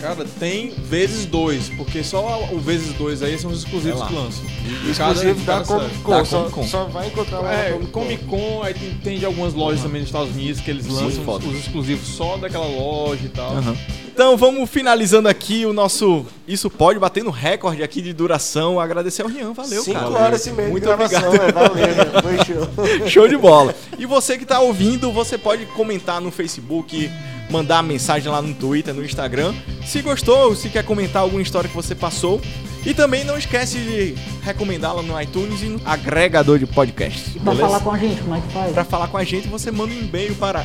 S3: Cara, tem vezes dois, porque só o vezes dois aí são os exclusivos
S1: É lá.
S3: que lançam.
S4: Inclusive da
S3: cada
S4: Comic
S3: série.
S4: Con.
S1: Da
S4: só,
S1: Comic Con.
S4: só vai encontrar lá na
S3: É,
S4: Comic Con.
S3: Comic Con, aí tem, tem de algumas lojas também nos Estados Unidos que eles
S1: Sim,
S3: lançam
S1: foda.
S3: os exclusivos só daquela loja e tal.
S1: Aham. Então vamos finalizando aqui o nosso. Isso pode bater no recorde aqui de duração. Agradecer ao Rian, valeu,
S4: Cinco
S1: cara.
S4: horas e meia
S1: Muito
S4: de gravação,
S1: obrigado.
S4: é, valeu, foi show.
S1: Show de bola. E você que tá ouvindo, você pode comentar no Facebook, mandar mensagem lá no Twitter, no Instagram. Se gostou, se quer comentar alguma história que você passou. E também não esquece de recomendá-la no iTunes e no agregador de podcast.
S5: E pra falar com a gente, como é que faz?
S1: Pra falar com a gente, você manda um e-mail para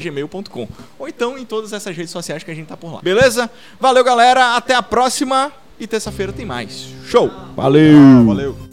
S1: gmail.com ou então em todas essas redes sociais que a gente tá por lá. Beleza? Valeu, galera. Até a próxima. E terça-feira tem mais. Show! Valeu! Valeu!